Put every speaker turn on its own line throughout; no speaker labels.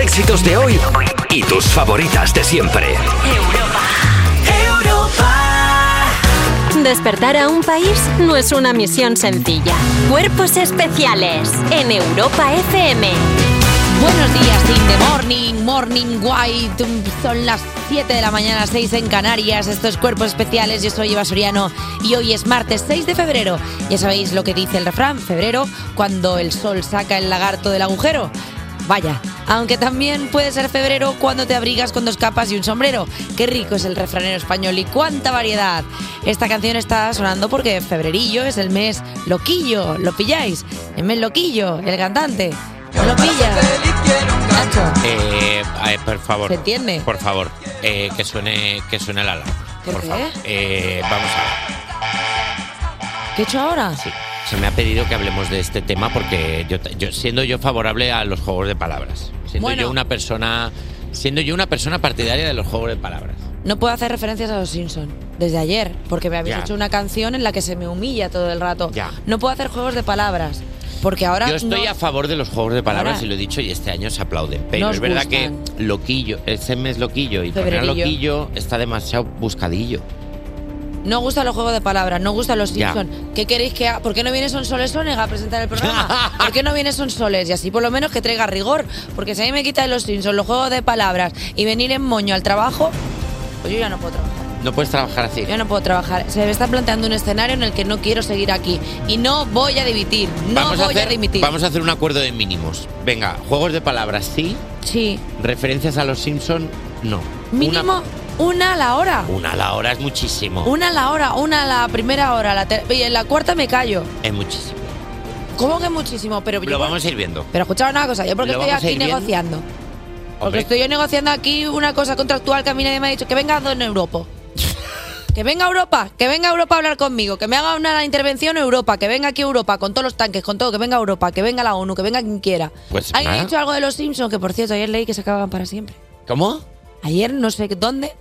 éxitos de hoy y tus favoritas de siempre.
Despertar a un país no es una misión sencilla. Cuerpos especiales en Europa FM.
Buenos días, in the morning, morning white. Son las 7 de la mañana, 6 en Canarias. Esto es Cuerpos Especiales. Yo soy Eva Soriano y hoy es martes 6 de febrero. Ya sabéis lo que dice el refrán: febrero, cuando el sol saca el lagarto del agujero. Vaya, aunque también puede ser febrero cuando te abrigas con dos capas y un sombrero. Qué rico es el refranero español y cuánta variedad. Esta canción está sonando porque febrerillo es el mes loquillo. ¿Lo pilláis? El mes loquillo, el cantante. ¿No lo pillas? Nacho,
Eh, a ver, por favor.
¿Se entiende?
Por favor, eh, que suene que suene la alarma.
¿Por qué?
favor. Eh, vamos a ver.
¿Qué he hecho ahora?
Sí. Se me ha pedido que hablemos de este tema porque yo, yo- siendo yo favorable a los juegos de palabras, siendo
Bueno.
yo una persona siendo yo una persona partidaria de los juegos de palabras.
No puedo hacer referencias a los Simpson desde ayer, porque me habéis
Ya.
hecho una canción en la que se me humilla todo el rato.
Ya.
No puedo hacer juegos de palabras, porque ahora
Yo estoy
no-
a favor de los juegos de palabras
Ahora.
y lo he dicho y este año se aplauden. Pero
Nos
es verdad
gustan.
que loquillo, ese mes loquillo y poner
Febrerillo.
loquillo está demasiado buscadillo.
no gustan los juegos de palabras, no gustan los
Ya.
Simpson. ¿Qué queréis que haga? ¿Por qué no viene Sonsoles Sonega a presentar el programa? ¿Por qué no viene Sonsoles? Y así por lo menos que traiga rigor, porque si a mí me quitan los Simpson, los juegos de palabras y venir en moño al trabajo, pues yo ya no puedo trabajar.
No puedes trabajar así.
Yo no puedo trabajar. Se me está planteando un escenario en el que no quiero seguir aquí. Y no voy a dimitir. No
vamos
voy
a
a,
hacer,
dimitir.
Vamos a hacer un acuerdo de mínimos. Venga, juegos de palabras sí,
Sí.
referencias a los Simpson no.
Mínimo una, a la hora.
Una, una a la hora es muchísimo.
Una a la hora, una a la primera hora. La ter- y en la cuarta me callo.
Es muchísimo.
¿Cómo que muchísimo? Pero, yo
Lo
por-
vamos a ir viendo.
pero escuchad una cosa, yo porque
Lo
estoy
vamos a
aquí
ir viendo.
negociando. Porque
Hombre,
estoy yo negociando aquí una cosa contractual que a mí nadie me ha dicho. Que venga Don Europa. Que venga Europa, que venga Europa a hablar conmigo, que me haga una intervención Europa, que venga aquí Europa con todos los tanques, con todo, que venga Europa, que venga la ONU, que venga quien quiera.
Pues
¿Alguien ha
nada.
dicho algo de los Simpsons? Que por cierto, ayer leí que se acababan para siempre.
¿Cómo?
Ayer no sé dónde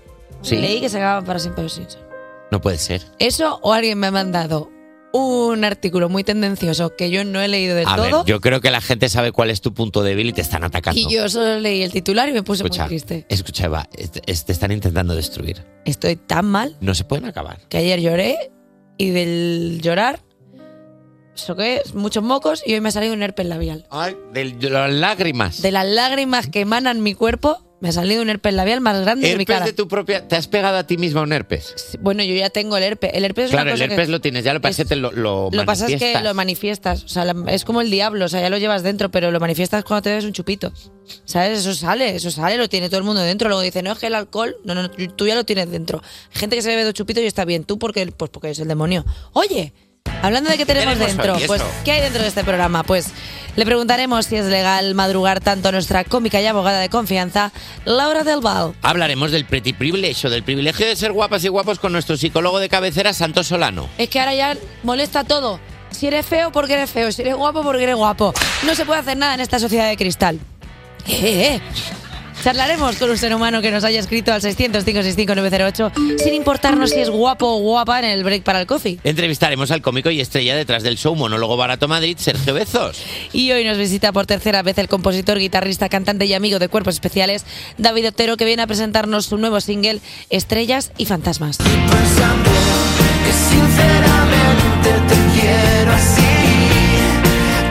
Sí.
leí que se acababan para siempre los Simpsons.
No puede ser.
Eso o alguien me ha mandado un artículo muy tendencioso que yo no he leído del
A ver,
todo.
yo creo que la gente sabe cuál es tu punto débil y te están atacando.
y yo solo leí el titular y me puse
escucha,
muy triste.
escucha, Eva, es- es- te están intentando destruir.
Estoy tan mal
No se pueden acabar.
que ayer lloré y del llorar soqué muchos mocos y hoy me ha salido un herpes labial.
Ay, de, de las lágrimas.
De las lágrimas que emanan mi cuerpo, me ha salido un herpes labial más grande que mi
herpes
cara.
de tu propia. ¿Te has pegado a ti misma un herpes?
Bueno, yo ya tengo el herpes. El herpes es
Claro,
una
el
cosa
herpes
que...
lo tienes, ya lo pasé,
es-
te lo, lo,
Lo que pasa es que
manifiestas.
lo manifiestas, o sea, la- es como el diablo, o sea, ya lo llevas dentro, pero lo manifiestas cuando te bebes un chupito. ¿Sabes? Eso sale, eso sale, lo tiene todo el mundo dentro. Luego dice, no, es que el alcohol, no, no, no, tú tú ya lo tienes dentro. Hay gente que se bebe dos chupitos y está bien, tú porque, pues porque es el demonio. Oye, hablando de que tenemos
tenemos
dentro,
hoy?
pues,
Eso.
¿qué hay dentro de este programa? Pues le preguntaremos si es legal madrugar tanto a nuestra cómica y abogada de confianza, Laura Del Val.
Hablaremos del pretty privilege o del privilegio de ser guapas y guapos con nuestro psicólogo de cabecera, Santos Solano.
Es que ahora ya molesta todo. Si eres feo, porque eres feo. Si eres guapo, porque eres guapo. No se puede hacer nada en esta sociedad de cristal. Eh, eh, eh. Charlaremos con un ser humano que nos haya escrito al 600-565-908 sin importarnos si es guapo o guapa en el break para el coffee.
Entrevistaremos al cómico y estrella detrás del show Monólogo Barato Madrid, Sergio Bezos.
Y hoy nos visita por tercera vez el compositor, guitarrista, cantante y amigo de cuerpos especiales, David Otero, que viene a presentarnos su nuevo single, Estrellas y Fantasmas.
Pensando que sinceramente te quiero así,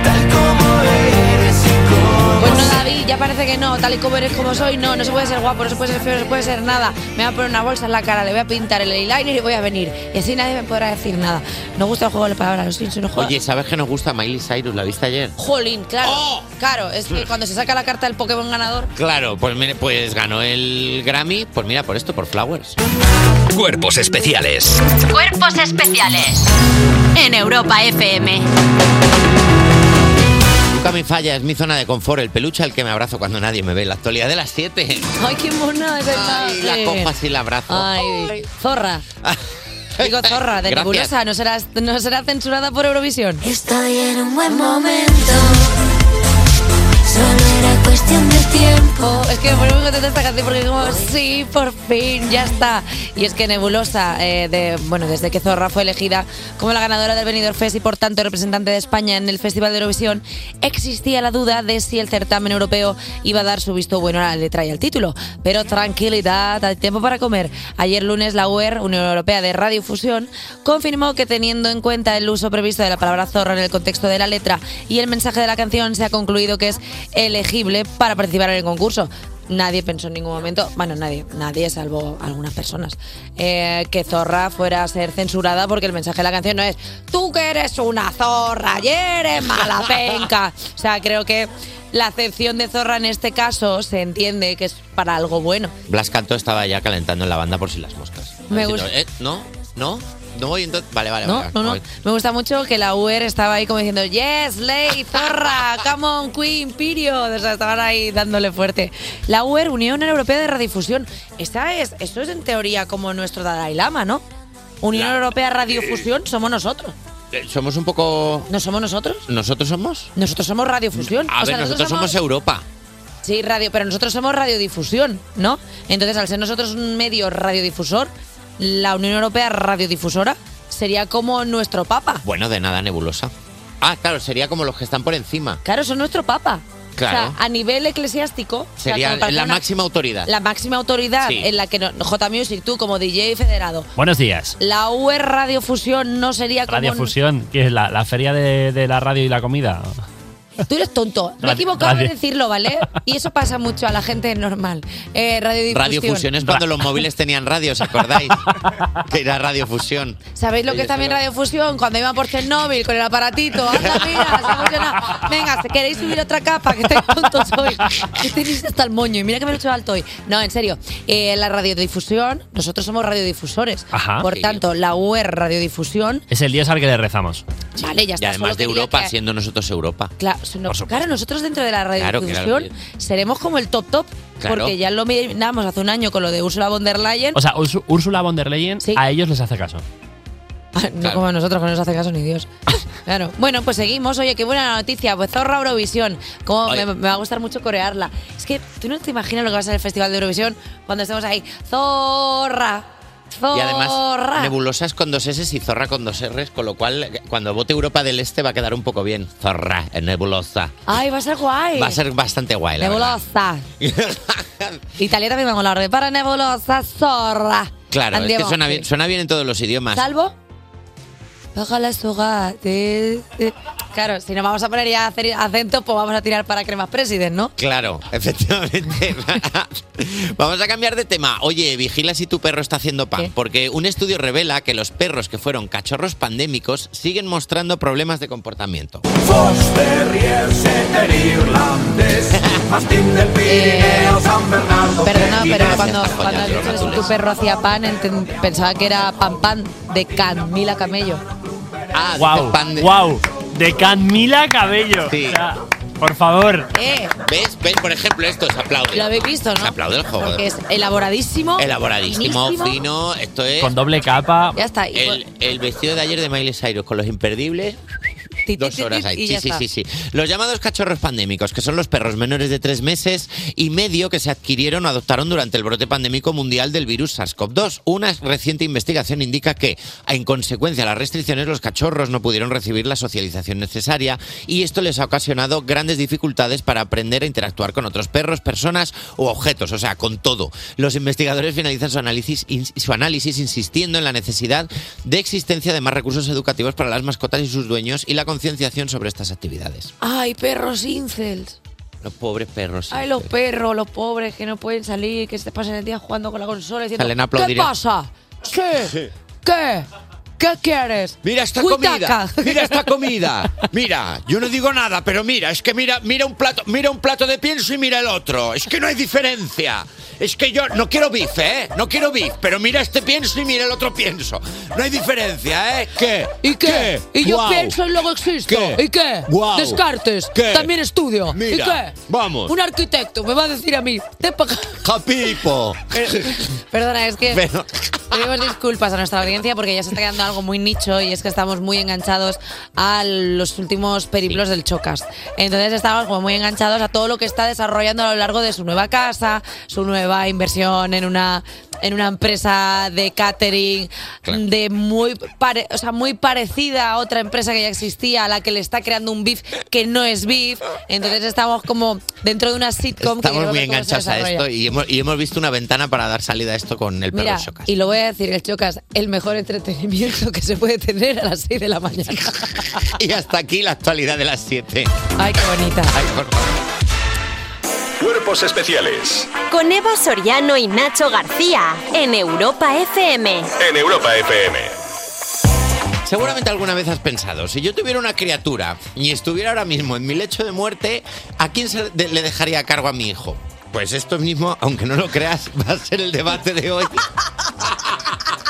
tal como eres y como
Pues no, David, ya parece que no, tal y como eres como soy, no, no se puede ser guapo, no se puede ser feo, no se puede ser nada. Me voy a poner una bolsa en la cara, le voy a pintar el eyeliner y voy a venir. Y así nadie me podrá decir nada. No gusta el juego de palabras, los Simpsons no juegan.
Oye, ¿sabes que nos gusta Miley Cyrus? ¿La viste ayer?
Jolín, claro.
¡Oh!
Claro, es que cuando se saca la carta del Pokémon ganador,
Claro, pues mire, pues ganó el Grammy, pues mira, por esto, por Flowers.
Cuerpos especiales
Cuerpos especiales en Europa FM.
Nunca me falla, es mi zona de confort, el peluche al que me abrazo cuando nadie me ve. La actualidad de las 7.
¡ay, qué mona es
Ay, la copa sí la abrazo.
Ay, zorra. Digo zorra, de
Eh, Gracias.
nebulosa, no será, no será censurada por Eurovisión.
Estoy en un buen momento. Solo era cuestión de
tiempo. Es que me pone muy contenta esta canción porque es como, sí, por fin, ya está. Y es que Nebulosa, eh, de, bueno, desde que Zorra fue elegida como la ganadora del Benidorm Fest y por tanto representante de España en el Festival de Eurovisión, existía la duda de si el certamen europeo iba a dar su visto bueno a la letra y al título. Pero tranquilidad, hay tiempo para comer. Ayer lunes la UER, Unión Europea de Radiofusión, confirmó que teniendo en cuenta el uso previsto de la palabra zorra en el contexto de la letra y el mensaje de la canción, se ha concluido que es elegible para participar en el concurso. Nadie pensó en ningún momento, bueno, nadie, nadie salvo algunas personas, eh, que Zorra fuera a ser censurada porque el mensaje de la canción no es tú que eres una zorra y eres mala penca. O sea, creo que la acepción de Zorra en este caso se entiende que es para algo bueno.
Blas Canto estaba ya calentando en la banda por si las moscas.
Me
Diciendo,
gusta.
"Eh, no, no, no, y entonces. Vale, vale,
No,
vale.
no, no.
Ay,
Me gusta mucho que la UER estaba ahí como diciendo, yes, ley, zorra, come on, queen, pirio. O sea, estaban ahí dándole fuerte. La UER, Unión Europea de Radiodifusión. Esta es, esto es en teoría como nuestro Dalai Lama, ¿no? Unión Europea de Radiofusión somos nosotros.
eh, Somos un poco.
¿No somos nosotros?
¿Nosotros somos?
Nosotros somos Radiofusión.
A
O sea,
ver, nosotros somos Europa.
Sí, radio, pero nosotros somos radiodifusión, ¿no? Entonces, al ser nosotros un medio radiodifusor, la Unión Europea radiodifusora sería como nuestro papa.
Bueno, de nada nebulosa. Ah, claro, sería como los que están por encima.
Claro, son nuestro papa.
Claro.
O sea, a nivel eclesiástico. o sea,
Sería
como para
la
hacer una-
máxima autoridad.
La máxima autoridad
Sí.
en la que no, J Music, tú como DJ federado.
Buenos días.
La UR Radiofusión no sería como.
Radio Fusión, que es la, la feria de, de la radio y la comida.
Tú eres tonto. Me he
Radio-
equivocado en
radio-
decirlo, ¿vale? Y eso pasa mucho a la gente normal. Eh, radiodifusión.
Radiofusión es cuando los móviles tenían radio, ¿os acordáis? que era radiofusión.
¿Sabéis lo que es también Radiofusión? Cuando iban por Chernóbil con el aparatito. Anda, mira, se ha fusionado. Venga, si queréis subir otra capa, que estáis tontos hoy. Que tenéis hasta el moño. Y mira que me lo he hecho alto hoy. No, en serio. Eh, la radiodifusión, nosotros somos radiodifusores.
Ajá.
por
Sí.
tanto, la UR Radiodifusión,
Es el día al que le rezamos.
vale, ya
Y
está.
además
solo
de
quería
Europa,
que-
siendo nosotros Europa.
Claro, so- no- claro, nosotros dentro de la
Claro,
radiodifusión
claro
seremos como el top top.
Claro.
Porque ya lo miramos hace un año con lo de Ursula von der Leyen.
O sea, Ursu- Úrsula von der Leyen a ellos les hace caso.
No como a nosotros, que no nos hace caso ni Dios. Claro. Bueno, pues seguimos. Oye, qué buena noticia. Pues zorra Eurovisión. Como me, me va a gustar mucho corearla. Es que tú no te imaginas lo que va a ser el Festival de Eurovisión cuando estemos ahí. Zorra. Zorra.
Y además, nebulosa es con dos S y zorra con dos R's, con lo cual eh, cuando vote Europa del Este va a quedar un poco bien. Zorra, eh, nebulosa.
Ay, va a ser guay.
Va a ser bastante guay, la verdad.
Nebulosa. Italia también va a molar. Para nebulosa, zorra.
Claro, es que
Andiamo.
suena bien, suena bien en todos los idiomas.
Salvo. Baja la soga. de- de- Claro, si nos vamos a poner ya a hacer acento, pues vamos a tirar para cremas president, ¿no?
Claro, efectivamente. Vamos a cambiar de tema. Oye, vigila si tu perro está haciendo pan, porque un estudio revela que los perros que fueron cachorros pandémicos siguen mostrando problemas de comportamiento.
Perdona, pero
Gracias,
cuando,
Paco,
cuando
ya
has
te lo
dicho
gratules.
que tu perro hacía pan, enten- pensaba que era pan pan de Camila Camello.
wow, wow, de Camila Cabello. O sea, por favor.
Eh,
¿Ves? ¿Ves? Por ejemplo, esto se aplaude.
lo habéis visto,
Se
¿no?
aplaude el juego. ¿eh?
Porque es elaboradísimo.
Elaboradísimo,
finísimo.
fino, esto es...
Con doble capa.
Ya está. y
El, el vestido de ayer de Miley Cyrus con los imperdibles. Dos horas ahí.
y
Sí,
ya
sí,
está.
sí, sí. Los llamados cachorros pandémicos, que son los perros menores de tres meses y medio que se adquirieron o adoptaron durante el brote pandémico mundial del virus SARS-CoV-2. Una reciente investigación indica que, en consecuencia de las restricciones, los cachorros no pudieron recibir la socialización necesaria y esto les ha ocasionado grandes dificultades para aprender a interactuar con otros perros, personas o objetos, o sea, con todo. Los investigadores finalizan su análisis, ins- su análisis insistiendo en la necesidad de existencia de más recursos educativos para las mascotas y sus dueños y la concienciación sobre estas actividades.
Ay, perros incels.
Los pobres perros.
Ay, los perros, los pobres que no pueden salir, que se pasan el día jugando con la consola diciendo,
Salen a
¿qué
aplaudir.
pasa? ¿Qué? ¿Qué? ¿Qué quieres?
Mira esta
Cuitaca.
comida. Mira esta comida. Mira, yo no digo nada, pero mira, es que mira, mira un plato, mira un plato de pienso y mira el otro. Es que no hay diferencia. Es que yo no quiero bife, ¿eh? No quiero bife, pero mira este pienso y mira el otro pienso. No hay diferencia, ¿eh? ¿Qué?
¿Y qué?
Y yo
Guau.
pienso y luego existo.
¿Qué?
¿Y qué?
Guau.
Descartes.
¿Qué?
También estudio. ¿Y
Mira,
qué?
vamos.
Un arquitecto me va a decir a mí. "Te pa-". Eh,
Japipo.
Perdona, es que
Pero-
Pedimos disculpas a nuestra audiencia porque ya se está quedando algo muy nicho y es que estamos muy enganchados a los últimos periplos del Chocas. Entonces estamos como muy enganchados a todo lo que está desarrollando a lo largo de su nueva casa, su nueva inversión en una en una empresa de catering
Claro.
de muy pare- o sea, muy parecida a otra empresa que ya existía a la que le está creando un beef que no es beef. Entonces estamos como dentro de una sitcom que
Estamos
quiero
muy
ver cómo se
enganchados a
desarrolla.
esto y hemos, y hemos visto una ventana para dar salida a esto con el perro
Mira,
Shock.
y lo voy a decir, el Chocas, el mejor entretenimiento que se puede tener a las 6 de la mañana.
Y hasta aquí la actualidad de las 7.
Ay, qué bonita.
Cuerpos especiales
Con Eva Soriano y Nacho García en Europa FM.
en Europa FM.
Seguramente alguna vez has pensado, si yo tuviera una criatura y estuviera ahora mismo en mi lecho de muerte, ¿a quién se de- le dejaría a cargo a mi hijo? Pues esto mismo, aunque no lo creas, va a ser el debate de hoy.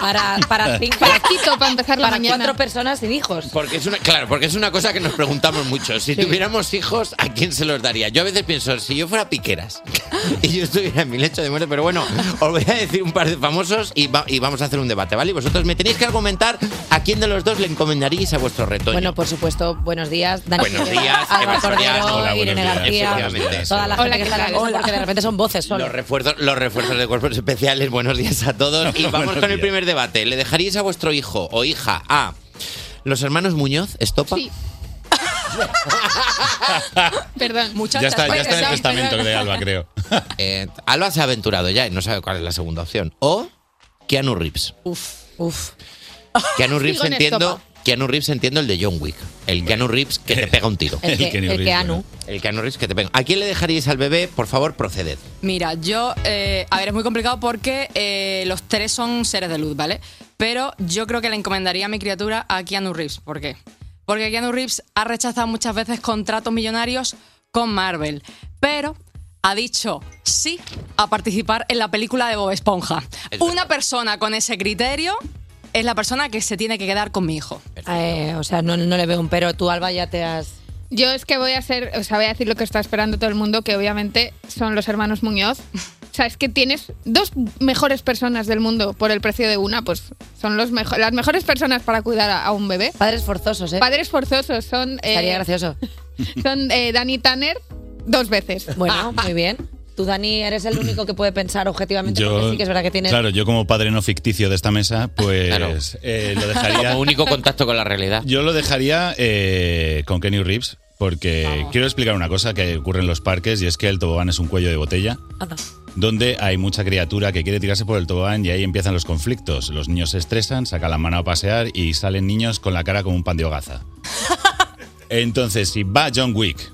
Para, para, cinco, para para empezar la mañana. cuatro personas sin hijos.
Porque es una, claro, porque es una cosa que nos preguntamos mucho. Si tuviéramos hijos, ¿a quién se los daría? Yo a veces pienso, si yo fuera piqueras y yo estuviera en mi lecho de muerte, pero bueno, os voy a decir un par de famosos y, va- y vamos a hacer un debate, ¿vale? Y vosotros me tenéis que argumentar a quién de los dos le encomendaríais a vuestro retoño.
Bueno, por supuesto, buenos días, Dani.
Buenos
Cepeda,
días,
Alba
Eva Soriano.
Cordero,
Hola,
Irene
buenos días,
García,
efectivamente,
toda la
sí.
gente
Hola,
que
¿qué
está
tal?
en la porque de repente son voces solo.
Los refuerzos, los refuerzos de cuerpos especiales, buenos días a todos. Y vamos
Buenos
con el primer debate. ¿Le dejaríais a vuestro hijo o hija a los hermanos Muñoz, Estopa?
Perdón, muchachos.
Ya está- ya está en el testamento
perdón.
de Alba, creo. Eh, Alba se ha aventurado ya y no sabe cuál es la segunda opción. O Keanu Reeves.
Uf,
uf.
Keanu
Sigo
Reeves
en
entiendo.
Estopa.
Keanu Reeves entiendo el de John Wick. El Keanu Reeves que te pega un tiro.
El que- El Keanu el Reeves, Keanu. bueno.
El Keanu Reeves que te pega. ¿A quién le dejaríais al bebé? Por favor, proceded.
Mira, yo, eh, a ver, es muy complicado porque eh, los tres son seres de luz, ¿vale? Pero yo creo que le encomendaría a mi criatura a Keanu Reeves. ¿Por qué? Porque Keanu Reeves ha rechazado muchas veces contratos millonarios con Marvel, pero ha dicho sí a participar en la película de Bob Esponja. Una persona con ese criterio es la persona que se tiene que quedar con mi hijo.
Eh, o sea, no, no le veo un pero. Tú, Alba, ya te has...
Yo es que voy a hacer, o sea, voy a decir lo que está esperando todo el mundo, que obviamente son los hermanos Muñoz. O sea, es que tienes dos mejores personas del mundo por el precio de una, pues son los mejo- las mejores personas para cuidar a, a un bebé.
Padres forzosos, ¿eh?
Padres forzosos son. eh,
Estaría gracioso.
Son eh, Dani Tanner dos veces.
Bueno,
Ah.
muy bien. Tú, Dani, eres el único que puede pensar objetivamente porque sí que es verdad que tienes...
Claro, yo como padre no ficticio de esta mesa, pues eh, lo dejaría.
Como único contacto con la realidad.
Yo lo dejaría eh, con Kenny Reeves, porque quiero explicar una cosa que ocurre en los parques y es que el tobogán es un cuello de botella.
Ah,
donde hay mucha criatura que quiere tirarse por el tobogán y ahí empiezan los conflictos. Los niños se estresan, sacan la mano a pasear y salen niños con la cara como un pan de hogaza. Entonces, si va John Wick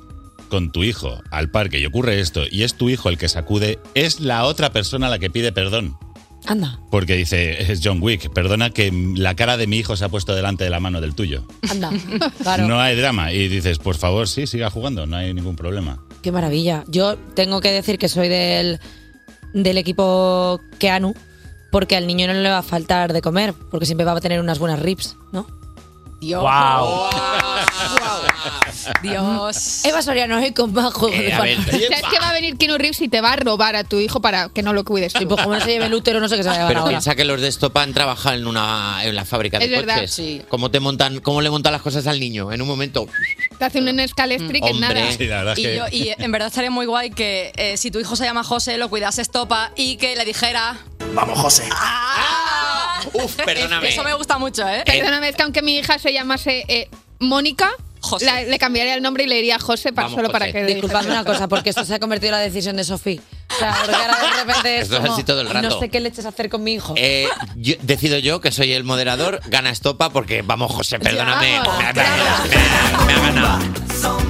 con tu hijo al parque y ocurre esto y es tu hijo el que sacude, es la otra persona la que pide perdón.
Anda.
Porque dice, es John Wick, perdona que la cara de mi hijo se ha puesto delante de la mano del tuyo.
Anda, claro.
No hay drama. Y dices, por favor, sí, siga jugando, no hay ningún problema.
Qué maravilla. Yo tengo que decir que soy del, del equipo Keanu, porque al niño no le va a faltar de comer, porque siempre va a tener unas buenas rips, ¿no?
Dios.
Guau.
Dios.
Eva Soriano hoy con más juego de
a ver,
palabras.
¿Sabes que va a venir Keanu Reeves y te va a robar a tu hijo para que no lo cuides tú?
Y pues como no se lleve el útero, no sé qué se va a llevar
Ah, Pero
ahora.
piensa que los de Estopa han trabajado en una en la fábrica de
Es
coches.
verdad, sí.
¿Cómo te montan, cómo le montan las cosas al niño? En un momento.
Te hacen un escalestri que
Hombre.
nada.
Sí, la verdad es
Mm. y,
que-
yo- y en verdad estaría muy guay que eh, si tu hijo se llama José, lo cuidas estopa y que le dijera.
Vamos, José.
Ah.
Uf,
perdóname.
Eso me gusta mucho, ¿eh?
Perdóname, es que aunque mi hija se llamase eh, Mónica, la- le cambiaría el nombre y le diría José para, solo para que...
Disculpadme una cosa, porque esto se ha convertido en la decisión de Sofía. O sea, porque ahora de repente es
Esto es
como,
así todo el rato.
No sé qué leches hacer con mi hijo.
Eh, yo- decido yo que soy el moderador, gana Estopa porque vamos, José, perdóname.
Ya, vamos,
me, ha- me ha- me ha ganado.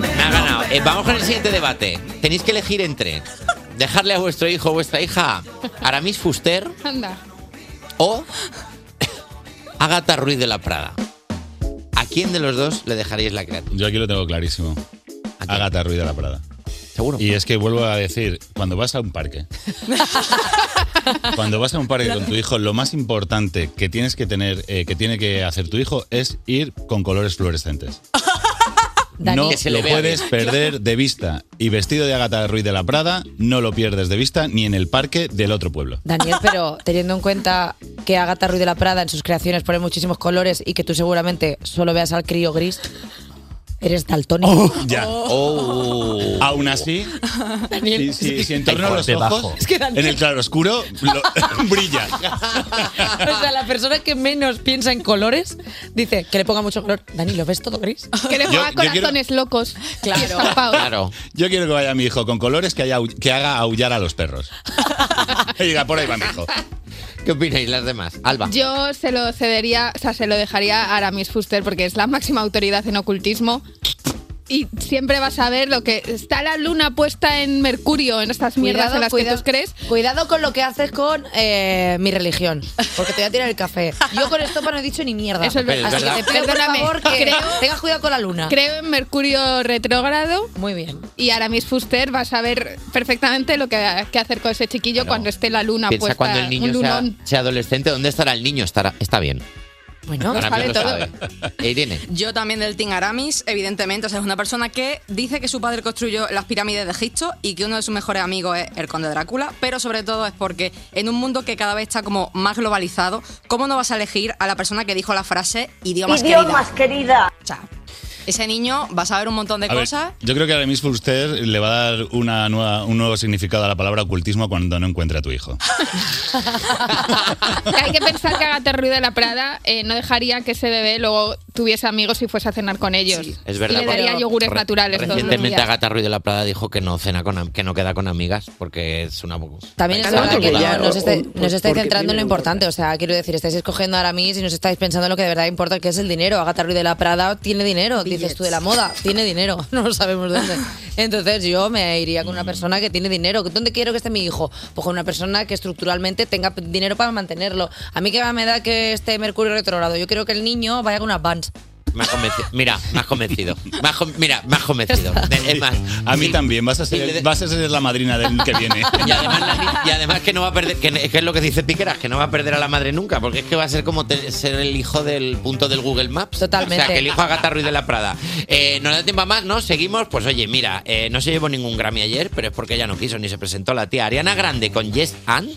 Me ha ganado. Eh, vamos con el siguiente debate. Tenéis que elegir entre dejarle a vuestro hijo o vuestra hija Aramis Fuster
Anda.
o Agatha Ruiz de la Prada. ¿A quién de los dos le dejaríais la criatura?
Yo aquí lo tengo clarísimo. Agata Ruiz de la Prada.
Seguro.
Y es que vuelvo a decir, cuando vas a un parque, cuando vas a un parque con tu hijo, lo más importante que tienes que tener, eh, que tiene que hacer tu hijo, es ir con colores fluorescentes.
Dani.
no
Que se le
lo
vea
puedes
bien.
perder de vista. Y vestido de Agatha Ruiz de la Prada, no lo pierdes de vista ni en el parque del otro pueblo.
Daniel, pero teniendo en cuenta que Agatha Ruiz de la Prada en sus creaciones pone muchísimos colores y que tú seguramente solo veas al crío gris, eres daltónico.
Ya.
Oh.
Aún así,
Oh.
si, si, si entorno
Hay
los
corte
ojos,
bajo.
Es que
en
Daniel-
el claroscuro, lo- brilla.
O sea, la persona que menos piensa en colores dice que le ponga mucho color. Dani, ¿lo ves todo gris?
Que le
Yo- ponga yo quiero-
corazones locos. Claro.
Claro. Yo quiero que vaya mi hijo con colores que, haya, que haga aullar a los perros. Y diga, por ahí va mi hijo.
¿Qué opináis las demás? Alba.
Yo se lo cedería, o sea, se lo dejaría a Aramis Fuster porque es la máxima autoridad en ocultismo. Y siempre vas a ver lo que está la luna puesta en Mercurio en estas mierdas
Cuidado,
en las
cuidado.
que tú crees.
Cuidado con lo que haces con eh, mi religión, porque te voy a tirar el café. Yo con estopa no he dicho ni mierda.
Eso es verdad.
Así que te pido, por
Perdóname,
favor, que
creo-
tengas cuidado con la luna.
Creo en Mercurio retrógrado.
Muy bien.
Y Aramis Fuster va a saber perfectamente lo que, que hacer con ese chiquillo cuando esté la luna
Piensa
puesta.
cuando el
un
niño sea,
lunón.
sea adolescente, ¿dónde estará el niño? Estará, está bien.
Bueno,
Ahora
sabe
mismo
todo.
sabe. Irene.
Yo también del Team Aramis, evidentemente. O sea, es una persona que dice que su padre construyó las pirámides de Egipto y que uno de sus mejores amigos es el conde Drácula, pero sobre todo es porque en un mundo que cada vez está como más globalizado, ¿cómo no vas a elegir a la persona que dijo la frase idiomas,
Idiomas,
querida? O sea, ese niño va a saber un montón de
A ver,
cosas.
yo creo que ahora mismo usted le va a dar una nueva, un nuevo significado a la palabra ocultismo cuando no encuentre a tu hijo.
Que Hay que pensar que Agatha Ruiz de la Prada eh, no dejaría que ese bebé luego tuviese amigos y fuese a cenar con ellos.
Es verdad.
Y le daría
porque
yogures
re-
naturales todos los
Recientemente
días.
Agatha Ruiz de la Prada dijo que no cena con am- que no queda con amigas porque es una
También es
Está
verdad que
controlada.
no, no os estáis, no os estáis
porque
centrando en
tiene
lo importante. O sea, quiero decir, estáis escogiendo ahora mismo y no os estáis pensando en lo que de verdad importa, que es el dinero. Agatha Ruiz de la Prada tiene dinero. Dices tú de la moda, tiene dinero. No lo sabemos dónde. Entonces yo me iría con una persona que tiene dinero. ¿Dónde quiero que esté mi hijo? Pues con una persona que estructuralmente tenga p- dinero para mantenerlo. A mí que me da que esté Mercurio retrogrado. Yo quiero que el niño vaya con unas Vans.
Me has convencido. Mira, me has convencido. Me has con- mira, me has convencido. Es más,
A mí también, vas a
y le de-
ser, vas a ser la madrina del que viene.
Y además, la ni- y además que no va a perder, que, ne- que es lo que dice Piqueras, que no va a perder a la madre nunca, porque es que va a ser como te- ser el hijo del punto del Google Maps.
Totalmente.
O sea, que el hijo Agatha Ruiz de la Prada. Eh, no da tiempo a más, ¿no? Seguimos. Pues oye, mira, eh, no se llevó ningún Grammy ayer, pero es porque ella no quiso ni se presentó la tía Ariana Grande con Yes and.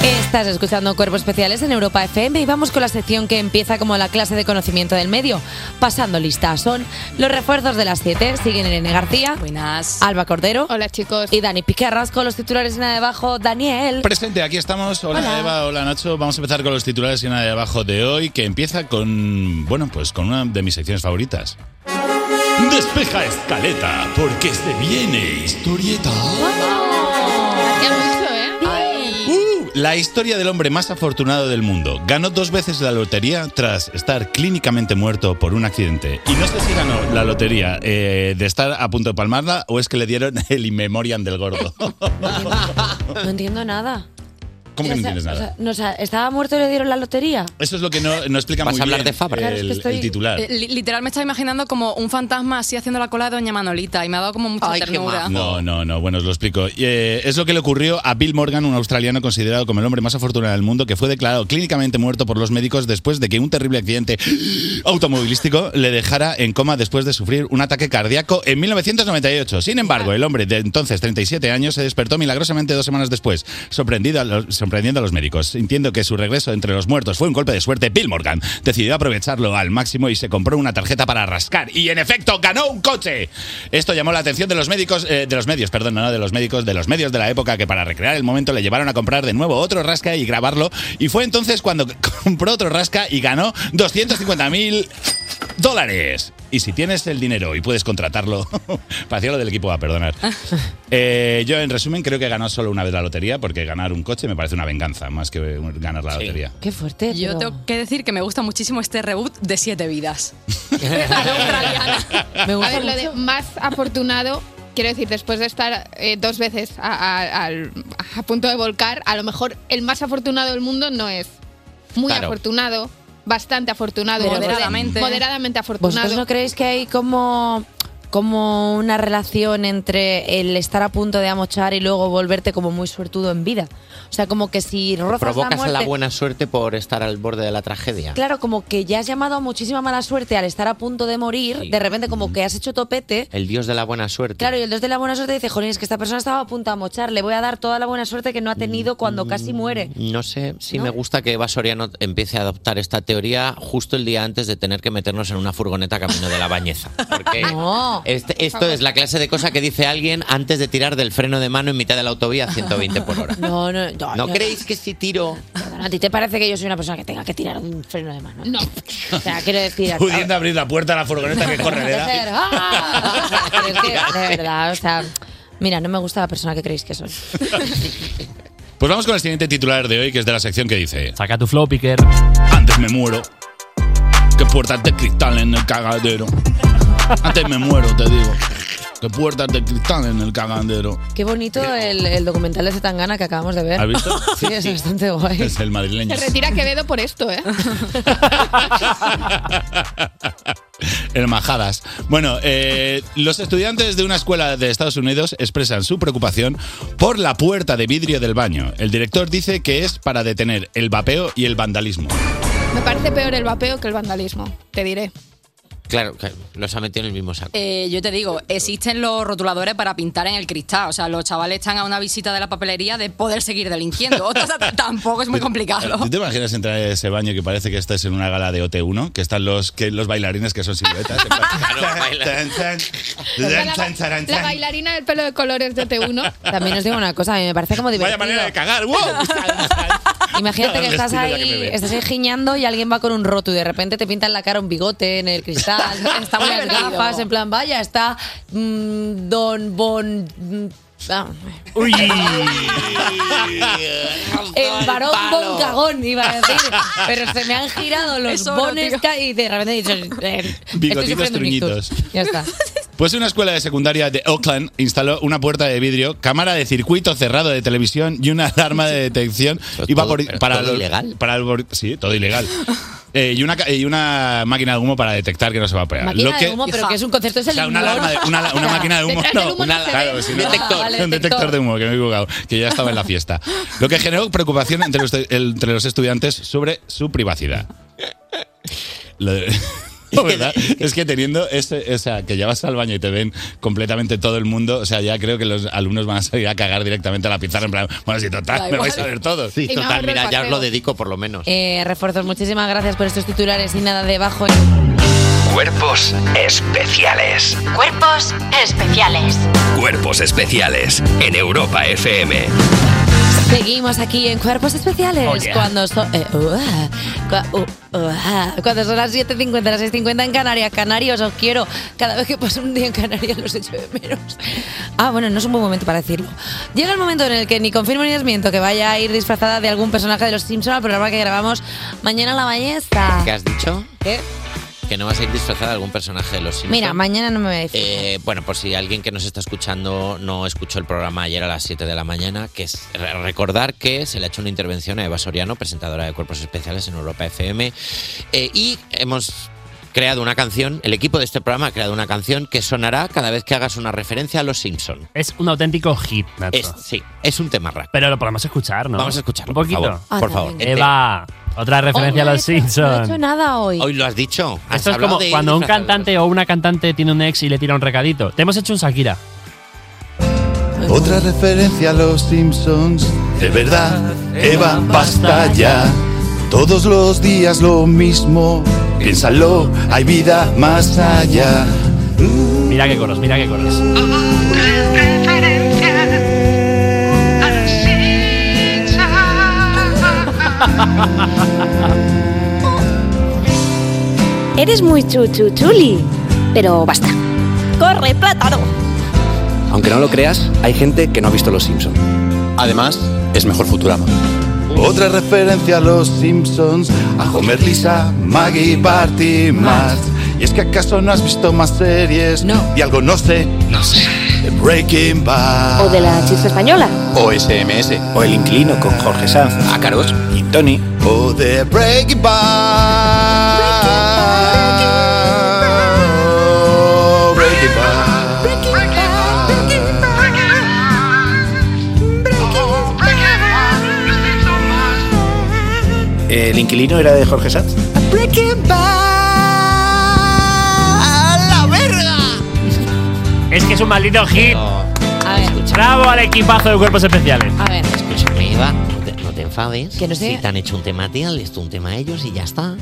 Estás escuchando Cuerpos Especiales en Europa FM y vamos con la sección que empieza como la clase de conocimiento del medio. Pasando lista son los refuerzos de las 7. Siguen Irene García.
Buenas.
Alba Cordero.
Hola chicos.
Y Dani Piquerras con los titulares en abajo. Daniel.
Presente, aquí estamos. Hola, Eva, hola Nacho. Vamos a empezar con los titulares y una de abajo de hoy que empieza con, bueno, pues con una de mis secciones favoritas. Despeja escaleta porque se viene e historieta.
Hacía mucho, ¿eh?
Uh, La historia del hombre más afortunado del mundo. Ganó dos veces la lotería tras estar clínicamente muerto por un accidente. Y no sé si ganó la lotería eh, de estar a punto de palmarla o es que le dieron el inmemoriam del gordo.
No entiendo nada.
¿Cómo que no entiendes
O
nada?
sea, no, o sea, estaba muerto y le dieron la lotería.
Eso es lo que no, no explica
Vas
muy
a hablar
bien
de Fabra.
el,
Claro, es que estoy-
el titular.
Eh, li- literal me estaba imaginando como un fantasma así haciendo la cola de Doña Manolita y me ha dado como mucha ternura.
No, no, no, bueno, os lo explico. Eh, es lo que le ocurrió a Bill Morgan, un australiano considerado como el hombre más afortunado del mundo, que fue declarado clínicamente muerto por los médicos después de que un terrible accidente automovilístico le dejara en coma después de sufrir un ataque cardíaco en 1998. Sin embargo, el hombre de entonces 37 años se despertó milagrosamente dos semanas después, sorprendido a los- sorprendiendo a los médicos. Sintiendo que su regreso entre los muertos fue un golpe de suerte, Bill Morgan decidió aprovecharlo al máximo y se compró una tarjeta para rascar. Y en efecto, ganó un coche. Esto llamó la atención de los médicos, eh, de los medios, perdón, no de los médicos, de los medios de la época que para recrear el momento le llevaron a comprar de nuevo otro rasca y grabarlo. Y fue entonces cuando compró otro rasca y ganó 250.000 dólares. Y si tienes el dinero y puedes contratarlo, parecía lo del equipo A, perdonar. Eh, yo, en resumen, creo que ganó solo una vez la lotería, porque ganar un coche me parece una venganza, más que eh, ganar la lotería.
Qué fuerte.
Yo
pero-
tengo que decir que me gusta muchísimo este reboot de Siete Vidas.
a ver, lo de más afortunado, quiero decir, después de estar eh, dos veces a, a- al- a punto de volcar, a lo mejor el más afortunado del mundo no es muy
Claro.
afortunado, bastante afortunado,
Pero
moderadamente,
moderadamente.
moderadamente afortunado.
¿Vosotros no creéis que hay como como una relación entre el estar a punto de amochar y luego volverte como muy suertudo en vida. O sea, como que si rozas la
Provocas
muerte...
la buena suerte por estar al borde de la tragedia.
Claro, como que ya has llamado a muchísima mala suerte al estar a punto de morir, de repente como que has hecho topete.
El dios de la buena suerte.
Claro, y el dos de la buena suerte dice, jolín, es que esta persona estaba a punto de mochar, le voy a dar toda la buena suerte que no ha tenido cuando casi muere.
No sé si me gusta que Eva Soriano empiece a adoptar esta teoría justo el día antes de tener que meternos en una furgoneta camino de la bañeza. Porque
Ah, No.
este- esto es la clase de cosa que dice alguien antes de tirar del freno de mano en mitad de la autovía a 120 por hora.
No, no, no.
¿No creéis que si tiro?
¿A ti te parece que yo soy una persona que tenga que tirar un freno de mano? No. O sea, quiero decir.
Pudiendo abrir la puerta a la furgoneta que corre
De ser, ¡ah! O sea, quiero decir, de verdad, o sea. Mira, no me gusta la persona que creéis que soy.
Pues vamos con el siguiente titular de hoy, que es de la sección que dice:
Saca tu flow, Piquer.
Antes me muero que puertas de cristal en el cagadero. Antes me muero, te digo, que puertas de cristal en el cagadero.
Qué bonito el, el documental de Zetangana que acabamos de ver.
¿Has visto?
Sí, es bastante guay.
Es el madrileño.
Se retira Quevedo por esto, ¿eh?
El majadas. Bueno, eh, los estudiantes de una escuela de Estados Unidos expresan su preocupación por la puerta de vidrio del baño. El director dice que es para detener el vapeo y el vandalismo.
Me parece peor el vapeo que el vandalismo, te diré.
Claro, que los ha metido en el mismo saco.
Eh, yo te digo, existen los rotuladores para pintar en el cristal. O sea, los chavales están a una visita de la papelería de poder seguir delinquiendo. O sea, t- tampoco es muy complicado.
¿Tú te imaginas entrar en ese baño que parece que estás en una gala de OT1? Que están los, que los bailarines que son siluetas. en plan, tan, tan, tan,
la,
tan, tan,
la
tan.
bailarina del pelo de colores de T1.
También os digo una cosa, a mí me parece como divertido.
manera de cagar, wow.
Imagínate
No,
que
el
estás
estilo ya que me
ahí,
ve.
estás ahí giñando y alguien va con un roto y de repente te pintan la cara un bigote en el cristal,
Está muy
unas
divertido.
gafas, en plan, vaya, está mm, Don Bon... mm, ah,
Uy.
el varón
palo.
Bon Cagón, iba a decir, pero se me han girado los
Eso no,
bones
tío.
ca- y de repente he dicho... eh, estoy
Bigotitos
sufriendo un ictus.
truñitos.
Ya está.
Pues una escuela de secundaria de Oakland instaló una puerta de vidrio, cámara de circuito cerrado de televisión y una alarma de detección. Y va
todo-
por-
pero
para
todo
los-
ilegal.
Para el bor- sí, todo ilegal. Eh, y, una, ca- y una máquina de humo para detectar que no se va a pegar.
Máquina
Lo que-
de humo, pero que es un concepto, es el
o sea, una, alarma de- una, una máquina de humo. no, una- claro, si no-
detector.
un detector de humo, que me he equivocado, que ya estaba en la fiesta. Lo que generó preocupación entre los, entre los estudiantes sobre su privacidad. Lo de- la verdad es que teniendo ese, o sea, que ya vas al baño y te ven completamente todo el mundo, o sea, ya creo que los alumnos van a salir a cagar directamente a la pizarra en plan, bueno, si
Da
total, me
igual.
vais a ver todos.
Sí, Y me total, ahorro el mira, ya os lo paseo.
dedico por lo menos.
Eh, refuerzos, muchísimas gracias por estos titulares y nada debajo. en-
Cuerpos especiales.
Cuerpos especiales.
Cuerpos especiales en Europa FM.
Seguimos aquí en Cuerpos Especiales
Oh, yeah.
cuando, so- eh, uah, cua- u- uah, cuando son las 7.50, las 6.50 en Canarias. Canarios, os quiero. Cada vez que paso un día en Canarias los echo de menos. Ah, bueno, no es un buen momento para decirlo. Llega el momento en el que ni confirmo ni desmiento que vaya a ir disfrazada de algún personaje de los Simpsons al programa que grabamos mañana a la ballesta.
¿Qué has dicho?
¿Qué?
Que no vas a ir disfrazada de algún personaje de los Simpsons.
Mira, mañana no me voy a decir.
Eh, bueno, por si alguien que nos está escuchando no escuchó el programa ayer a las 7 de la mañana, que es re- recordar que se le ha hecho una intervención a Eva Soriano, presentadora de Cuerpos Especiales en Europa FM, eh, y hemos creado una canción, el equipo de este programa ha creado una canción que sonará cada vez que hagas una referencia a Los Simpson.
Es un auténtico hit, Nacho.
Es- sí, es un tema raro.
Pero lo podemos escuchar, ¿no?
Vamos a escucharlo,
Un poquito.
por favor. Ah, por favor. venga.
Eva, otra referencia a los
No he
Simpsons.
hecho nada hoy.
Hoy lo has dicho. Has
Esto es
hablado
como
de ir
cuando un
disfrazado.
cantante o una cantante tiene un ex y le tira un recadito. Te hemos hecho un Shakira.
Otra referencia a los Simpsons. De verdad, Eva, basta ya. Todos los días lo mismo. Piénsalo, hay vida más allá.
Mira qué coros, mira qué coros.
Eres muy chuchu chuli, pero basta. ¡Corre, plátano!
Aunque no lo creas, hay gente que no ha visto Los Simpson. Además, es mejor Futurama.
Otra referencia a los Simpsons. A Homer, Lisa, Maggie, Barty, más. Y es que acaso no has visto más series. No. Y algo no sé. No sé. De Breaking Bad.
O de la chiste española.
O SMS. O El Inclino con Jorge Sanz. Ácaros. Y Tony.
O de Breaking Bad. Breaking Bad.
inquilino era de Jorge Sanz.
Breaking Bad, la verga.
Es que es un maldito hit.
A ver,
Bravo al equipazo de cuerpos especiales.
a ver.
Escúchame, Eva, Pues, no te, no te enfades.
Que no sé.
Si te han hecho un tema a ti, han hecho un tema a ellos y ya está.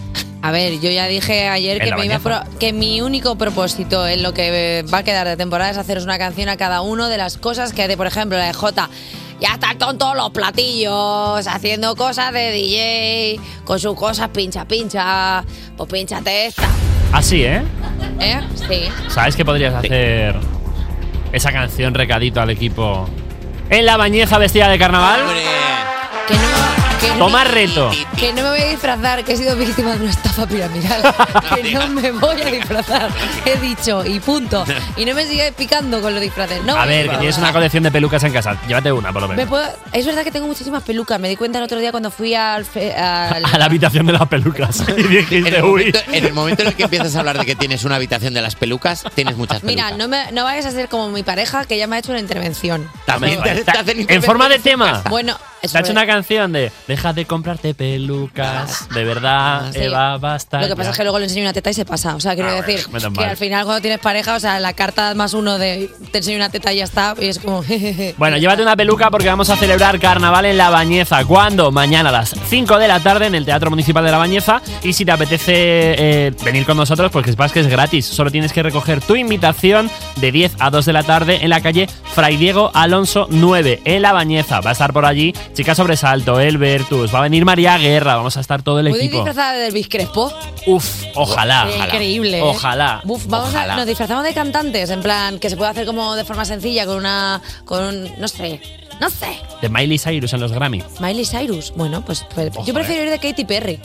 A ver, yo ya dije ayer
En
que,
la
me iba a pro- que mi único propósito en lo que va a quedar de temporada es haceros una canción a cada uno de las cosas que hace, por ejemplo, la de Jota. Ya está con todos los platillos, haciendo cosas de DJ, con sus cosas pincha, pincha. Pues pinchate esta,
Así, ¿eh?
¿eh? Sí.
¿Sabes qué podrías hacer? Esa canción recadito al equipo. En la bañeza vestida de carnaval.
Que no-
Toma reto.
Que no me voy a disfrazar, que he sido víctima de una estafa piramidal. que no me voy a disfrazar. He dicho, y punto. Y no me sigáis picando con los disfraces. No,
A
me
ver, que
disfrazo.
tienes una colección de pelucas en casa. Llévate una, por lo
Me
menos.
puedo- es verdad que tengo muchísimas pelucas. Me di cuenta el otro día cuando fui al. fe- al-
A la habitación de las pelucas. Y
En
dijiste,
el,
uy.
momento, en el momento en el que empiezas a hablar de que tienes una habitación de las pelucas, tienes muchas pelucas.
Mira, no, me, no vayas a ser como mi pareja que ya me ha hecho una intervención.
También te- te hacen
En forma de tema.
Bueno,
Te ha hecho una canción de Deja de comprarte pelucas. De verdad,
Sí.
Eva, basta.
Lo que pasa
ya".
es que luego le enseño una teta y se pasa. O sea, quiero
Ah,
decir
menos
que
mal.
al final cuando tienes pareja, o sea, la carta más uno de te enseño una teta y ya está. Y es como. jejeje.
Bueno, llévate una peluca porque vamos a celebrar carnaval en La Bañeza. ¿Cuándo? Mañana a las 5 de la tarde en el Teatro Municipal de La Bañeza. Y si te apetece eh, venir con nosotros, pues que sepas que es gratis. Solo tienes que recoger tu invitación de 10 a 2 de la tarde en la calle Fray Diego Alonso 9, en La Bañeza. Va a estar por allí Chica Sobresalto, El Vertus, va a venir María Guerra, vamos a estar todo el
¿Puedo ir
equipo.
disfrazada del Biscrespo?
Uf, ojalá.
Qué Increíble. ¿eh?
Ojalá.
Buf, vamos a-
Ojalá.
nos disfrazamos de cantantes, en plan, que se puede hacer como de forma sencilla, con una. con un. no sé. No sé.
De Miley Cyrus en los Grammy.
Miley Cyrus. Bueno, pues. pues, yo
eh.
prefiero ir de Katy Perry.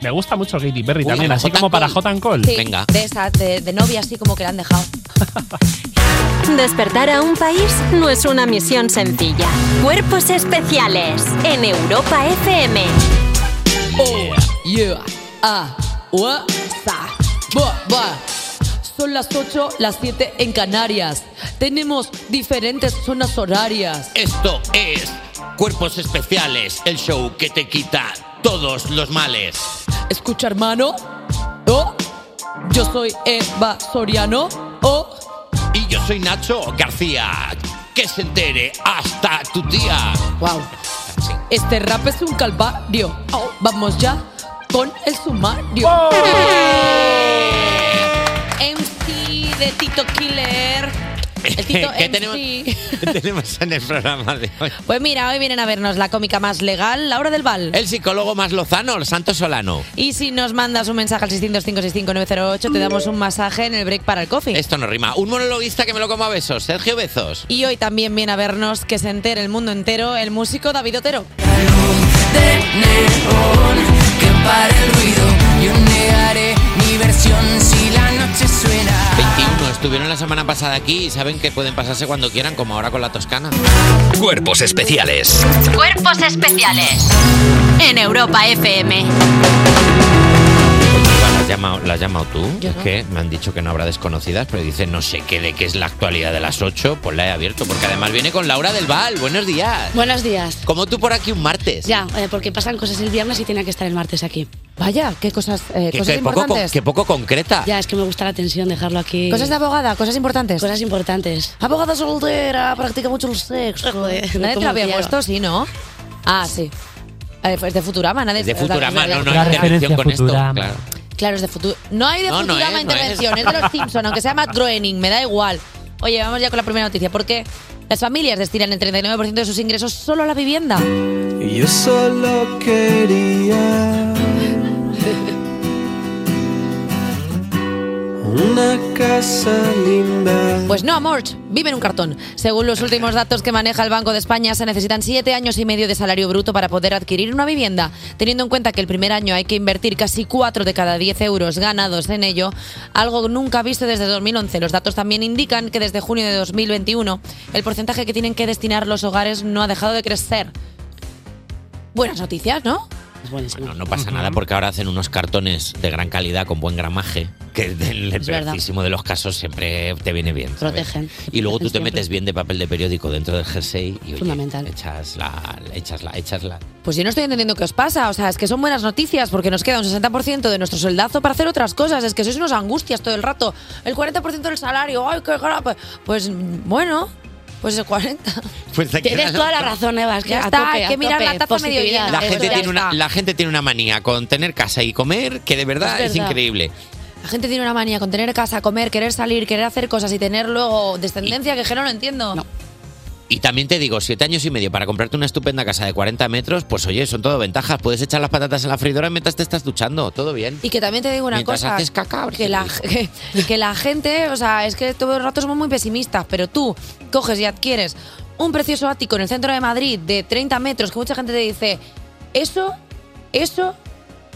Me gusta mucho Katy Perry
Uy,
también,
como
así
Hot
como
and
para
Cold.
Hot and Cold.
Sí, De esa, de, de novia así como que la han dejado.
Despertar a un país no es una misión sencilla. Cuerpos especiales en Europa FM.
Yeah. Ah. Ua. Sa. Bua. Bua. Son las 8, las 7 en Canarias. Tenemos diferentes zonas horarias.
Esto es Cuerpos Especiales, el show que te quita todos los males.
Escucha, hermano. Oh, yo soy Eva Soriano. Oh,
Y yo soy Nacho García. Que se entere hasta tu tía.
Wow. este rap es un calvario. Oh, vamos ya con el sumario.
Oh.
Eh.
MC de Tito Killer. El Tito
¿Qué
MC.
tenemos? tenemos en el programa de hoy?
Pues mira, hoy vienen a vernos la cómica más legal, Laura del Val.
El psicólogo más lozano, el Santo Solano.
Y si nos mandas un mensaje al 600-565-908, te damos un masaje en el break para el coffee.
Esto no rima. Un monologuista que me lo como a besos, Sergio Bezos.
Y hoy también viene a vernos que se entere el mundo entero el músico David Otero.
Que para el ruido yo negaré mi versión si la noche suena.
21 estuvieron la semana pasada aquí y saben que pueden pasarse cuando quieran, como ahora con la Toscana.
Cuerpos especiales.
Cuerpos especiales en Europa FM.
¿La has llamado, la has llamado tú? es que me han dicho que no habrá desconocidas, pero dice no sé qué de qué es la actualidad de las 8, pues la he abierto, porque además viene con Laura del Val. Buenos días.
Buenos días.
Como tú por aquí un martes.
Ya, eh, porque pasan cosas el viernes y tenía que estar el martes aquí.
Vaya, qué cosas, eh,
Que,
cosas
que poco,
importantes.
con- que poco concreta.
Ya, es que me gusta la tensión dejarlo aquí.
Cosas de abogada, cosas importantes.
Cosas importantes.
Abogada soltera, practica mucho el sexo. Nadie te
como
lo había
quiero.
puesto, sí, ¿no? Ah, sí. Eh, Es de Futurama, nadie
Es de
o sea, que
Futurama,
nadie-
no, no hay intervención con esto. Claro.
Claro, es de Futurama. No hay de
No, no
Futurama
es, no
intervención,
es.
es. de los Simpson, aunque sea Matt Groening, me da igual. Oye, vamos ya con la primera noticia, porque las familias destinan el 39% de sus ingresos solo a la vivienda.
Yo solo quería una casa linda.
Pues no, Amort, vive en un cartón. Según los últimos datos que maneja el Banco de España, se necesitan siete años y medio de salario bruto para poder adquirir una vivienda. Teniendo en cuenta que el primer año hay que invertir casi cuatro de cada 10 euros ganados en ello, algo nunca visto desde 2011. Los datos también indican que desde junio de 2021 el porcentaje que tienen que destinar los hogares no ha dejado de crecer. Buenas noticias, ¿no?
Pues
Bueno, no pasa nada porque ahora hacen unos cartones de gran calidad con buen gramaje. que el
verdad.
peorcísimo de los casos siempre te viene bien. ¿sabes?
Protegen.
Y luego tú te
Protegen
metes bien de papel de periódico dentro del jersey y oye,
Fundamental.
echas la, echas la, echas la.
Pues yo no estoy entendiendo qué os pasa. O sea, es que son buenas noticias porque nos queda un 60% de nuestro soldazo para hacer otras cosas. Es que sois unos angustias todo el rato. El 40% del salario. ¡Ay, qué grave! Pues bueno, pues el 40.
Pues te quedas-
Tienes toda la razón, Eva. es que
Ya
a
está,
tope,
hay
a
que mirar
tope,
la taza medio
positividad.
llena.
La
Eso
gente,
ya
tiene una,
está.
la gente tiene una manía con tener casa y comer que de verdad es,
Es verdad.
increíble.
La gente tiene una manía con tener casa, comer, querer salir, querer hacer cosas y tener luego descendencia que, es que no lo entiendo.
Y también te digo, siete años y medio para comprarte una estupenda casa de 40 metros, pues oye, son todo ventajas. Puedes echar las patatas en la freidora mientras te estás duchando, todo bien.
Y que también te digo una
Mientras
cosa.
haces caca,
que, la, que, que la gente, o sea, es que todo el rato somos muy pesimistas, pero tú coges y adquieres un precioso ático en el centro de Madrid de 30 metros que mucha gente te dice, eso, eso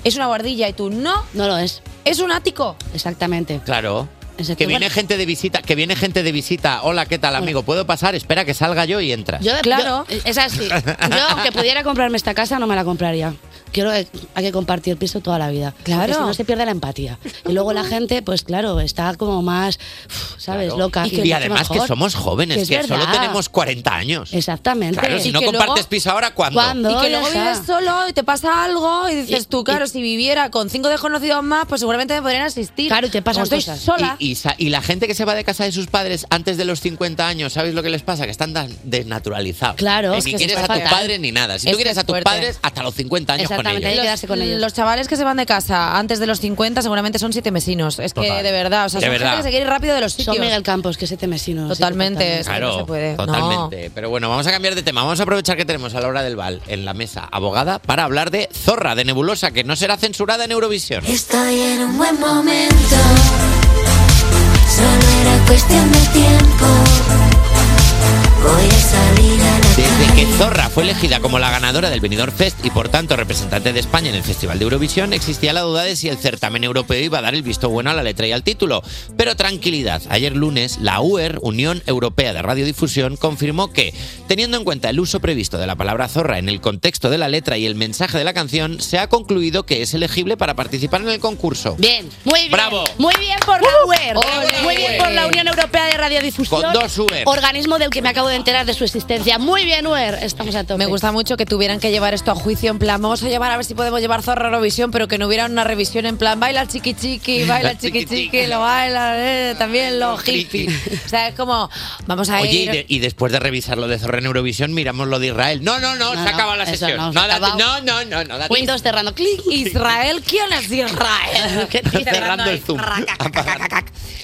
es una guardilla y tú no.
No lo es.
Es un ático.
Exactamente.
Claro.
Exacto.
Que viene
Bueno.
gente de visita, que viene gente de visita. Hola, ¿qué tal, amigo? ¿Puedo pasar? Espera que salga yo y entras.
Yo, claro. es así. Yo, aunque pudiera comprarme esta casa, no me la compraría. Quiero, eh, hay que compartir piso toda la vida.
Claro.
Porque Si no se pierde la empatía. Y luego la gente, pues claro, está como más, uf, ¿sabes?
Claro.
Loca.
Y,
lo hace
además que
mejor.
somos jóvenes, que,
es
solo
verdad.
tenemos 40 años.
Exactamente.
Claro, si no compartes piso ahora, ¿cuándo?
Y que luego vives solo y te pasa algo y dices
Y-
tú, claro, si viviera con cinco desconocidos más, pues seguramente me podrían asistir. Claro, y te
pasan
estoy
cosas.
sola.
Y, y sa- y la gente que se va de casa de sus padres antes de los 50 años, ¿sabéis lo que les pasa? Que están tan desnaturalizados. Eh,
Claro,
Ni
es que
quieres
es
a tus
fatal.
padres ni nada. Si
Es
tú
que
quieres
es
a tus
fuerte.
padres, hasta los 50 años con ellos.
Los chavales que se van de casa antes de los 50 seguramente son siete mesinos. Es que
Total.
de verdad, o sea,
De
son
verdad.
gente que se quiere ir rápido de los
Son
sitios.
Miguel Campos, que se te mesino.
Totalmente, es que
Claro,
no se puede. No.
totalmente. Pero bueno, vamos a cambiar de tema. Vamos a aprovechar que tenemos a Laura del Val en la mesa, abogada, para hablar de Zorra, de Nebulosa, que no será censurada en Eurovisión.
Estoy en un buen momento. Solo era cuestión de tiempo. Voy a salir a la
Desde que Zorra fue elegida como la ganadora del Benidorm Fest y por tanto representante de España en el Festival de Eurovisión, existía la duda de si el certamen europeo iba a dar el visto bueno a la letra y al título. Pero tranquilidad, ayer lunes la UER, Unión Europea de Radiodifusión, confirmó que, teniendo en cuenta el uso previsto de la palabra zorra en el contexto de la letra y el mensaje de la canción, se ha concluido que es elegible para participar en el concurso.
Bien, muy bien.
Bravo. Uh.
Muy bien por la UER. Muy bien por la Unión Europea de Radiodifusión.
Con dos UER.
Organismo del que me acabo de enterar de su existencia. Muy bien, UER. Estamos a tope.
Me gusta mucho que tuvieran que llevar esto a juicio en plan, vamos a llevar a ver si podemos llevar zorra a Eurovisión, pero que no hubiera una revisión en plan, baila el chiqui chiqui, baila el chiqui chiqui, lo baila eh, también los hippies. O sea, es como, vamos a
Oye, y,
ir...
de- y después de revisar lo de Zorra en Eurovisión, miramos lo de Israel. No, no, no,
No,
se
no,
acaba la
eso
sesión. No,
no, se ha
date-
acabado.
no, no, no, no, date-
Windows cerrando. Clic.
Israel, ¿quién es Israel?
cerrando el Zoom.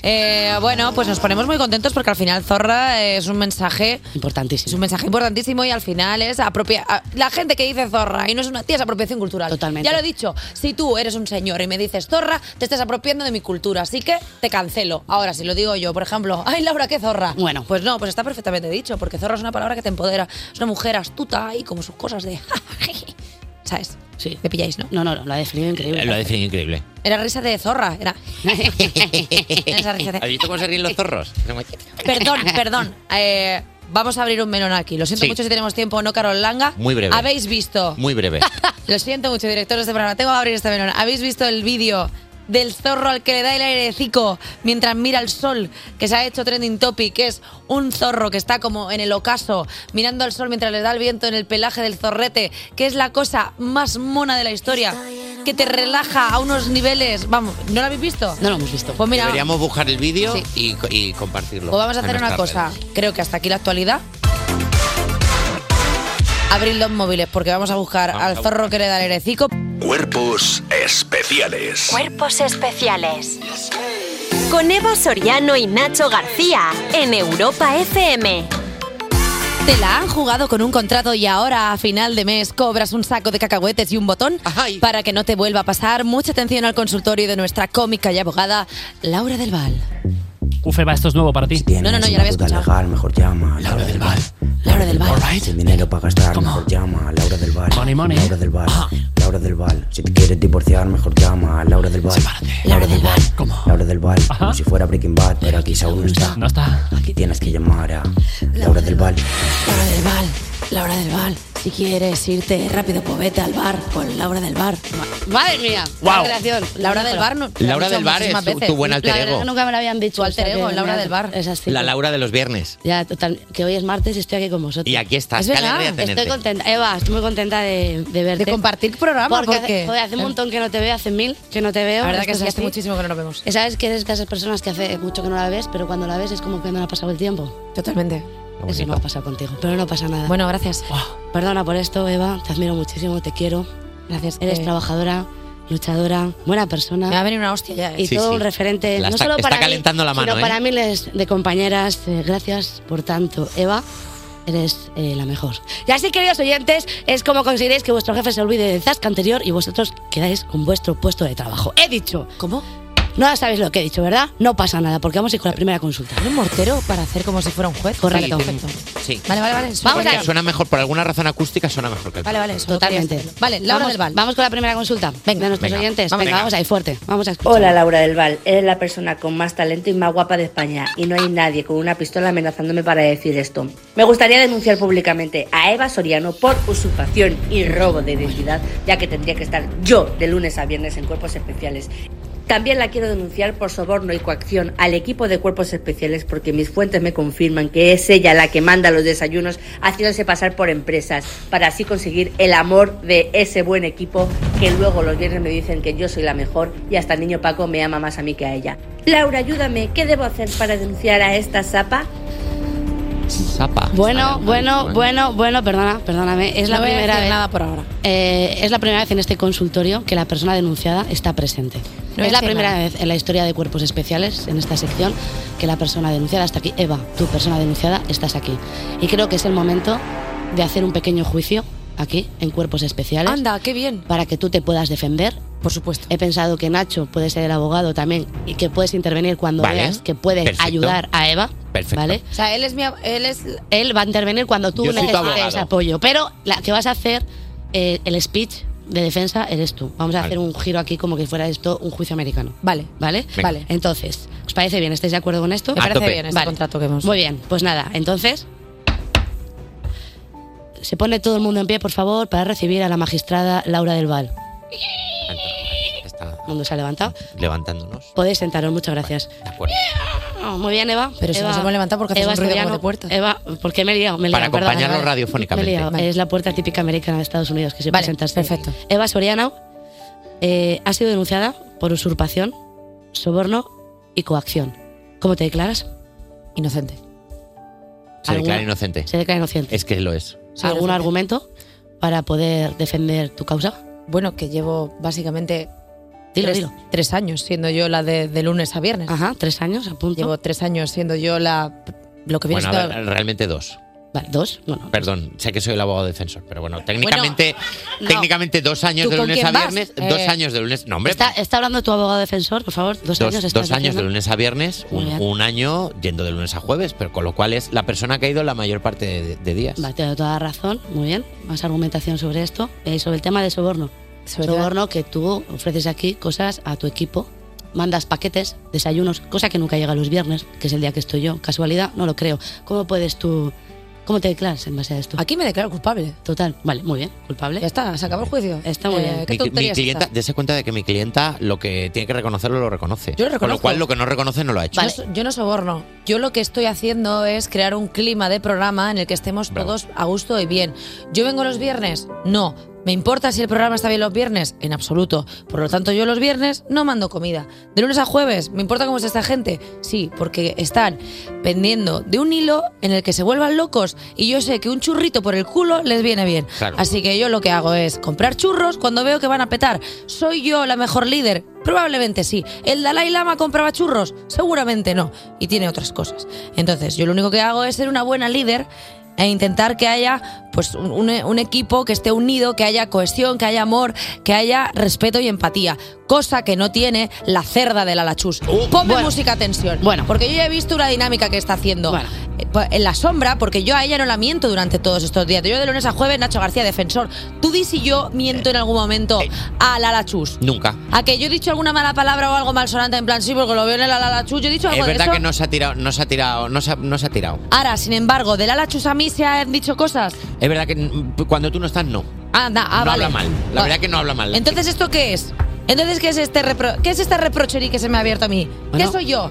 Eh, bueno, pues nos ponemos muy contentos porque al final Zorra es un mensaje
importantísimo.
Es un mensaje importantísimo y al final es apropia a- la gente que dice Zorra y no es una tía es apropiación cultural. Totalmente. Ya lo he dicho, si tú eres un señor y me dices Zorra, te estás apropiando de mi cultura, así que te cancelo. Ahora si lo digo yo, por ejemplo, ay Laura, qué zorra. Bueno, pues no, pues está perfectamente dicho, porque Zorra es una palabra que te empodera, es una mujer astuta y como sus cosas de ¿Sabes?
Sí.
Me pilláis, ¿no?
No, no, no, lo ha definido increíble.
Lo ha definido increíble.
Era risa de zorra, era esa risa de
¿Has visto cómo se ríen los zorros?
Perdón, perdón. Eh, vamos a abrir un melón aquí. Lo siento
Sí.
mucho si tenemos tiempo, ¿no, Carol Langa?
Muy breve.
¿Habéis visto?
Muy breve.
Lo siento mucho, directores de programa. Tengo que abrir este melón. ¿Habéis visto el vídeo del zorro al que le da el airecito mientras mira el sol que se ha hecho trending topic? Que es un zorro que está como en el ocaso mirando al sol mientras le da el viento en el pelaje del zorrete, que es la cosa más mona de la historia. Que te relaja a unos niveles. Vamos, ¿no lo habéis visto?
No lo hemos visto.
Pues mira,
Deberíamos buscar el vídeo
Sí.
y co- y, compartirlo.
pues vamos a
en
hacer una
nuestras
cosa.
redes.
Creo que hasta aquí la actualidad. Abrir los móviles porque vamos a buscar
Vamos
al
a
zorro que le da el herecico.
Cuerpos especiales.
Cuerpos especiales. Con Eva Soriano y Nacho García en Europa FM.
Te la han jugado con un contrato y ahora a final de mes cobras un saco de cacahuetes y un botón para que no te vuelva a pasar. Mucha atención al consultorio de nuestra cómica y abogada Laura del Val.
Ufe, va, esto es nuevo para ti.
No, no, no, ya lo había escuchado.
legal, mejor llama a Laura del Val. Laura del Val. Sin dinero para gastar, mejor llama a Laura del Val. Laura del Val. Laura del Val. Si te quieres divorciar, mejor llama a Laura del Val. Laura del Val. Laura del Val. Como si fuera Breaking Bad, pero aquí aún no está. No
está.
Aquí tienes que llamar a Laura del Val.
Laura del Val, Laura del Val.
Si quieres irte rápido, pues vete al bar con Laura del Bar. Madre mía,
Guau.
la creación.
Laura del Bar no-
Laura del Bar es tu- tu buen alter
La verdad
ego.
que nunca me la habían dicho.
alter
o sea,
ego,
que
Laura
me-
del Bar.
Es así.
La Laura de los viernes.
Ya, total, que hoy es martes y estoy aquí con vosotros.
Y aquí estás,
Es
qué
verdad.
alegría tenerte.
Estoy contenta, Eva, estoy muy contenta de, de verte.
De compartir programa,
porque,
porque-
hace, joder, hace un montón que no te veo, hace mil que no te veo.
La verdad que
esto
sí,
es
hace
así.
muchísimo que no nos vemos.
Sabes que eres de esas personas que hace mucho que no la ves, pero cuando la ves es como que no ha pasado el tiempo.
Totalmente.
Eso no ha pasado contigo, pero no pasa nada. Bueno,
gracias.
Perdona por esto, Eva, te admiro muchísimo, te quiero.
Gracias.
Eres
eh.
trabajadora, luchadora, buena persona.
Me va a venir una hostia ya. eh.
Y todo un referente,
La
no
está-
solo
está
para
calentando
mí,
la mano,
sino
¿eh?
para miles de compañeras. Eh, gracias por tanto, Eva. Eres eh, la mejor. Y así, queridos oyentes, es como conseguiréis que vuestro jefe se olvide del zasca anterior y vosotros quedáis con vuestro puesto de trabajo. He dicho.
¿Cómo? Eh,
No sabéis lo que he dicho, ¿verdad? No pasa nada, porque vamos a ir con la primera consulta.
¿Un mortero para hacer como si fuera un juez?
Correcto.
Sí, tiene- sí.
Vale, vale, vale.
Vamos
Porque
a-
suena mejor, por alguna razón acústica suena mejor que el
vale, Totalmente. Vale,
Laura
vamos,
del Val.
Vamos con la primera consulta. Venga, de nuestros
Venga,
oyentes.
vamos.
Venga,
Venga.
vamos ahí fuerte. Vamos a escuchar.
Hola Laura del Val, eres la persona con más talento y más guapa de España y no hay nadie con una pistola amenazándome para decir esto. Me gustaría denunciar públicamente a Eva Soriano por usurpación y robo de identidad, ya que tendría que estar yo de lunes a viernes en cuerpos especiales. También la quiero denunciar por soborno y coacción al equipo de cuerpos especiales porque mis fuentes me confirman que es ella la que manda los desayunos haciéndose pasar por empresas para así conseguir el amor de ese buen equipo que luego los viernes me dicen que yo soy la mejor y hasta el niño Paco me ama más a mí que a ella. Laura, ayúdame, ¿qué debo hacer para denunciar a esta sapa?
Sapa.
Bueno, bueno, bueno, bueno, perdona, perdóname. Es la
No voy a
primera
decir
vez.
nada por ahora.
Eh, es la primera vez en este consultorio que la persona denunciada está presente.
No voy a
es la
decir
primera
nada.
vez en la historia de cuerpos especiales, en esta sección, que la persona denunciada está aquí. Eva, tu persona denunciada, estás aquí. Y creo que es el momento de hacer un pequeño juicio aquí, en cuerpos especiales.
Anda, qué bien.
Para que tú te puedas defender.
Por supuesto.
He pensado que Nacho puede ser el abogado también y que puedes intervenir cuando
Vale.
veas que puede
Perfecto.
ayudar a Eva.
Perfecto.
¿Vale?
O sea, él es mi. ab- Él es.
Él va a intervenir cuando tú
Yo soy tu
necesites
abogado.
apoyo. Pero la que vas a hacer eh, el speech de defensa eres tú. Vamos a
Vale.
hacer un giro aquí como que fuera esto un juicio americano.
Vale.
¿Vale?
Venga. Vale.
Entonces, ¿os parece bien? ¿Estáis de acuerdo con esto?
Me A parece tope. bien este contrato que hemos-
Muy bien, pues nada, entonces. Se pone todo el mundo en pie, por favor, para recibir a la magistrada Laura del Val.
Está
El mundo se ha levantado.
levantándonos.
Podéis sentaros, muchas gracias.
De acuerdo.
Oh, muy bien, Eva.
Pero si nos hemos levantado porque haces un ruido como de
puerta. Eva, ¿por qué me he liado? Me he
Para
liado, perdón.
acompañarlo
Vale.
radiofónicamente.
Me he liado.
Vale.
Es la puerta típica americana de Estados Unidos que se presenta así. Perfecto. Eva Soriano eh, ha sido denunciada por usurpación, soborno y coacción. ¿Cómo te declaras?
Inocente.
Se
¿Alguna?
declara e inocente.
Se declara inocente.
Es que lo es.
¿Algún argumento para poder defender tu causa?
Bueno, que llevo básicamente.
Dilo,
tres,
dilo.
tres años siendo yo la de, de lunes a viernes.
Ajá, tres años, a punto.
Llevo tres años siendo yo la. Lo que viene
Bueno,
siendo-
a ver, realmente dos.
Vale, dos. Bueno.
Perdón, sé que soy el abogado defensor, pero bueno, técnicamente,
no.
técnicamente dos años
¿Tú
de
con
lunes
quién
a
vas?
viernes, dos
Eh,
años de lunes, no hombre,
¿Está, está hablando tu abogado defensor, por favor? Dos,
dos,
años.
dos
estás
años de
diciendo?
lunes a viernes,
Muy
un,
bien.
un año yendo de lunes a jueves, pero con lo cual es la persona que ha ido la mayor parte de, de días.
Vale, te doy toda la razón, muy bien. Más argumentación sobre esto. Eh, sobre el tema de soborno. soborno que tú ofreces aquí cosas a tu equipo, mandas paquetes, desayunos, cosa que nunca llega los viernes, que es el día que estoy yo. Casualidad, no lo creo. ¿Cómo puedes tú... ¿Cómo te declaras en base a esto?
Aquí me declaro culpable.
Total, vale, muy bien, culpable.
Ya está, se acabó el juicio. Eh,
Está muy bien.
¿Qué
Mi, mi
tonterías
clienta,
estas?
dése cuenta de que mi clienta lo que tiene que reconocerlo lo reconoce. Con
Yo lo
lo
reconozco.
cual lo que no reconoce no lo ha hecho.
Yo, so- yo no soborno. Yo lo que estoy haciendo es crear un clima de programa en el que estemos
Bravo.
todos a gusto y bien. ¿Yo vengo los viernes? No. ¿Me importa si el programa está bien los viernes? En absoluto. Por lo tanto, yo los viernes no mando comida. De lunes a jueves, ¿me importa cómo está esta gente? Sí, porque están pendiendo de un hilo en el que se vuelvan locos y yo sé que un churrito por el culo les viene bien.
Claro.
Así que yo lo que hago es comprar churros cuando veo que van a petar. ¿Soy yo la mejor líder? Probablemente sí. ¿El Dalai Lama compraba churros? Seguramente no. Y tiene otras cosas. Entonces, yo lo único que hago es ser una buena líder e intentar que haya pues un, un- un equipo que esté unido, que haya cohesión, que haya amor, que haya respeto y empatía. Cosa que no tiene la cerda de la lachus. Ponme música a tensión. Bueno. Porque yo ya he visto una dinámica que está haciendo. Eh, Por pa- en la sombra, porque yo a ella no la miento durante todos estos días. Yo de lunes a jueves, Nacho García, defensor. Tú di si yo miento en algún momento a Lala Chus.
Nunca.
A que yo he dicho alguna mala palabra o algo malsonante en plan, sí, porque lo veo en el Lala Chus. Yo he dicho algo
Es
de
verdad
eso.
que no se ha tirado, no se ha tirado, no se ha, no se ha tirado.
Ahora, sin embargo, de Lala Chus a mí se han dicho cosas.
Es verdad que mm, cuando tú no estás, no.
Anda, ah,
no
vale.
habla mal. La verdad que no habla mal.
Entonces, ¿esto qué es? Entonces, ¿qué es este repro ¿qué es esta reprochería que se me ha abierto a mí? ¿Qué soy yo?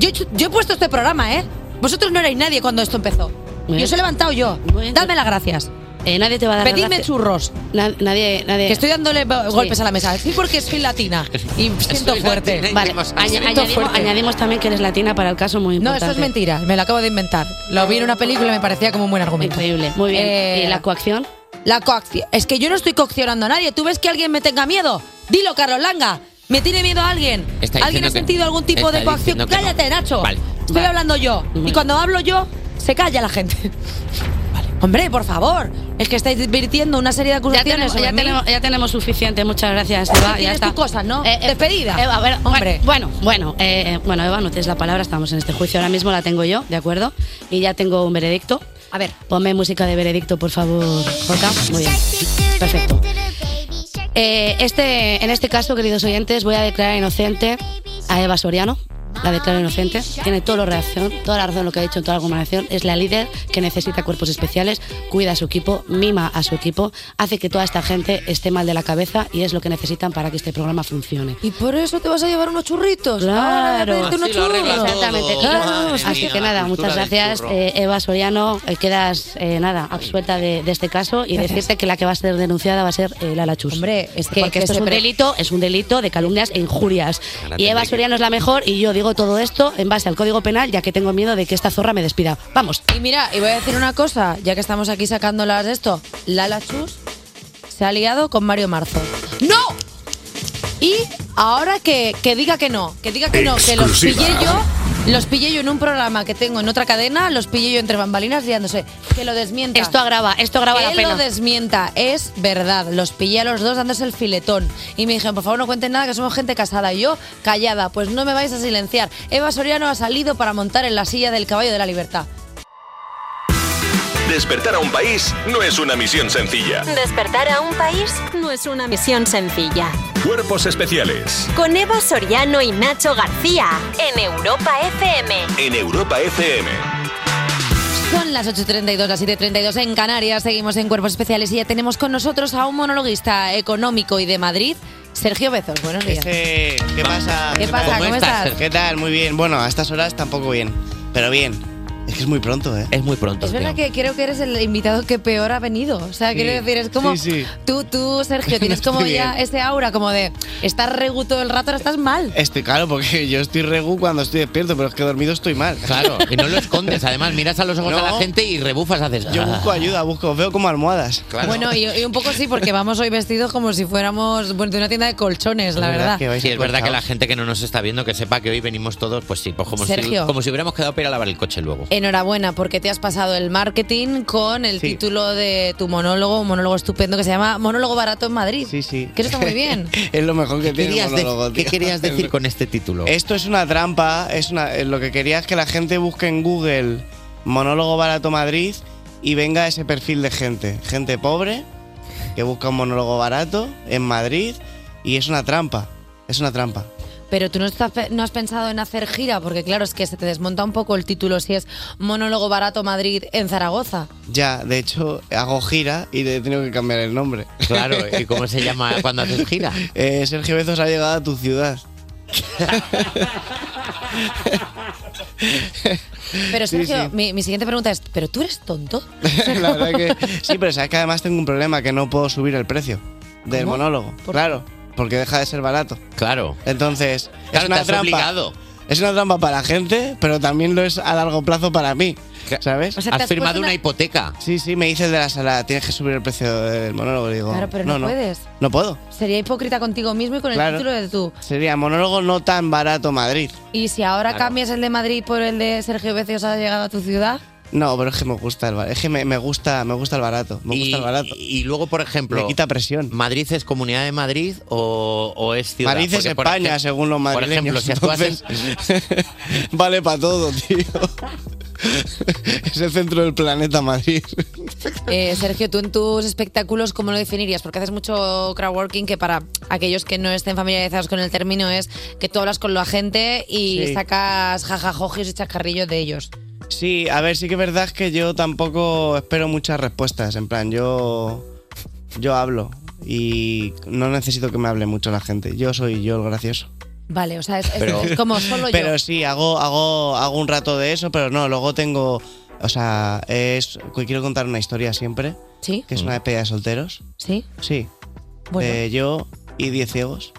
yo? Yo he puesto este programa, ¿eh? Vosotros no erais nadie cuando esto empezó.
Bueno. Eh,
Yo os he levantado yo. Dadme las gracias.
nadie te va a dar las
Pedidme
gracias.
churros.
nadie, nadie.
Que estoy dándole bo-
Sí.
golpes a la mesa. Sí, porque soy latina. Y siento
Soy
fuerte.
latina y Vale, tenemos- aña-
Siento
añadimos- añadimos también que eres latina para el caso muy
No,
importante.
eso es mentira. Me lo acabo de inventar. Lo vi en una película y me parecía como un buen argumento. Increíble.
Muy bien. ¿Y la coacción?
Eh, La coacción. Es que yo no estoy coaccionando a nadie. ¿Tú ves que alguien me tenga miedo? Dilo, Carlos Langa. ¿Me tiene miedo alguien?
Está
¿Alguien
diciendo
ha
que-
sentido algún tipo
está
de coacción?
diciendo que
Cállate, Nacho.
Vale.
Estoy hablando yo. Y cuando hablo yo, se calla la gente. Hombre, por favor. Es que estáis divirtiendo una serie de
Ya
acusaciones.
tenemos, ya,
sobre mí.
tenemos, ya tenemos suficiente, muchas gracias, Eva. Ya
Tienes
está.
tus cosas, ¿no? Despedida.
Eva, Eh, a ver,
Hombre.
Bueno, bueno, eh, eh, bueno, Eva, no tienes la palabra, estamos en este juicio. Ahora mismo la tengo yo, ¿de acuerdo? Y ya tengo un veredicto.
A ver.
Ponme música de veredicto, por favor, Jota. Muy bien. Perfecto. Eh, este, en este caso, queridos oyentes, voy a declarar inocente a Eva Soriano. La declaro inocente. Tiene toda la razón, toda la razón lo que ha dicho en toda la argumentación. Es la líder que necesita cuerpos especiales, cuida a su equipo, mima a su equipo, hace que toda esta gente esté mal de la cabeza y es lo que necesitan para que este programa funcione.
Y por eso te vas a llevar unos churritos. Ahora voy a
Claro,
pedirte unos churros.
exactamente.
Claro.
Así que nada, muchas gracias, eh, Eva Soriano. Eh, quedas eh, nada absuelta de, de este caso y
Gracias.
decirte que la que va a ser denunciada va a ser eh, Lala Chus. Hombre, es
que-
porque
que
esto
se
es un
pre-
delito, es un delito de calumnias e injurias.
Ahora
Y Eva
tendré que-
Soriano es la mejor y yo digo todo esto en base al Código Penal ya que tengo miedo de que esta zorra me despida. Vamos.
eh. Y mira, y voy a decir una cosa, ya que estamos aquí sacándolas de esto. Lala Chus se ha liado con Mario Marzo. ¡No! Y ahora que, que diga que no, que diga que no, que los
Exclusiva.
pillé yo, los pillé yo en un programa que tengo en otra cadena, los pillé yo entre bambalinas liándose. Que lo desmienta.
Esto agrava, esto agrava
que
la pena.
lo desmienta, es verdad. Los pillé a los dos dándose el filetón. Y me dijeron, por favor, no cuenten nada, que somos gente casada. Y yo, callada, pues no me vais a silenciar. Eva Soriano ha salido para montar en la silla del caballo de la libertad.
Despertar a un país no es una misión sencilla.
Despertar a un país no es una misión sencilla.
Cuerpos especiales
Con Eva Soriano y Nacho García en Europa FM.
en Europa FM.
Son las 8.32, las 7.32 en Canarias. Seguimos en Cuerpos Especiales y ya tenemos con nosotros a un monologuista económico y de Madrid, Sergio Bezos. Buenos días.
Ese- Este, ¿Qué pasa?
¿Qué pasa? ¿Cómo estás?
¿Qué tal? Muy bien. Bueno, a estas horas tampoco bien, pero bien. Es que es muy pronto, ¿eh?
Es muy pronto.
Es verdad que creo que eres el invitado que peor ha venido. O sea,
Sí.
quiero decir, es como.
Sí, sí.
Tú, tú, Sergio,
No
tienes como
estoy
ya
bien.
ese aura como de. Estás regu todo el rato, ahora estás mal.
Este, claro, porque yo estoy regu cuando estoy despierto, pero es que dormido estoy mal.
Claro, y no lo escondes. Pues Además, miras a los ojos a la
No.
gente y rebufas, haces.
Yo busco
"Ah".
ayuda, busco, os veo como almohadas.
Bueno, y, y un poco sí, porque vamos hoy vestidos como si fuéramos bueno, de una tienda de colchones, la verdad.
Sí, es verdad que la gente que no nos está viendo, que sepa que hoy venimos todos, pues sí, pues como, si,
Sergio.
como si hubiéramos quedado para ir a lavar el coche luego.
Enhorabuena, porque te has pasado el marketing con el
Sí.
título de tu monólogo, un monólogo estupendo que se llama Monólogo Barato en Madrid.
Sí, sí.
Que eso está muy bien.
Es lo mejor que tiene
querías
el
de-
monólogo,
qué
tío. Eh,
querías decir con este título?
Esto es una trampa, es una, eh, lo que quería es que la gente busque en Google monólogo barato Madrid y venga ese perfil de gente, gente pobre que busca un monólogo barato en Madrid y es una trampa, es una trampa.
Pero tú no, estás pe- no has pensado en hacer gira, porque claro, es que se te desmonta un poco el título si es Monólogo Barato Madrid en Zaragoza.
Ya, de hecho, hago gira y he tenido que cambiar el nombre.
Claro, ¿y cómo se llama cuando haces gira?
Eh, Sergio Bezos ha llegado a tu ciudad.
Pero
Sí,
Sergio,
sí.
Mi, mi siguiente pregunta es, ¿pero tú eres tonto?
La verdad que sí, pero sabes que además tengo un problema que no puedo subir el precio del
¿Cómo?
monólogo. Claro, porque deja de ser barato.
Claro.
Entonces, es
Claro,
una
te has
trampa.
obligado.
Es una trampa para la gente, pero también lo es a largo plazo para mí. ¿Sabes?
O sea, te Has has firmado puesto una una- hipoteca.
Sí, sí, me dice el de la sala, tienes que subir el precio del monólogo. Digo,
Claro, pero no puedes.
No puedo.
Sería hipócrita contigo mismo y con el
Claro.
título de tú.
Sería monólogo no tan barato Madrid.
Y si ahora
Claro.
cambias el de Madrid por el de Sergio Bezos ha llegado a tu ciudad,
No, pero es que me gusta el barato. Es que me, me gusta, me gusta el barato. Me gusta el barato.
Y luego, por ejemplo.
Me quita presión.
¿Madrid es comunidad de Madrid o, o es ciudad?
Madrid es
Porque, por
España,
ejem-
según los
Por
madrileños.
ejemplo, si actúas en-
entonces, vale para todo, tío. es el centro del planeta Madrid.
Eh, Sergio, tú en tus espectáculos, ¿cómo lo definirías? Porque haces mucho crowdworking, que para aquellos que no estén familiarizados con el término es que tú hablas con la gente y
Sí.
sacas jajajogios y chascarrillos de ellos.
Sí, a ver, sí que es verdad que yo tampoco espero muchas respuestas. En plan, yo. Yo hablo y no necesito que me hable mucho la gente. Yo soy yo el gracioso.
Vale, o sea, es, es-
Pero-
es como solo yo.
Pero sí, hago, hago, hago un rato de eso, pero no, luego tengo. O sea, es. Quiero contar una historia siempre.
Sí.
Que es una despedida de solteros.
Sí.
Sí.
Bueno.
De yo y 10 ciegos.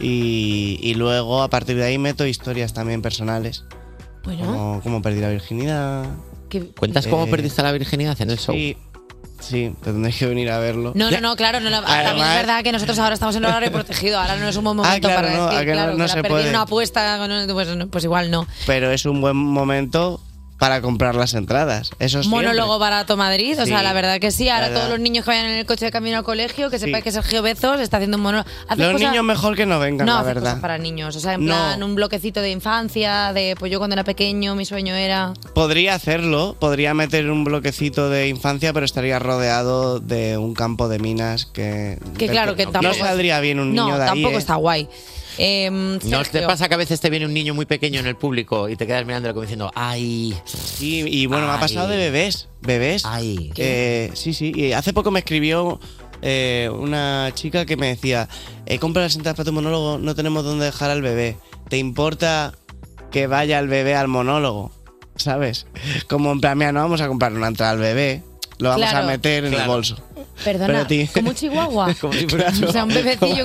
Y, y luego a partir de ahí meto historias también personales.
Bueno.
Como cómo perdí la virginidad.
¿Qué-
¿Cuentas cómo
Eh,
perdiste la virginidad en el show?
Sí, sí, pero tendréis que venir a verlo.
No, no, no, claro, no, no, también es
Además- Ah,
verdad que nosotros ahora estamos en horario protegido, ahora no es un buen momento
claro,
para
no,
decir,
a que no-
claro,
no
que
se
la perdí
puede.
en una apuesta, no, pues, no, pues igual no.
Pero es un buen momento para comprar las entradas. Eso sí.
Monólogo barato Madrid, o sea,
Sí,
la verdad que sí,
la
ahora
verdad.
todos los niños que vayan en el coche de camino al colegio, que
Sí.
sepáis que Sergio Bezos está haciendo un monólogo. Hace
Los
cosas-
niños mejor que no vengan,
no,
la
hace
verdad.
cosas para niños, o sea, en
No.
plan un bloquecito de infancia, de pues yo cuando era pequeño mi sueño era...
Podría hacerlo, podría meter un bloquecito de infancia, pero estaría rodeado de un campo de minas que.
Que
del
claro, que
No
tampoco...
saldría bien un
No,
niño de ahí.
tampoco
¿eh?
está guay. Eh,
¿No te
Sergio.
pasa que a veces te viene un niño muy pequeño en el público y te quedas mirándolo como diciendo, ay...
Sí, y bueno, me ha pasado de bebés. ¿Bebés? Eh, sí, sí. Y hace poco me escribió eh, una chica que me decía: eh, Compra las entradas para tu monólogo, no tenemos dónde dejar al bebé. ¿Te importa que vaya el bebé al monólogo? ¿Sabes? Como en plan, mira, no vamos a comprar una entrada al bebé, lo vamos
Claro.
a meter en el
Claro.
bolso.
Perdona,
Pero ti-
como un chihuahua.
Como si fuera-
O sea, un bebecillo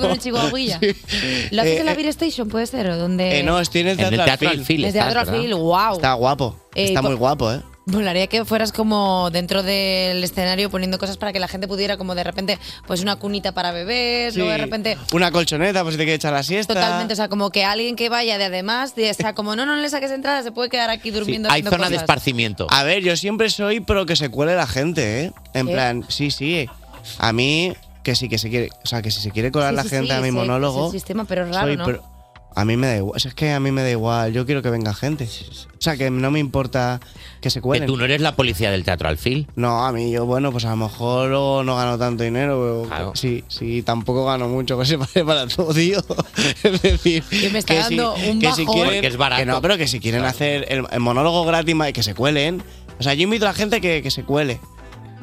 con un chihuahuilla. ¿Lo haces
Eh,
en la
eh,
Beer Station? ¿Puede ser? ¿O donde...
Eh, no, estoy en el teatro, alfil.
El teatro alfil, wow.
Está guapo.
Eh,
está
co-
muy guapo, ¿eh?
Volaría que fueras como dentro del escenario poniendo cosas para que la gente pudiera como de repente, pues una cunita para bebés, luego de
Sí. Ah.
repente...
Una colchoneta, pues si te quieres echar la siesta.
Totalmente, o sea, como que alguien que vaya de además, de, o sea, como no, no le saques entrada, se puede quedar aquí durmiendo. haciendo cosas.
esparcimiento.
A ver, yo siempre soy pro que se cuele la gente, ¿eh? En
¿Qué?
plan, sí, sí. A mí, que sí, que se quiere. O sea, que si se quiere colar
Sí,
la
sí,
gente
sí,
a mi
ese-
monólogo.
ese sistema, pero es raro,
soy
¿no?
pro- a mí me da igual. Es que a mí me da igual. Yo quiero que venga gente. O sea, que no me importa que se
Que
cuelen.
tú no eres la policía del teatro alfil.
No, a mí yo, bueno, pues a lo mejor luego no gano tanto dinero, pero sí, sí, tampoco gano mucho, que se vale para todo, tío. es decir, que
me está dando un
que si
bajón.
quieren,
Porque es barato.
que no, pero que si quieren hacer el, el monólogo gratis, ma- que se cuelen. O sea, yo invito a la gente que, que se cuele.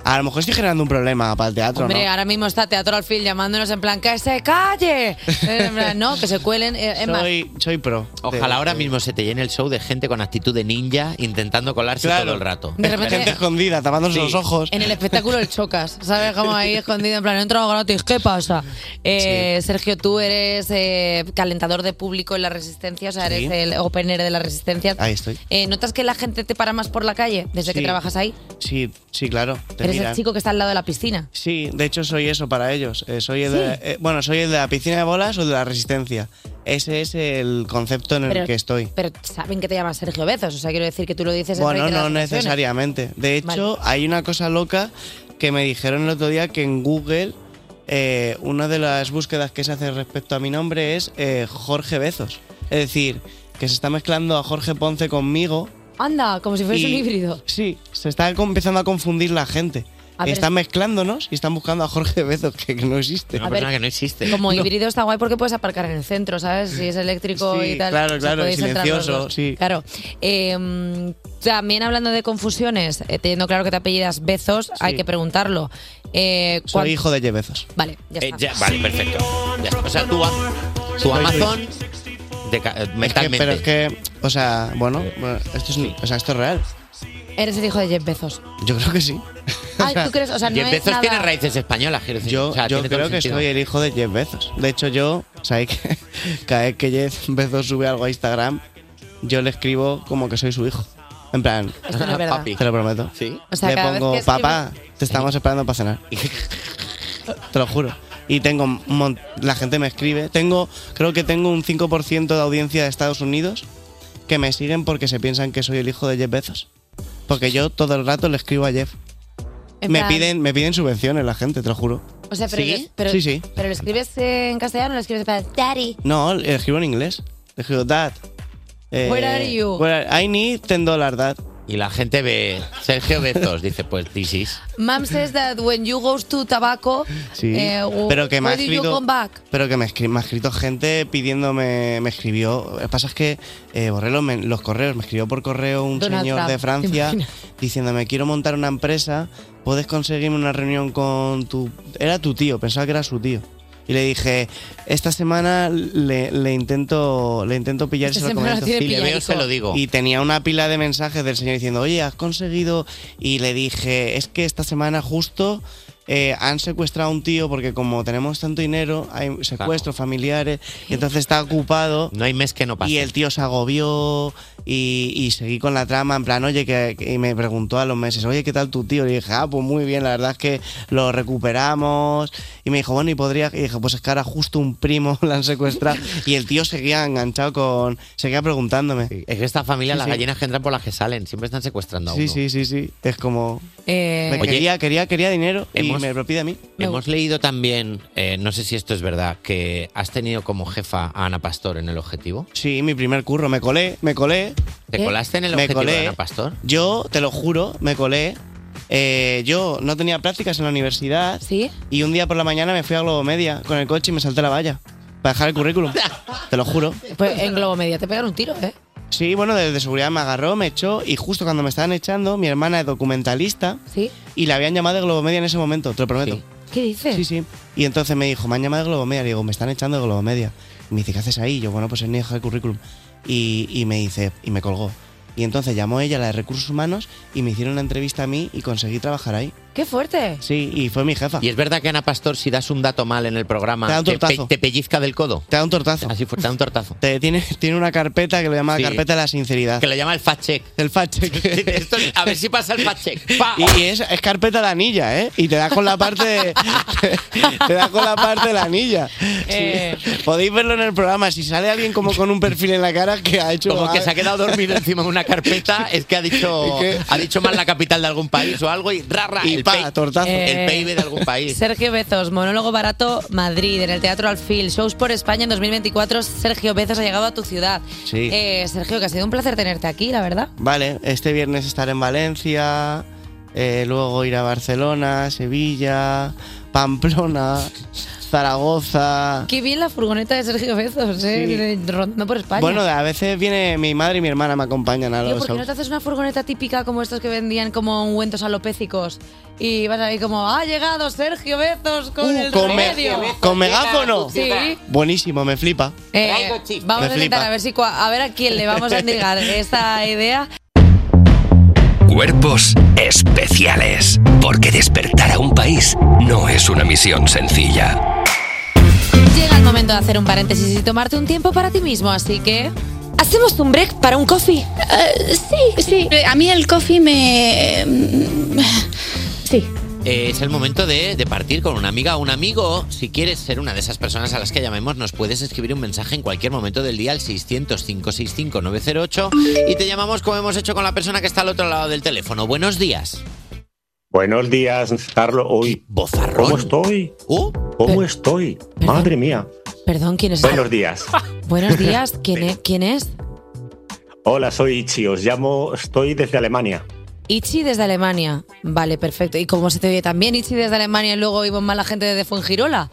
A lo mejor estoy generando un problema para el teatro,
Hombre,
¿no?
ahora mismo está Teatro Alfil llamándonos en plan, ¡que se calle! En plan, no, que se cuelen. eh, Es más,
soy pro.
Ojalá ahora mismo se te llene el show de gente con actitud de ninja intentando colarse
Claro.
todo el rato.
De repente- Gente
escondida, tapándose los ojos.
En el espectáculo el chocas, ¿sabes? Como ahí escondido, en plan, entro gratis, ¿qué pasa? Eh, Sergio, tú eres eh, calentador de público en la Resistencia, o sea,
Sí.
eres el opener de la Resistencia.
Ahí estoy.
Eh, ¿Notas que la gente te para más por la calle desde que
Sí.
trabajas ahí?
Sí, sí, claro. te
eres
miran.
el chico que está al lado de la piscina.
Sí, de hecho soy eso para ellos. Eh, soy el de-
Sí.
eh, bueno, soy el de la piscina de bolas o el de la resistencia. Ese es el concepto en el
Pero-
que estoy.
Pero saben que te llamas Sergio Bezos, o sea, quiero decir que tú lo dices en
Bueno,
reiteradas
no
ocasiones.
necesariamente. De hecho, hay una cosa loca que me dijeron el otro día que en Google eh, una de las búsquedas que se hace respecto a mi nombre es eh, Jorge Bezos. Es decir, que se está mezclando a Jorge Ponce conmigo.
Anda, como si fuese
Y-
un híbrido.
Sí, se está com- empezando a confundir la gente.
A ver,
están
es-
mezclándonos y están buscando a Jorge Bezos, que, que no existe.
Una A ver, persona que
no existe.
Como híbrido está guay porque puedes aparcar en el centro, ¿sabes? Si es eléctrico
Sí,
y tal.
claro,
o sea,
claro,
podéis entrar los
silencioso,
dos.
sí.
Claro. Eh, mm, también hablando de confusiones, eh, teniendo claro que te apellidas Bezos, hay que preguntarlo. Eh, ¿cuál-
Soy hijo de Jeff Bezos.
Vale, ya
Eh,
está.
ya, vale, perfecto. Ya está. O sea, tú, a- tu Amazon de ca- eh, mentalmente.
Pero es que, o sea, bueno, bueno, esto es, o sea, esto es real.
Eres el hijo de Jeff Bezos.
Yo creo que sí.
Ay, ¿tú crees? O sea, no
Jeff
es
Bezos
nada-
tiene raíces españolas, quiero decir.
Yo,
O sea,
yo
tiene todo
creo
el
que
sentido.
soy el hijo de Jeff Bezos. De hecho, yo, ¿sabéis que cada vez que Jeff Bezos sube algo a Instagram, yo le escribo como que soy su hijo. En plan,
no es verdad. Papi.
te lo prometo.
O sea,
le
cada vez
pongo,
que escribe-
papá, te estamos esperando para cenar. te lo juro. Y tengo, un mon- la gente me escribe. Tengo, creo que tengo un 5% de audiencia de Estados Unidos que me siguen porque se piensan que soy el hijo de Jeff Bezos. Porque yo todo el rato le escribo a Jeff.
En
Me
plan-
piden, me piden subvenciones la gente, te lo juro.
O sea, pero,
¿Sí?
pero-
Sí, sí.
pero lo escribes eh, en castellano o lo escribes para Daddy.
No, le escribo en inglés. Le escribo, Dad, Eh,
Where are you?
where are- I need 10 dólares, dad. Y la gente ve Sergio Bezos, dice, pues this is.
Mom says that when you goes to tobacco,
Sí.
eh, w-
pero que me ha
where do you
escrito,
come back?
pero que me, escri- me ha escrito gente pidiéndome, me escribió. Lo que pasa es que eh, borré los, men- los correos, me escribió por correo un
Donald
señor
Trump,
de Francia
¿te imaginas?
diciéndome quiero montar una empresa, puedes conseguirme una reunión con tu, era tu tío, pensaba que era su tío. Y le dije, esta semana le, le intento le intento pillar y
Esta
se lo
semana
comento".
tiene Si le veo, pilladico. se lo digo.
Y tenía una pila de mensajes del señor diciendo, oye, has conseguido. Y le dije, es que esta semana justo eh, han secuestrado a un tío porque como tenemos tanto dinero, hay secuestros familiares, y entonces está ocupado.
No hay mes que no pase.
Y el tío se agobió y, y seguí con la trama, en plan, oye, que, que- y me preguntó a los meses, oye, ¿qué tal tu tío? Y dije, ah, pues muy bien, la verdad es que lo recuperamos. Y me dijo, bueno, y podría, y dije, pues es que ahora justo un primo la han secuestrado. Y el tío seguía enganchado con, seguía preguntándome.
Es que esta familia,
Sí,
las
sí.
gallinas que entran por las que salen, siempre están secuestrando a uno.
Sí, sí, sí, sí. Es como.
Eh,
me quería, quería, quería dinero
hemos-
y me lo pide a mí.
Hemos leído también, eh, no sé si esto es verdad, que has tenido como jefa a Ana Pastor en el objetivo.
Sí, mi primer curro. Me colé, me colé.
¿Te
Eh,
colaste en el
Me
objetivo
colé.
de Ana Pastor?
Yo, te lo juro, me colé. Eh, yo no tenía prácticas en la universidad.
Sí.
Y un día por la mañana me fui a Globo Media con el coche y me salté la valla. Para dejar el currículum. te lo juro.
Pues en Globo Media te pegan un tiro, ¿eh?
Sí, bueno, desde seguridad me agarró, me echó y justo cuando me estaban echando, mi hermana es documentalista
¿Sí?
y la habían llamado de Globomedia en ese momento, te lo prometo.
¿Qué dices?
Sí, sí. Y entonces me dijo, me han llamado de Globomedia. Le digo, me están echando de Globomedia. Y me dice, ¿qué haces ahí? Y yo, bueno, pues es mi hija el currículum. Y, y me dice, y me colgó. Y entonces llamó ella, la de recursos humanos, y me hicieron una entrevista a mí y conseguí trabajar ahí.
¡Qué fuerte!
Sí, y fue mi jefa.
Y es verdad que Ana Pastor, si das un dato mal en el programa,
Te da un
pe-
tortazo.
te pellizca del codo.
Te da un tortazo.
Así fue, te da un tortazo.
Te- tiene, tiene una carpeta que lo llama
Sí.
la carpeta de la sinceridad.
Que lo llama el fact check.
El fact check.
Esto- a ver si pasa el fact check. ¡Pa!
Y, y es, es carpeta de anilla, ¿eh? Y te da con la parte de, te da con la parte de la anilla.
Eh.
Sí. Podéis verlo en el programa. Si sale alguien como con un perfil en la cara que ha hecho.
Como que se ha quedado dormido encima de una carpeta, es que ha dicho,
Es que-
ha dicho mal la capital de algún país o algo y rara
Y
el,
pa,
PI-
tortazo.
el
Eh,
PIB de algún país.
Sergio Bezos, monólogo barato Madrid, en el Teatro Alfil, shows por España en 2024. Sergio Bezos ha llegado a tu ciudad.
Sí.
Eh, Sergio, que ha sido un placer tenerte aquí, la verdad.
Vale, este viernes estar en Valencia, eh, luego ir a Barcelona, Sevilla, Pamplona, Zaragoza.
Qué bien la furgoneta de Sergio Bezos, ¿eh? Rondando por España.
Bueno, a veces viene mi madre y mi hermana me acompañan a
Tío,
los
¿por qué no te haces una furgoneta típica como estos que vendían como ungüentos alopécicos? Y vas ahí como, ha llegado Sergio Bezos con el
con, me-
remedio.
con megáfono.
Sí.
Buenísimo, me flipa.
Eh, vamos
Me
a intentar
flipa.
a ver, si, cua- a ver a quién le vamos a entregar esta idea.
Cuerpos especiales. Porque despertar a un país no es una misión sencilla.
Llega el momento de hacer un paréntesis y tomarte un tiempo para ti mismo, así que... Eh,
¿Hacemos un break para un coffee? sí, sí. A mí el coffee me...
mm,
Eh, es el momento de, de partir con una amiga o un amigo. Si quieres ser una de esas personas a las que llamemos, nos puedes escribir un mensaje en cualquier momento del día al 600-565-908 y te llamamos como hemos hecho con la persona que está al otro lado del teléfono. Buenos días.
Buenos días, Carlos. Hoy, ¿Cómo estoy?
Uh.
¿Cómo estoy? Madre mía.
Perdón, ¿quién es?
Buenos días.
Buenos días, ¿quién es? ¿Quién es?
Hola, soy Ichi. Os llamo, estoy desde Alemania.
Ichi desde Alemania. Vale, perfecto. ¿Y cómo se te oye también Ichi desde Alemania y luego iba mala gente desde Fuengirola?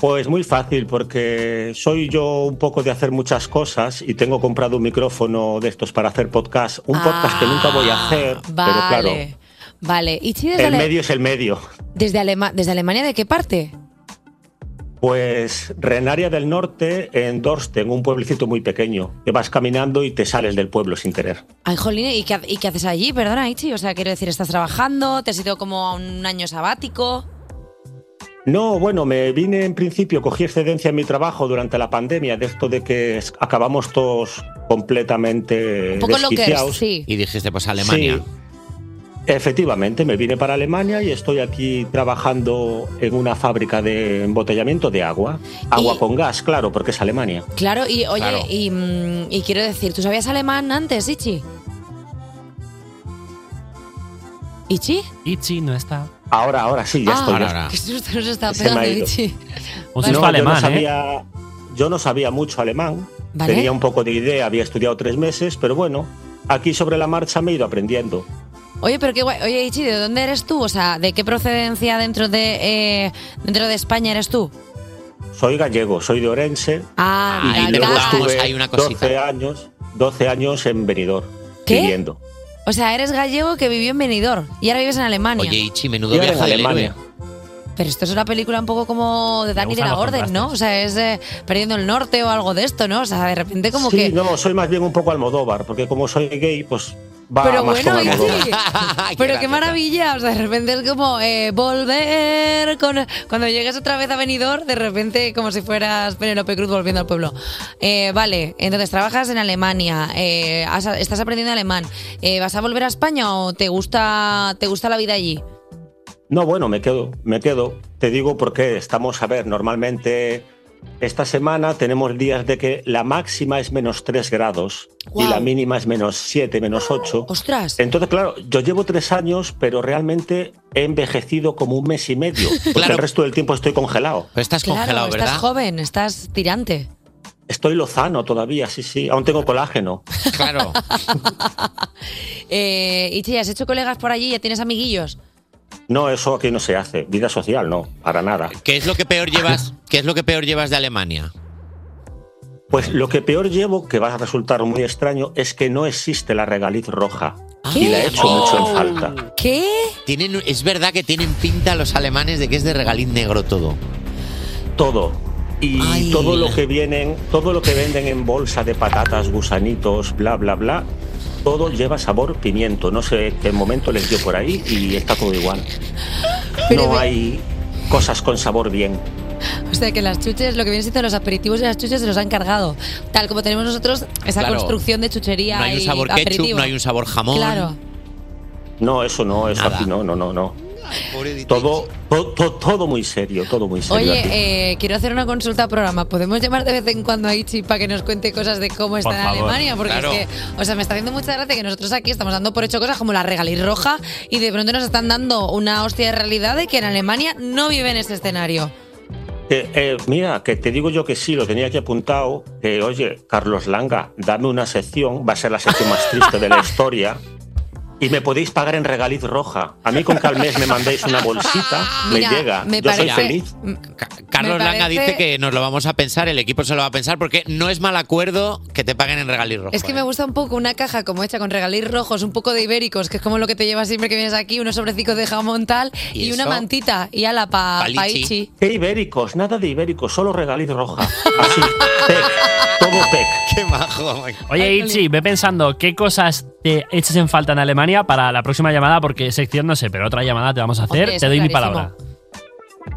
Pues muy fácil, porque soy yo un poco de hacer muchas cosas y tengo comprado un micrófono de estos para hacer podcast. Un podcast que nunca voy a hacer, pero claro,
Ah, Vale. Vale, Ichi desde,
el
Ale-
medio es el medio.
desde, Alema- desde Alemania, ¿de qué parte?
Pues Renaria del Norte, en Dorsten, un pueblecito muy pequeño, que vas caminando y te sales del pueblo sin querer.
Ay, jolín, ¿y qué, ha- y qué haces allí? Perdona, Ichi. O sea, quiero decir, ¿estás trabajando? ¿Te has ido como a un año sabático?
No, bueno, me vine en principio, cogí excedencia en mi trabajo durante la pandemia, de esto de que es- acabamos todos completamente desquiciados.
Y dijiste, pues Alemania.
Sí. Efectivamente, me vine para Alemania y estoy aquí trabajando en una fábrica de embotellamiento de agua. Agua con gas, claro, porque es Alemania.
Claro, y oye,
Claro.
Y, mm, y quiero decir, ¿tú sabías alemán antes, Ichi? ¿Ichi?
Ichi no está.
Ahora, ahora sí, ya
Ah,
estoy. ya
Qué
estoy.
susto nos está
Se me ha
pegando,
ido.
Ichi.
No,
susto alemán,
yo no
¿eh?
sabía, Yo no sabía mucho alemán,
Vale.
Tenía un poco de idea, había estudiado tres meses, pero bueno, aquí sobre la marcha me he ido aprendiendo.
Oye, pero qué guay. Oye, Ichi, ¿de dónde eres tú? O sea, ¿de qué procedencia dentro de, eh, dentro de España eres tú?
Soy gallego, soy de Orense.
Ah,
y
mira,
luego
ya.
estuve
hay una cosita.
12 años, 12 años en Benidorm,
¿Qué?
viviendo.
O sea, eres gallego que vivió en Benidorm y ahora vives en Alemania.
Oye, Ichi, menudo
Yo era en
viaje del
Alemania.
héroe.
Pero esto es una película un poco como de Dani de
gustan
la
los
Orden, ¿no? O sea, es eh, Perdiendo el Norte o algo de esto, ¿no? O sea, de repente como
sí,
que...
no, soy más bien un poco Almodóvar, porque como soy gay, pues va
Pero
más
bueno,
con Almodóvar.
Ichi, pero qué maravilla, o sea, de repente es como eh, volver, con- cuando llegues otra vez a Benidorm, de repente como si fueras Penélope Cruz volviendo al pueblo. Eh, vale, entonces trabajas en Alemania, eh, has- estás aprendiendo alemán, Eh, ¿vas a volver a España o te gusta, te gusta la vida allí?
No, bueno, me quedo, me quedo. Te digo porque estamos, a ver, normalmente esta semana tenemos días de que la máxima es menos 3 grados y la mínima es menos 7, menos 8.
¡Ostras!
Entonces, claro, yo llevo tres años, pero realmente he envejecido como un mes y medio. Porque el resto del tiempo estoy congelado.
Pero estás
Claro, estás joven, estás tirante.
Estoy lozano todavía, sí, sí. Aún tengo colágeno.
Claro.
Eh, Ichi, ¿has hecho colegas por allí? ¿Ya tienes amiguillos?
No, eso aquí no se hace. Vida social, no, para nada.
¿Qué es lo que peor llevas? ¿Qué es lo que peor llevas de Alemania?
Pues lo que peor llevo, que va a resultar muy extraño, es que no existe la regaliz roja.
Ah.
Y la he hecho mucho
Oh.
en falta.
¿Qué?
Tienen, es verdad que tienen pinta los alemanes de que es de regaliz negro todo.
Todo. Y todo lo que vienen, todo lo que venden en bolsa de patatas, gusanitos, bla, bla, bla, todo lleva sabor pimiento. No sé qué momento les dio por ahí y está todo igual. No hay cosas con sabor bien.
O sea, que las chuches, lo que viene siendo los aperitivos y las chuches se los han cargado. Tal como tenemos nosotros esa
Claro.
construcción de chuchería
No hay un
y
sabor ketchup,
aperitivo.
no hay un sabor jamón.
Claro.
No, eso no, eso aquí no, no, no, no. Todo, to- to- todo muy serio, todo muy serio. aquí.
Oye, eh, quiero hacer una consulta al programa. ¿Podemos llamar de vez en cuando a Ichi para que nos cuente cosas de cómo está
Por
en
favor.
Alemania? Porque
Claro.
es que, o sea, me está haciendo mucha gracia que nosotros aquí estamos dando por hecho cosas como la regaliz roja y de pronto nos están dando una hostia de realidad de que en Alemania no viven ese escenario.
Eh, eh, mira, que te digo yo que sí, lo tenía aquí apuntado. Que, oye, Carlos Langa, dame una sección, va a ser la sección más triste de la historia. Y me podéis pagar en regaliz roja. A mí con que al mes me mandéis una bolsita,
Mira,
me llega.
me
yo
parece-
soy feliz.
Carlos
Me
Langa
parece-
dice que nos lo vamos a pensar, el equipo se lo va a pensar, porque no es mal acuerdo que te paguen en regaliz rojo.
Es que me gusta un poco una caja como hecha con regaliz rojos, un poco de ibéricos, que es como lo que te llevas siempre que vienes aquí, unos sobrecitos de jamón tal
¿Y
y, una
eso?
mantita y ala pa, pa Ichi.
¿Qué ibéricos? Nada de ibéricos, solo regaliz roja. Así, pec, todo pec.
Qué majo.
Oye, Ichi, ve pensando qué cosas te echas en falta en Alemania para la próxima llamada, porque sección no sé, pero otra llamada te vamos a hacer.
Hombre,
te
eso
doy mi
clarísimo.
palabra.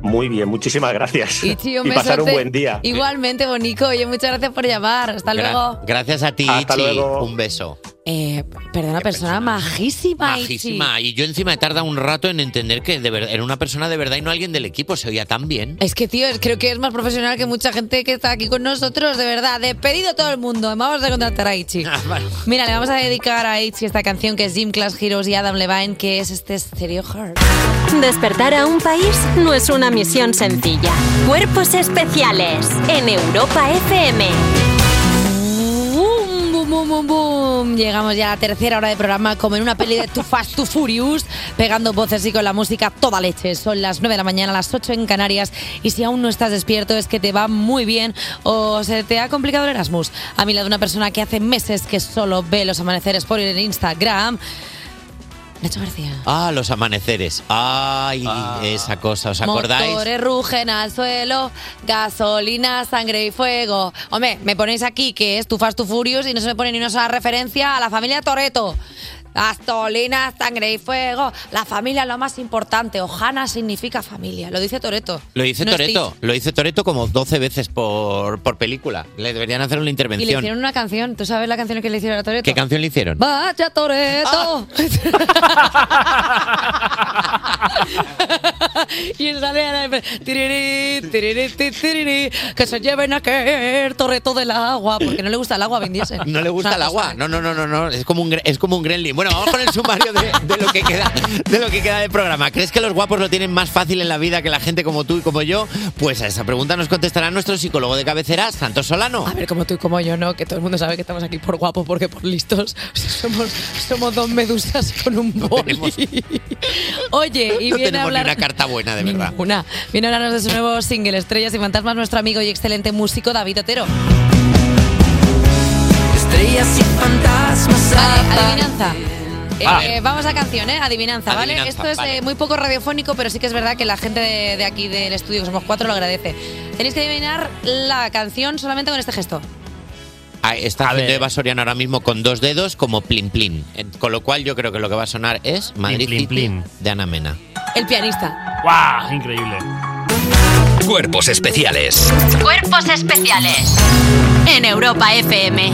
Muy bien, muchísimas gracias.
Ichi, un
y pasar un
besote.
buen día.
Igualmente, Bonico. Oye, muchas gracias por llamar. Hasta
Gra-
luego.
Gracias a ti,
Hasta
Ichi.
luego.
Un beso.
Eh, perdona, persona, majísima,
Majísima. Y yo encima he tardado un rato en entender que de verdad, era una persona de verdad y no alguien del equipo. Se oía tan bien.
Ichi. Es que, tío, es- creo que es más profesional que mucha gente que está aquí con nosotros, de verdad. Despedido todo el mundo. Vamos a contratar a Ichi.
Ah,
Mira, le vamos a dedicar a Ichi esta canción que es Jim Class Heroes y Adam Levine, que es este Stereo Heart.
Despertar a un país no es una misión sencilla. Cuerpos especiales en Europa FM.
Boom, boom, boom, boom, boom. Llegamos ya a la tercera hora de programa, como en una peli de Too Fast, Too Furious, pegando voces y con la música toda leche. Son las 9 de la mañana, las 8 en Canarias, y si aún no estás despierto es que te va muy bien o se te ha complicado el Erasmus. A mi lado una persona que hace meses que solo ve los amaneceres por el Instagram. Nacho García.
Ah, los amaneceres. Ay, esa cosa. ¿Os acordáis?
Motores rugen al suelo, gasolina, sangre y fuego. Hombre, me ponéis aquí que es tu Fast to Furious y no se me pone ni una sola referencia a la familia Toreto. Gasolina, sangre y fuego. La familia es lo más importante. Ojana significa familia. Lo dice Toreto.
Lo dice
No
Toreto,
Stitch.
lo dice Toreto como 12 veces por, por película. Le deberían hacer una
Y le
intervención.
hicieron una canción. ¿Tú sabes la canción que le hicieron a Toreto?
¿Qué canción le hicieron?
Ah. ¡Vaya Toreto! y sale a la- tirirí, tirirí, ti, tirirí, que se lleven a aquel torreto del agua, porque no le gusta el agua a Vin Diesel.
No le gusta
O sea,
el agua. No, no, no, no, no. Es como un gre- es como un gremlin. Bueno, vamos con el sumario de, de lo que queda de lo que queda del programa. ¿Crees que los guapos lo tienen más fácil en la vida que la gente como tú y como yo? Pues a esa pregunta nos contestará nuestro psicólogo de cabecera, Santos Solano.
A ver, como tú y como yo, ¿no? Que todo el mundo sabe que estamos aquí por guapos, porque por listos. O sea, somos, somos dos medusas con un boli. Oye, y
no
viene a
tenemos
hablar...
ni una carta buena, de verdad.
Una. Viene a hablarnos de su nuevo single, Estrellas y Fantasmas, nuestro amigo y excelente músico David Otero.
Estrellas y fantasmas.
Vale, adivinanza.
Ah.
Eh, vamos a canción, ¿eh? Adivinanza, ¿vale?
Adivinanza,
Esto es
vale.
eh, muy poco radiofónico, pero sí que es verdad que la gente de, de aquí del estudio, que somos cuatro, lo agradece. Tenéis que adivinar la canción solamente con este gesto.
Ah, Está haciendo Eva Soriano ahora mismo con dos dedos como plin plin. Eh, Con lo cual yo creo que lo que va a sonar es Madrid City de Ana Mena.
El pianista.
¡Guau! Increíble.
Cuerpos especiales.
Cuerpos especiales en Europa FM.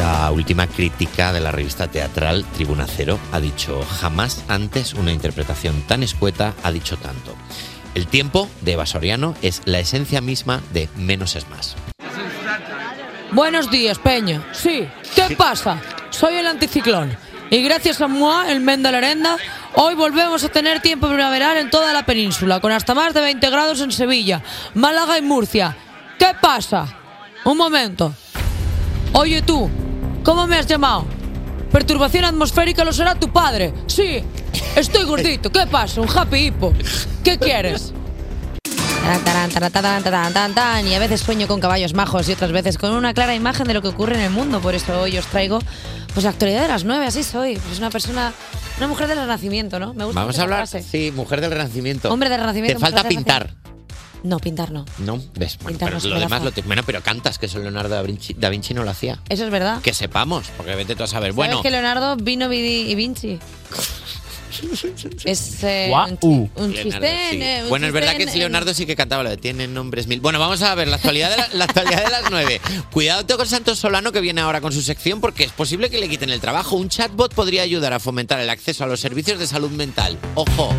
La última crítica de la revista teatral Tribuna Cero ha dicho jamás antes una interpretación tan escueta ha dicho tanto. El tiempo de Eva Soriano es la esencia misma de menos es más.
Buenos días, Peña. Sí, ¿qué pasa? Soy el anticiclón. Y gracias a MOA, el men de la Arenda, hoy volvemos a tener tiempo primaveral en toda la península, con hasta más de 20 grados en Sevilla, Málaga y Murcia. ¿Qué pasa? Un momento. Oye tú, ¿cómo me has llamado? Perturbación atmosférica lo será tu padre. Sí, estoy gordito. ¿Qué pasa? Un happy hippo. ¿Qué quieres? Tarán, tarán, tarán, tarán, tarán, tarán, tarán. Y a veces sueño con caballos majos y otras veces con una clara imagen de lo que ocurre en el mundo. Por eso hoy os traigo pues la actualidad de las nueve, así soy. Pues una persona, una mujer del renacimiento, ¿no? Me gusta
Vamos
mucho
a
esa
hablar,
frase.
sí, mujer del renacimiento.
Hombre del Renacimiento,
Te falta
mujer del
pintar,
No, pintar no.
¿no? ¿Ves? Bueno,
Pintar
pero
no se
lo
me da
demás
fa.
lo te- bueno, pero cantas que eso Leonardo da Vinci, da Vinci no lo hacía.
Eso es verdad.
Que sepamos, porque vete tú a saber.
Sabes
Bueno,
que Leonardo vino Vidi y Vinci. es eh,
Guau.
un,
Uh.
un
Leonardo,
chiste.
sí.
en, eh, un
Bueno, es
chiste
verdad que
en-
sí, Leonardo sí que cantaba lo de tienen nombres mil. Bueno, vamos a ver la actualidad de, la- la actualidad de las nueve. Cuidado con Santos Solano que viene ahora con su sección porque es posible que le quiten el trabajo. Un chatbot podría ayudar a fomentar el acceso a los servicios de salud mental. Ojo.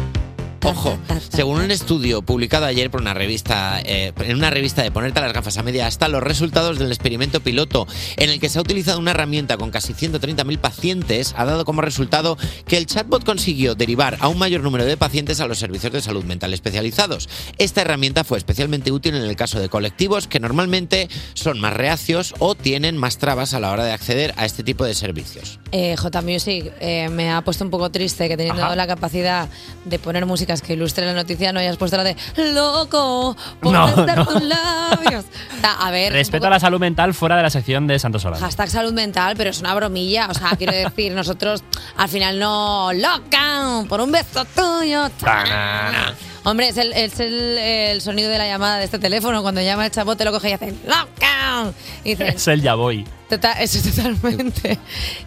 Ojo, según un estudio publicado ayer por una revista, eh, en una revista de ponerte las gafas a media hasta los resultados del experimento piloto en el que se ha utilizado una herramienta con casi 130.000 pacientes, ha dado como resultado que el chatbot consiguió derivar a un mayor número de pacientes a los servicios de salud mental especializados. Esta herramienta fue especialmente útil en el caso de colectivos que normalmente son más reacios o tienen más trabas a la hora de acceder a este tipo de servicios.
Eh, J Music eh, me ha puesto un poco triste que teniendo la capacidad de poner músicas que ilustren la noticia no hayas puesto la de loco por
No,
estar
no.
con labios. O sea, a ver,
Respeto
un
a la salud mental fuera de la sección de Santos
poco-
Solano.
hashtag salud mental, pero es una bromilla. O sea, quiero decir, nosotros al final no loca por un beso tuyo. Ah,
Tanana.
Hombre, es, el, es el, el sonido de la llamada de este teléfono. Cuando llama el chapote lo coge y hacen loca. Y dicen,
Es el ya voy.
Total- eso es totalmente.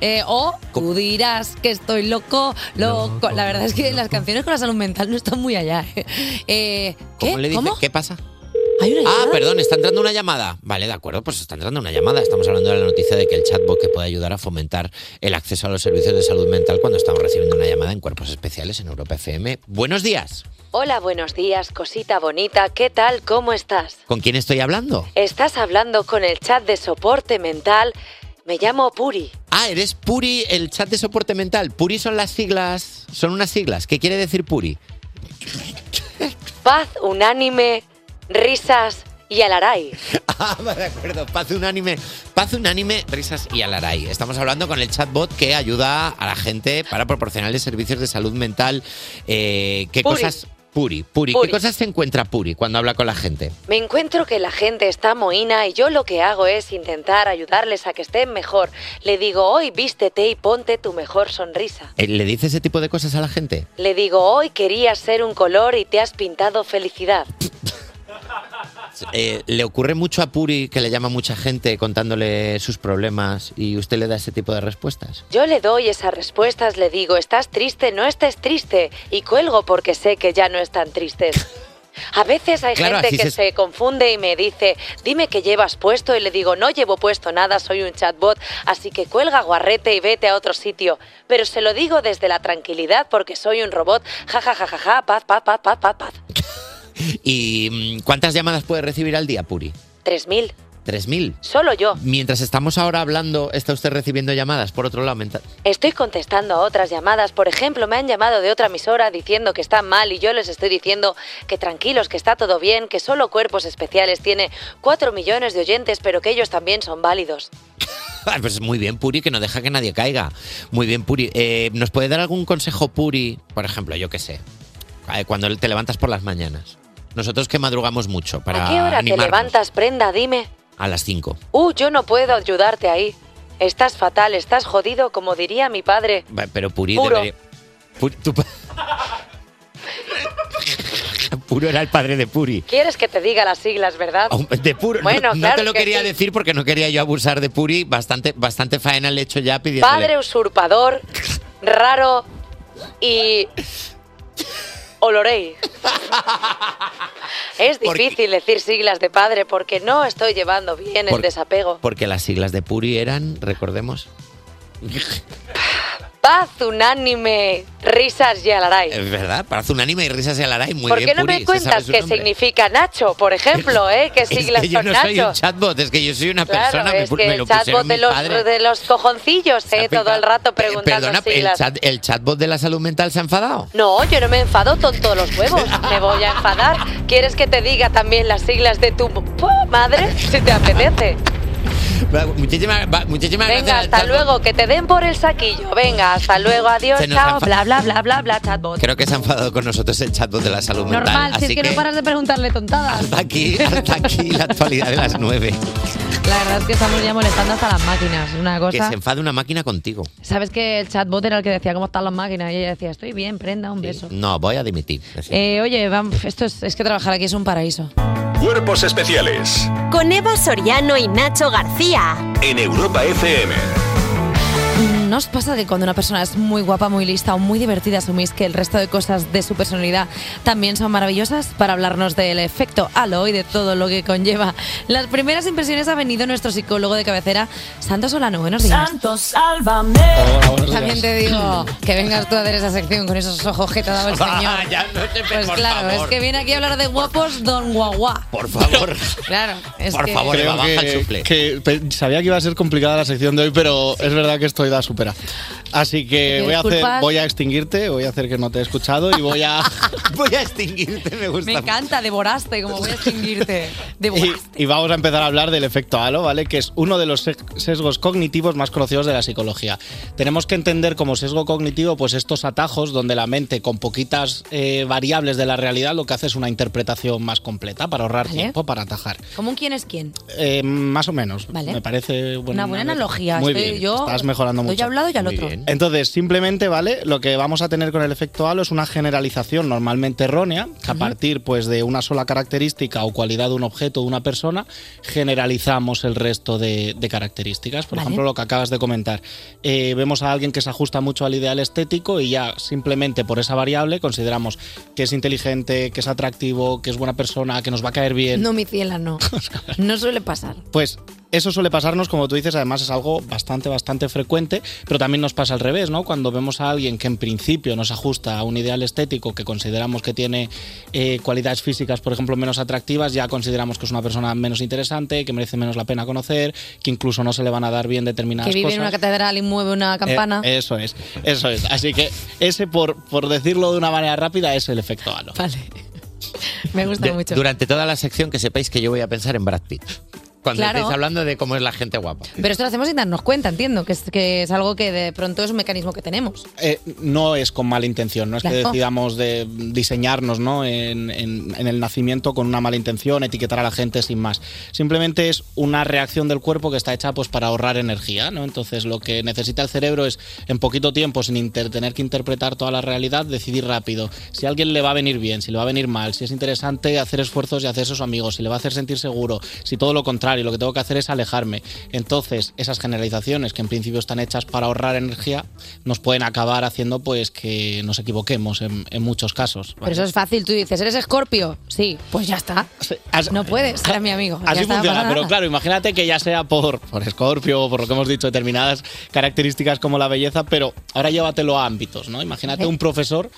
Eh, o tú dirás que estoy loco, loco. La verdad es que las canciones con la salud mental no están muy allá. ¿eh? Eh, ¿Qué?
¿Cómo le dices?
¿Cómo?
¿Qué pasa? ah, perdón, está entrando una llamada. Vale, de acuerdo, pues está entrando una llamada. Estamos hablando de la noticia de que el chatbot que puede ayudar a fomentar el acceso a los servicios de salud mental cuando estamos recibiendo una llamada en cuerpos especiales en Europa FM. Buenos días.
Hola, buenos días, cosita bonita. ¿Qué tal? ¿Cómo estás?
¿Con quién estoy hablando?
Estás hablando con el chat de soporte mental. Me llamo Puri.
Ah, eres Puri, el chat de soporte mental. Puri son las siglas, son unas siglas. ¿Qué quiere decir Puri?
Paz unánime, risas y alaray.
Ah, de acuerdo. Paz unánime, paz unánime, risas y alaray. Estamos hablando con el chatbot que ayuda a la gente para proporcionarles servicios de salud mental. Eh, ¿Qué
Puri.
cosas? Puri, Puri,
Puri.
¿qué cosas se encuentra Puri cuando habla con la gente?
Me encuentro que la gente está mohina y yo lo que hago es intentar ayudarles a que estén mejor. Le digo, hoy vístete y ponte tu mejor sonrisa.
Eh, ¿Le dice ese tipo de cosas a la gente?
Le digo, hoy querías ser un color y te has pintado felicidad.
Eh, ¿Le ocurre mucho a Puri que le llama mucha gente contándole sus problemas y usted le da ese tipo de respuestas?
Yo le doy esas respuestas, le digo, estás triste, no estés triste, y cuelgo porque sé que ya no están tristes.
A veces hay
Claro,
gente
así
que
se-
se... confunde y me dice, dime que llevas puesto y le digo, no llevo puesto nada, soy un chatbot, así que cuelga guarrete y vete a otro sitio. Pero se lo digo desde la tranquilidad porque soy un robot, ja ja ja ja ja, paz, paz, paz, paz, paz, paz.
¿Y mm, cuántas llamadas puedes recibir al día, Puri?
3.000,
¿3.000?
solo yo.
Mientras estamos ahora hablando, ¿está usted recibiendo llamadas por otro lado? menta-
Estoy contestando a otras llamadas, por ejemplo, me han llamado de otra emisora diciendo que están mal y yo les estoy diciendo que tranquilos, que está todo bien, que solo cuerpos especiales tiene 4 millones de oyentes, pero que ellos también son válidos.
Ah, Pues muy bien, Puri, que no deja que nadie caiga. Muy bien, Puri. Eh, ¿Nos puede dar algún consejo, Puri? Por ejemplo, yo qué sé, eh, cuando te levantas por las mañanas. Nosotros que madrugamos mucho para
¿A qué hora te
Ah, animarnos.
levantas, prenda? Dime.
A las 5.
Uh, yo no puedo ayudarte ahí. Estás fatal, estás jodido, como diría mi padre.
Va, Pero Puri
Puro.
debería- Puri- tu pa- Puro era el padre de Puri.
Quieres que te diga las siglas, ¿verdad?
De puro.
Bueno,
no, no
claro
te lo
que
quería
sí.
decir porque no quería yo abusar de Puri. Bastante, bastante faena le he hecho ya pidiendo.
Padre usurpador, raro y olorey. Es difícil decir siglas de padre porque no estoy llevando bien el
Por-
desapego.
Porque las siglas de Puri eran, recordemos.
Paz unánime, risas y alaray.
Es verdad, parece un anime y risas y alaray. Eh, Muy
¿Por
bien,
qué no
Puri,
me
se
cuentas
sabe su
qué
nombre.
significa Nacho, por ejemplo? ¿eh? ¿Qué siglas
Es que yo
son
no soy
Nacho?
un chatbot, es que yo soy una
Claro,
persona. me
es
pu-
que
me
el
lo
chatbot
pusieron
de
mi
los,
padre.
de los cojoncillos, ¿eh? todo el rato preguntando
Perdona, el,
siglas.
chat- el chatbot de la salud mental se ha enfadado.
No, yo no me enfado, tonto de los huevos. Me voy a enfadar. ¿Quieres que te diga también las siglas de tu pu- madre? Si te apetece.
Va, Muchísimas, va, muchísimas
Venga,
gracias.
hasta luego, que te den por el saquillo. Venga, hasta luego, adiós,
Se nos
chao,
ha-
bla, bla, bla, bla, bla, chatbot.
Creo que se ha enfadado con nosotros el chatbot de la salud mental.
Normal, si
así
es que, no paras de preguntarle tontadas.
hasta aquí, hasta aquí la actualidad de las 9.
La verdad es que estamos ya molestando hasta las máquinas. Es una
Que
cosa.
se enfade una máquina contigo.
¿Sabes que el chatbot era el que decía cómo están las máquinas? Y ella decía, estoy bien, prenda, un beso.
No, voy a dimitir.
Eh, oye, vamos, esto es, es que trabajar aquí es un paraíso.
Cuerpos especiales
Con Eva Soriano y Nacho García.
en Europa FM.
Mm, ¿No os pasa que cuando una persona es muy guapa, muy lista o muy divertida, asumís que el resto de cosas de su personalidad también son maravillosas? Para hablarnos del efecto halo y de todo lo que conlleva. Las primeras impresiones ha venido nuestro psicólogo de cabecera, Santos Solano. Buenos días.
Santos, sálvame.
También te digo que vengas tú a hacer esa sección con esos ojos que te ha dado el señor. Pues claro, es que viene aquí a hablar de guapos Don Guaguá.
Por favor.
Claro, es que-
Creo
Eva, baja el suple.
que pe- sabía que iba a ser complicada la sección de hoy, pero es verdad que estoy la supera. Así que
¿Te
voy a, hacer,
disculpas?
voy a extinguirte, voy a hacer que no te he escuchado y voy a...
voy a extinguirte, me gusta.
Me encanta, devoraste, como voy a extinguirte.
Y,
Devoraste.
y vamos a empezar a hablar del efecto halo, ¿vale? Que es uno de los seg- sesgos cognitivos más conocidos de la psicología. Tenemos que entender como sesgo cognitivo, pues estos atajos donde la mente con poquitas eh, variables de la realidad lo que hace es una interpretación más completa para ahorrar
Vale.
tiempo, para atajar.
¿Cómo un quién es quién?
Eh, más o menos.
Vale.
Me parece bueno,
Una buena analogía.
Muy
Estoy-
bien.
yo
Estás mejorando
doy
mucho.
a un lado y al Muy otro. bien.
Entonces, simplemente, ¿vale? Lo que vamos a tener con el efecto halo es una generalización normalmente errónea, que a partir pues, de una sola característica o cualidad de un objeto o de una persona, generalizamos el resto de, de características. Por
Vale.
ejemplo, lo que acabas de comentar. Eh, vemos a alguien que se ajusta mucho al ideal estético y ya simplemente por esa variable consideramos que es inteligente, que es atractivo, que es buena persona, que nos va a caer bien.
No, mi ciela, no. No suele pasar.
Pues eso suele pasarnos, como tú dices, además es algo bastante, bastante frecuente, pero también nos pasa al revés, ¿no? Cuando vemos a alguien que en principio nos ajusta a un ideal estético que consideramos que tiene eh, cualidades físicas, por ejemplo, menos atractivas, ya consideramos que es una persona menos interesante, que merece menos la pena conocer, que incluso no se le van a dar bien determinadas
Que vive
cosas.
en una catedral y mueve una campana.
Eh, eso es, eso es. Así que ese, por, por decirlo de una manera rápida, es el efecto halo.
Vale. Me gusta
Du-
mucho.
Durante toda la sección que sepáis que yo voy a pensar en Brad Pitt. Cuando
Claro.
estéis hablando de cómo es la gente guapa.
Pero esto lo hacemos sin darnos cuenta, entiendo, que es, que es algo que de pronto es un mecanismo que tenemos.
Eh, no es con mala intención, no es que
Claro.
decidamos de diseñarnos ¿no? en, en- en el nacimiento con una mala intención, etiquetar a la gente sin más. Simplemente es una reacción del cuerpo que está hecha pues, para ahorrar energía. ¿no? Entonces lo que necesita el cerebro es en poquito tiempo, sin inter- tener que interpretar toda la realidad, decidir rápido si a alguien le va a venir bien, si le va a venir mal, si es interesante hacer esfuerzos y hacerse sus amigos, si le va a hacer sentir seguro, si todo lo contrario funcionar y lo que tengo que hacer es alejarme. Entonces, esas generalizaciones que en principio están hechas para ahorrar energía, nos pueden acabar haciendo pues que nos equivoquemos en, en muchos casos.
Pero eso es fácil, tú dices, ¿eres escorpio? Sí, pues ya está. No puedes, era mi amigo. Ya
Así
está, no
funciona,
pasa
pero
nada.
claro, imagínate que ya sea por, por escorpio o por lo que hemos dicho, determinadas características como la belleza, pero ahora llévatelo a ámbitos, ¿no? Imagínate
Ujú.
un profesor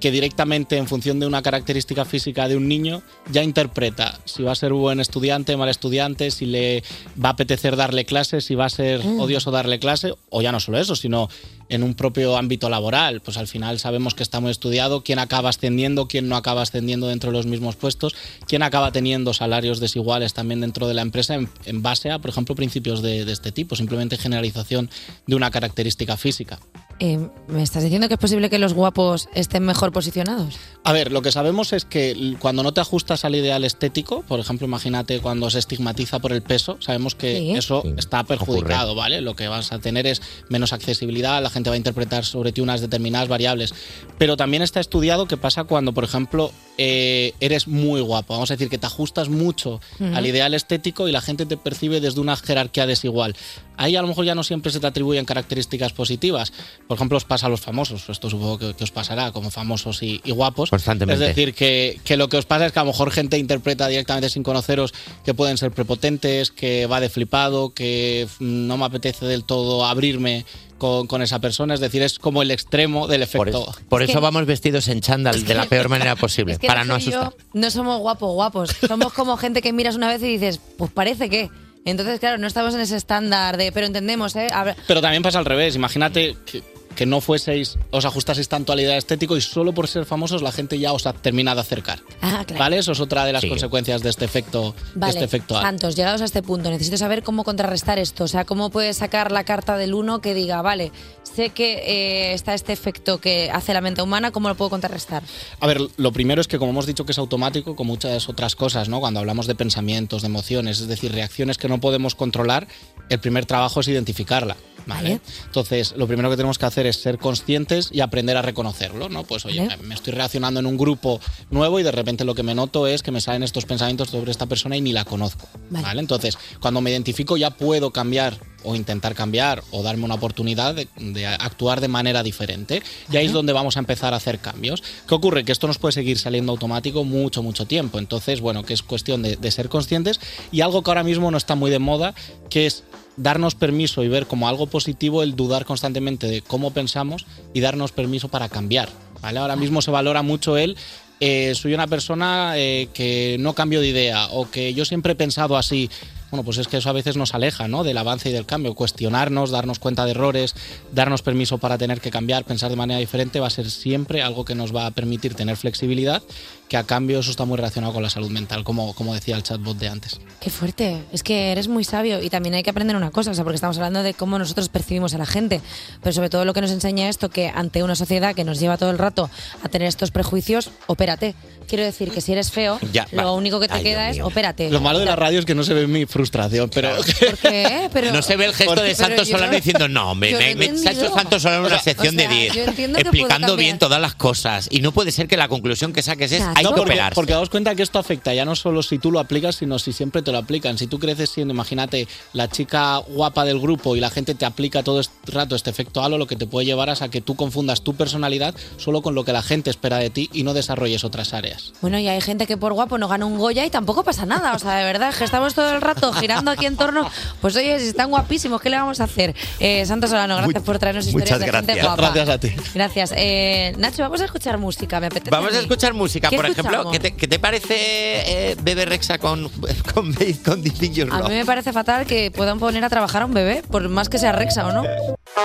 que directamente en función de una característica física de un niño ya interpreta si va a ser buen estudiante, mal estudiante, si le va a apetecer darle clases, si va a ser
Mm.
odioso darle clase, o ya no solo eso, sino en un propio ámbito laboral. Pues al final sabemos que está muy estudiado, quién acaba ascendiendo, quién no acaba ascendiendo dentro de los mismos puestos, quién acaba teniendo salarios desiguales también dentro de la empresa en, en base a, por ejemplo, principios de, de este tipo, simplemente generalización de una característica física.
Eh, ¿Me estás diciendo que es posible que los guapos estén mejor posicionados?
A ver, lo que sabemos es que l- cuando no te ajustas al ideal estético, por ejemplo, imagínate cuando se estigmatiza por el peso, sabemos que
Sí.
eso está perjudicado, ¿vale? Lo que vas a tener es menos accesibilidad, la gente va a interpretar sobre ti unas determinadas variables. Pero también está estudiado qué pasa cuando, por ejemplo, eh, eres muy guapo. Vamos a decir que te ajustas mucho
Ujú.
al ideal estético y la gente te percibe desde una jerarquía desigual. Ahí a lo mejor ya no siempre se te atribuyen características positivas. Por ejemplo, os pasa a los famosos, esto supongo que, que os pasará como famosos y, y guapos.
Constantemente.
Es decir, que, que lo que os pasa es que a lo mejor gente interpreta directamente sin conoceros que pueden ser prepotentes, que va de flipado, que f- no me apetece del todo abrirme con, con esa persona. Es decir, es como el extremo del efecto.
Por eso vamos vestidos en chándal de la peor manera posible,
Es que
para
tú
no
y yo
asustar.
no somos guapos, guapos. Somos como gente que miras una vez y dices, pues parece que. Entonces, claro, no estamos en ese estándar de, pero entendemos, ¿eh? Habla-
Pero también pasa al revés. Imagínate que, que no fueseis, os ajustaseis tanto al ideal estético y solo por ser famosos la gente ya os ha- termina de acercar.
Ah, claro.
¿Vale? Eso es otra de las consecuencias de este efecto, de
Vale,
este efecto A.
Santos, llegados a este punto, necesito saber cómo contrarrestar esto. O sea, cómo puedes sacar la carta del uno que diga, vale, sé que eh, está este efecto que hace la mente humana, ¿cómo lo puedo contrarrestar?
A ver, lo primero es que como hemos dicho que es automático, con muchas otras cosas, ¿no? Cuando hablamos de pensamientos, de emociones, es decir, reacciones que no podemos controlar, el primer trabajo es identificarla. ¿Vale? ¿eh? Entonces, lo primero que tenemos que hacer es ser conscientes y aprender a reconocerlo, ¿no? Pues, oye,
Vale.
me- me estoy relacionando en un grupo nuevo y de repente lo que me noto es que me salen estos pensamientos sobre esta persona y ni la conozco.
Vale.
Vale. Entonces, cuando me identifico ya puedo cambiar o intentar cambiar o darme una oportunidad de, de actuar de manera diferente. Y ahí es donde vamos a empezar a hacer cambios. ¿Qué ocurre? Que esto nos puede seguir saliendo automático mucho, mucho tiempo. Entonces, bueno, que es cuestión de, de ser conscientes y algo que ahora mismo no está muy de moda, que es darnos permiso y ver como algo positivo el dudar constantemente de cómo pensamos y darnos permiso para cambiar. ¿vale? Ahora mismo se valora mucho el eh, soy una persona eh, que no cambio de idea o que yo siempre he pensado así. Bueno, pues es que eso a veces nos aleja ¿no? del avance y del cambio. Cuestionarnos, darnos cuenta de errores, darnos permiso para tener que cambiar, pensar de manera diferente, va a ser siempre algo que nos va a permitir tener flexibilidad, que a cambio eso está muy relacionado con la salud mental, como, como decía el chatbot de antes.
Qué fuerte, es que eres muy sabio y también hay que aprender una cosa, o sea, porque estamos hablando de cómo nosotros percibimos a la gente, pero sobre todo lo que nos enseña esto, que ante una sociedad que nos lleva todo el rato a tener estos prejuicios, opérate. Quiero decir que si eres feo,
Ya,
lo
va.
único que te
Ay,
queda
Dios
es
mío.
opérate.
Lo malo de la radio es que no se ve mi frustración, pero...
¿Por qué? Pero-
No se ve el gesto de
Pero
Santos
yo-
Solano diciendo, no, me,
yo lo he
me, me-
entendido.
Santos Santos Solano en
O
una
sea,
sección
o sea,
de 10,
yo entiendo que puedo
explicando bien
cambiar.
todas las cosas. Y no puede ser que la conclusión que saques es, hay
No,
que
porque,
operarse.
porque daos cuenta que esto afecta ya no solo si tú lo aplicas, sino si siempre te lo aplican. Si tú creces siendo, imagínate, la chica guapa del grupo y la gente te aplica todo el rato este efecto halo, lo que te puede llevar es a que tú confundas tu personalidad solo con lo que la gente espera de ti y no desarrolles otras áreas.
Bueno, y hay gente que por guapo no gana un Goya y tampoco pasa nada. O sea, de verdad, que estamos todo el rato girando aquí en torno. Pues oye, si están guapísimos, ¿qué le vamos a hacer? Eh, Santos Solano, gracias por traernos historias de gente guapa.
a ti.
Gracias. Eh, Nacho, vamos a escuchar música, me apetece.
Vamos
mí.
a escuchar música,
¿Qué
por ejemplo.
escuchamos?
¿Qué te, qué te parece eh, Bebe Rexa con, con, con Dipping Your
A
Love?
mí me parece fatal que puedan poner a trabajar a un bebé, por más que sea Rexa o no.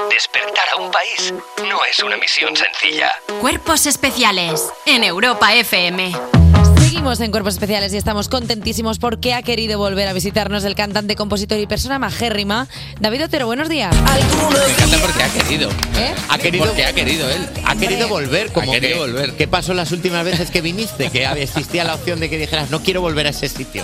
Despertar a un país no es una misión sencilla.
Cuerpos especiales en Europa FM.
Seguimos en Cuerpos Especiales y estamos contentísimos porque ha querido volver a visitarnos el cantante, compositor y persona majérrima, David Otero. Buenos días.
Me encanta porque ha querido.
Ha querido,
¿Eh? Porque ha querido él.
Ha querido volver, como
Ha querido
que,
volver.
¿Qué pasó las últimas veces que viniste? Que existía la opción de que dijeras, no quiero volver a ese sitio.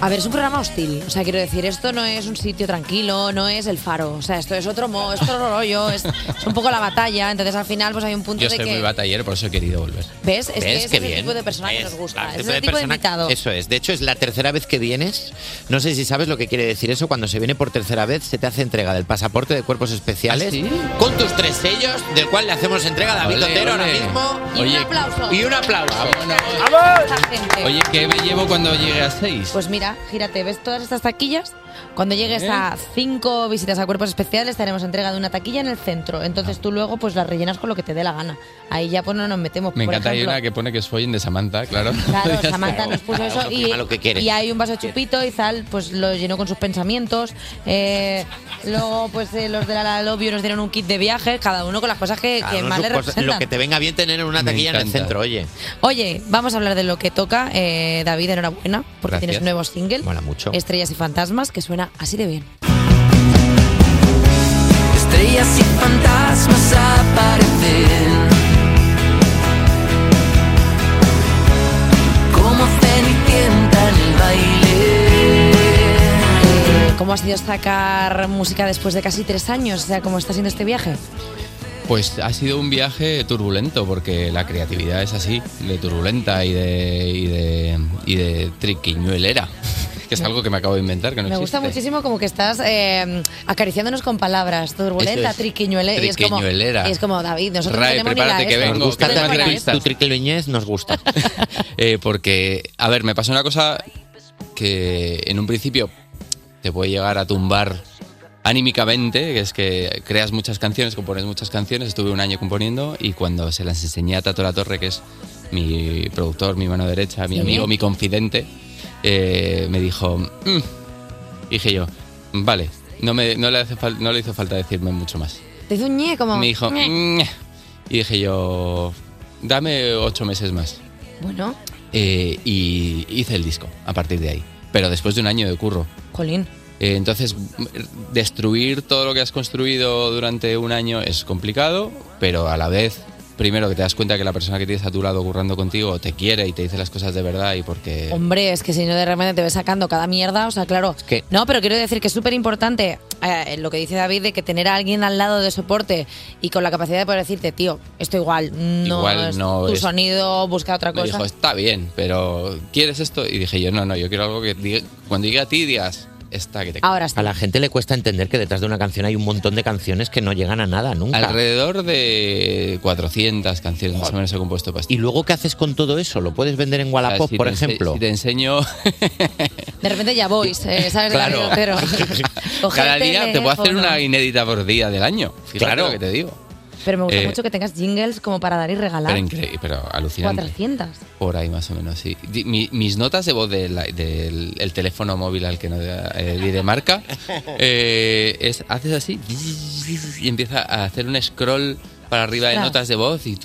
A ver, es un programa hostil. O sea, quiero decir, esto no es un sitio tranquilo, no es el faro. O sea, esto es otro, mo es otro rollo, es, es un poco la batalla. Entonces, al final, pues hay un punto
Yo
de
soy muy
que.
batallero, por eso he querido volver.
¿Ves? Es que
¿Ves?
es
Qué
el
bien.
tipo de persona que nos gusta.
Claro,
es es el tipo de invitado.
Eso es. De hecho, es la tercera vez que vienes. No sé si sabes lo que quiere decir eso. Cuando se viene por tercera vez, se te hace entrega del pasaporte de cuerpos especiales con tus tres sellos, del cual le hacemos entrega a David
¿Ah, Ole,
Otero ahora
ole.
mismo.
Y un Oye, aplauso.
Y un aplauso.
Esta gente.
Oye, ¿qué me llevo cuando llegue a 6?
Pues mira, gírate, ¿ves todas estas taquillas? Cuando llegues a cinco visitas a cuerpos especiales, te haremos entrega de una taquilla en el centro.
Ah.
Entonces tú luego pues la rellenas con lo que te dé la gana. Ahí ya pues no nos metemos.
Me
Por
encanta, hay
ejemplo,
una que pone que es follen de Samantha, claro.
Claro, Samantha nos puso eso y,
Firma lo que quieres.
y hay un vaso de chupito y Zal pues lo llenó con sus pensamientos. Eh, luego pues eh, los de la, la Lobby nos dieron un kit de viaje, cada uno con las cosas que,
Cada
que
uno
más
sus
pues,
le
cosas-
representan.
lo que te venga bien tener en una taquilla en el
encanta.
centro, oye.
Oye, vamos a hablar de lo que toca. Eh, David, enhorabuena porque
Gracias.
tienes un nuevo single.
Mola mucho.
Estrellas y fantasmas que suena así de bien.
Estrellas y fantasmas aparecen Como cenicienta en el baile
Eh, ¿Cómo ha sido sacar música después de casi tres años? O sea, ¿cómo está siendo este viaje?
Pues ha sido un viaje turbulento, porque la creatividad es así, de turbulenta y de, y de, y de triquiñuelera, que es algo que me acabo de inventar, que no
Me gusta
existe.
muchísimo como que estás eh, acariciándonos con palabras, turbulenta,
Eso es.
triquiñuele- y es como-
Triquiñuelera.
y es como, David, nosotros
Ray,
no tenemos ni
prepárate
idea
que
de esto.
vengo.
gusta
que
tanto
tengo
tu-
entrevistas.
tu triquiñuelez, nos gusta.
Eh, porque, a ver, me pasó una cosa que en un principio te puede llegar a tumbar anímicamente, que es que creas muchas canciones, compones muchas canciones, estuve un año componiendo y cuando se las enseñé a Tato La Torre, que es mi productor, mi mano derecha, mi
Sí.
amigo, mi confidente, eh, me dijo, "Mm". dije yo, vale, no, me, no, le hace fal- no le hizo falta decirme mucho más.
Te hizo un ñe como...
Me dijo, "Mm".
"Ñe".
"Ñe". y dije yo, dame ocho meses más.
Bueno,
Eh, y hice el disco a partir de ahí. Pero después de un año de curro.
Colín.
Eh, entonces, m- destruir todo lo que has construido durante un año es complicado, pero a la vez, primero que te das cuenta que la persona que tienes a tu lado currando contigo te quiere y te dice las cosas de verdad y porque...
Hombre, es que si no de repente te ves sacando cada mierda, o sea, claro. No, pero quiero decir que es súper importante eh, lo que dice David de que tener a alguien al lado de soporte y con la capacidad de poder decirte, tío, esto igual no
Igual
es
no
tu
es-
sonido, busca otra
Me
cosa.
dijo, está bien, pero ¿quieres esto? Y dije yo, no, no, yo quiero algo que diga- cuando llegue a ti digas, está que te
Ahora sí.
A la gente le cuesta entender que detrás de una canción hay un montón de canciones que no llegan a nada nunca.
Alrededor de 400 canciones más o menos he compuesto para Ah,
¿Y luego qué haces con todo eso? ¿Lo puedes vender en Wallapop,
si
por
te ense-
ejemplo?
si te enseño
De repente ya vois, eh, ¿sabes? De
Claro.
David Otero. Coger
cada día, te puedo hacer
teléfono.
una inédita por día del año. Claro.
Claro.
lo que te digo.
Pero me gusta
Eh,
mucho que tengas jingles como para dar y regalar.
Pero, increíble, pero alucinante.
400.
Por ahí más o menos, sí. Di- mi- mis notas de voz del del- el teléfono móvil al que no eh, di de marca, eh, es, haces así y empieza a hacer un scroll para arriba de
Ostras.
notas de voz y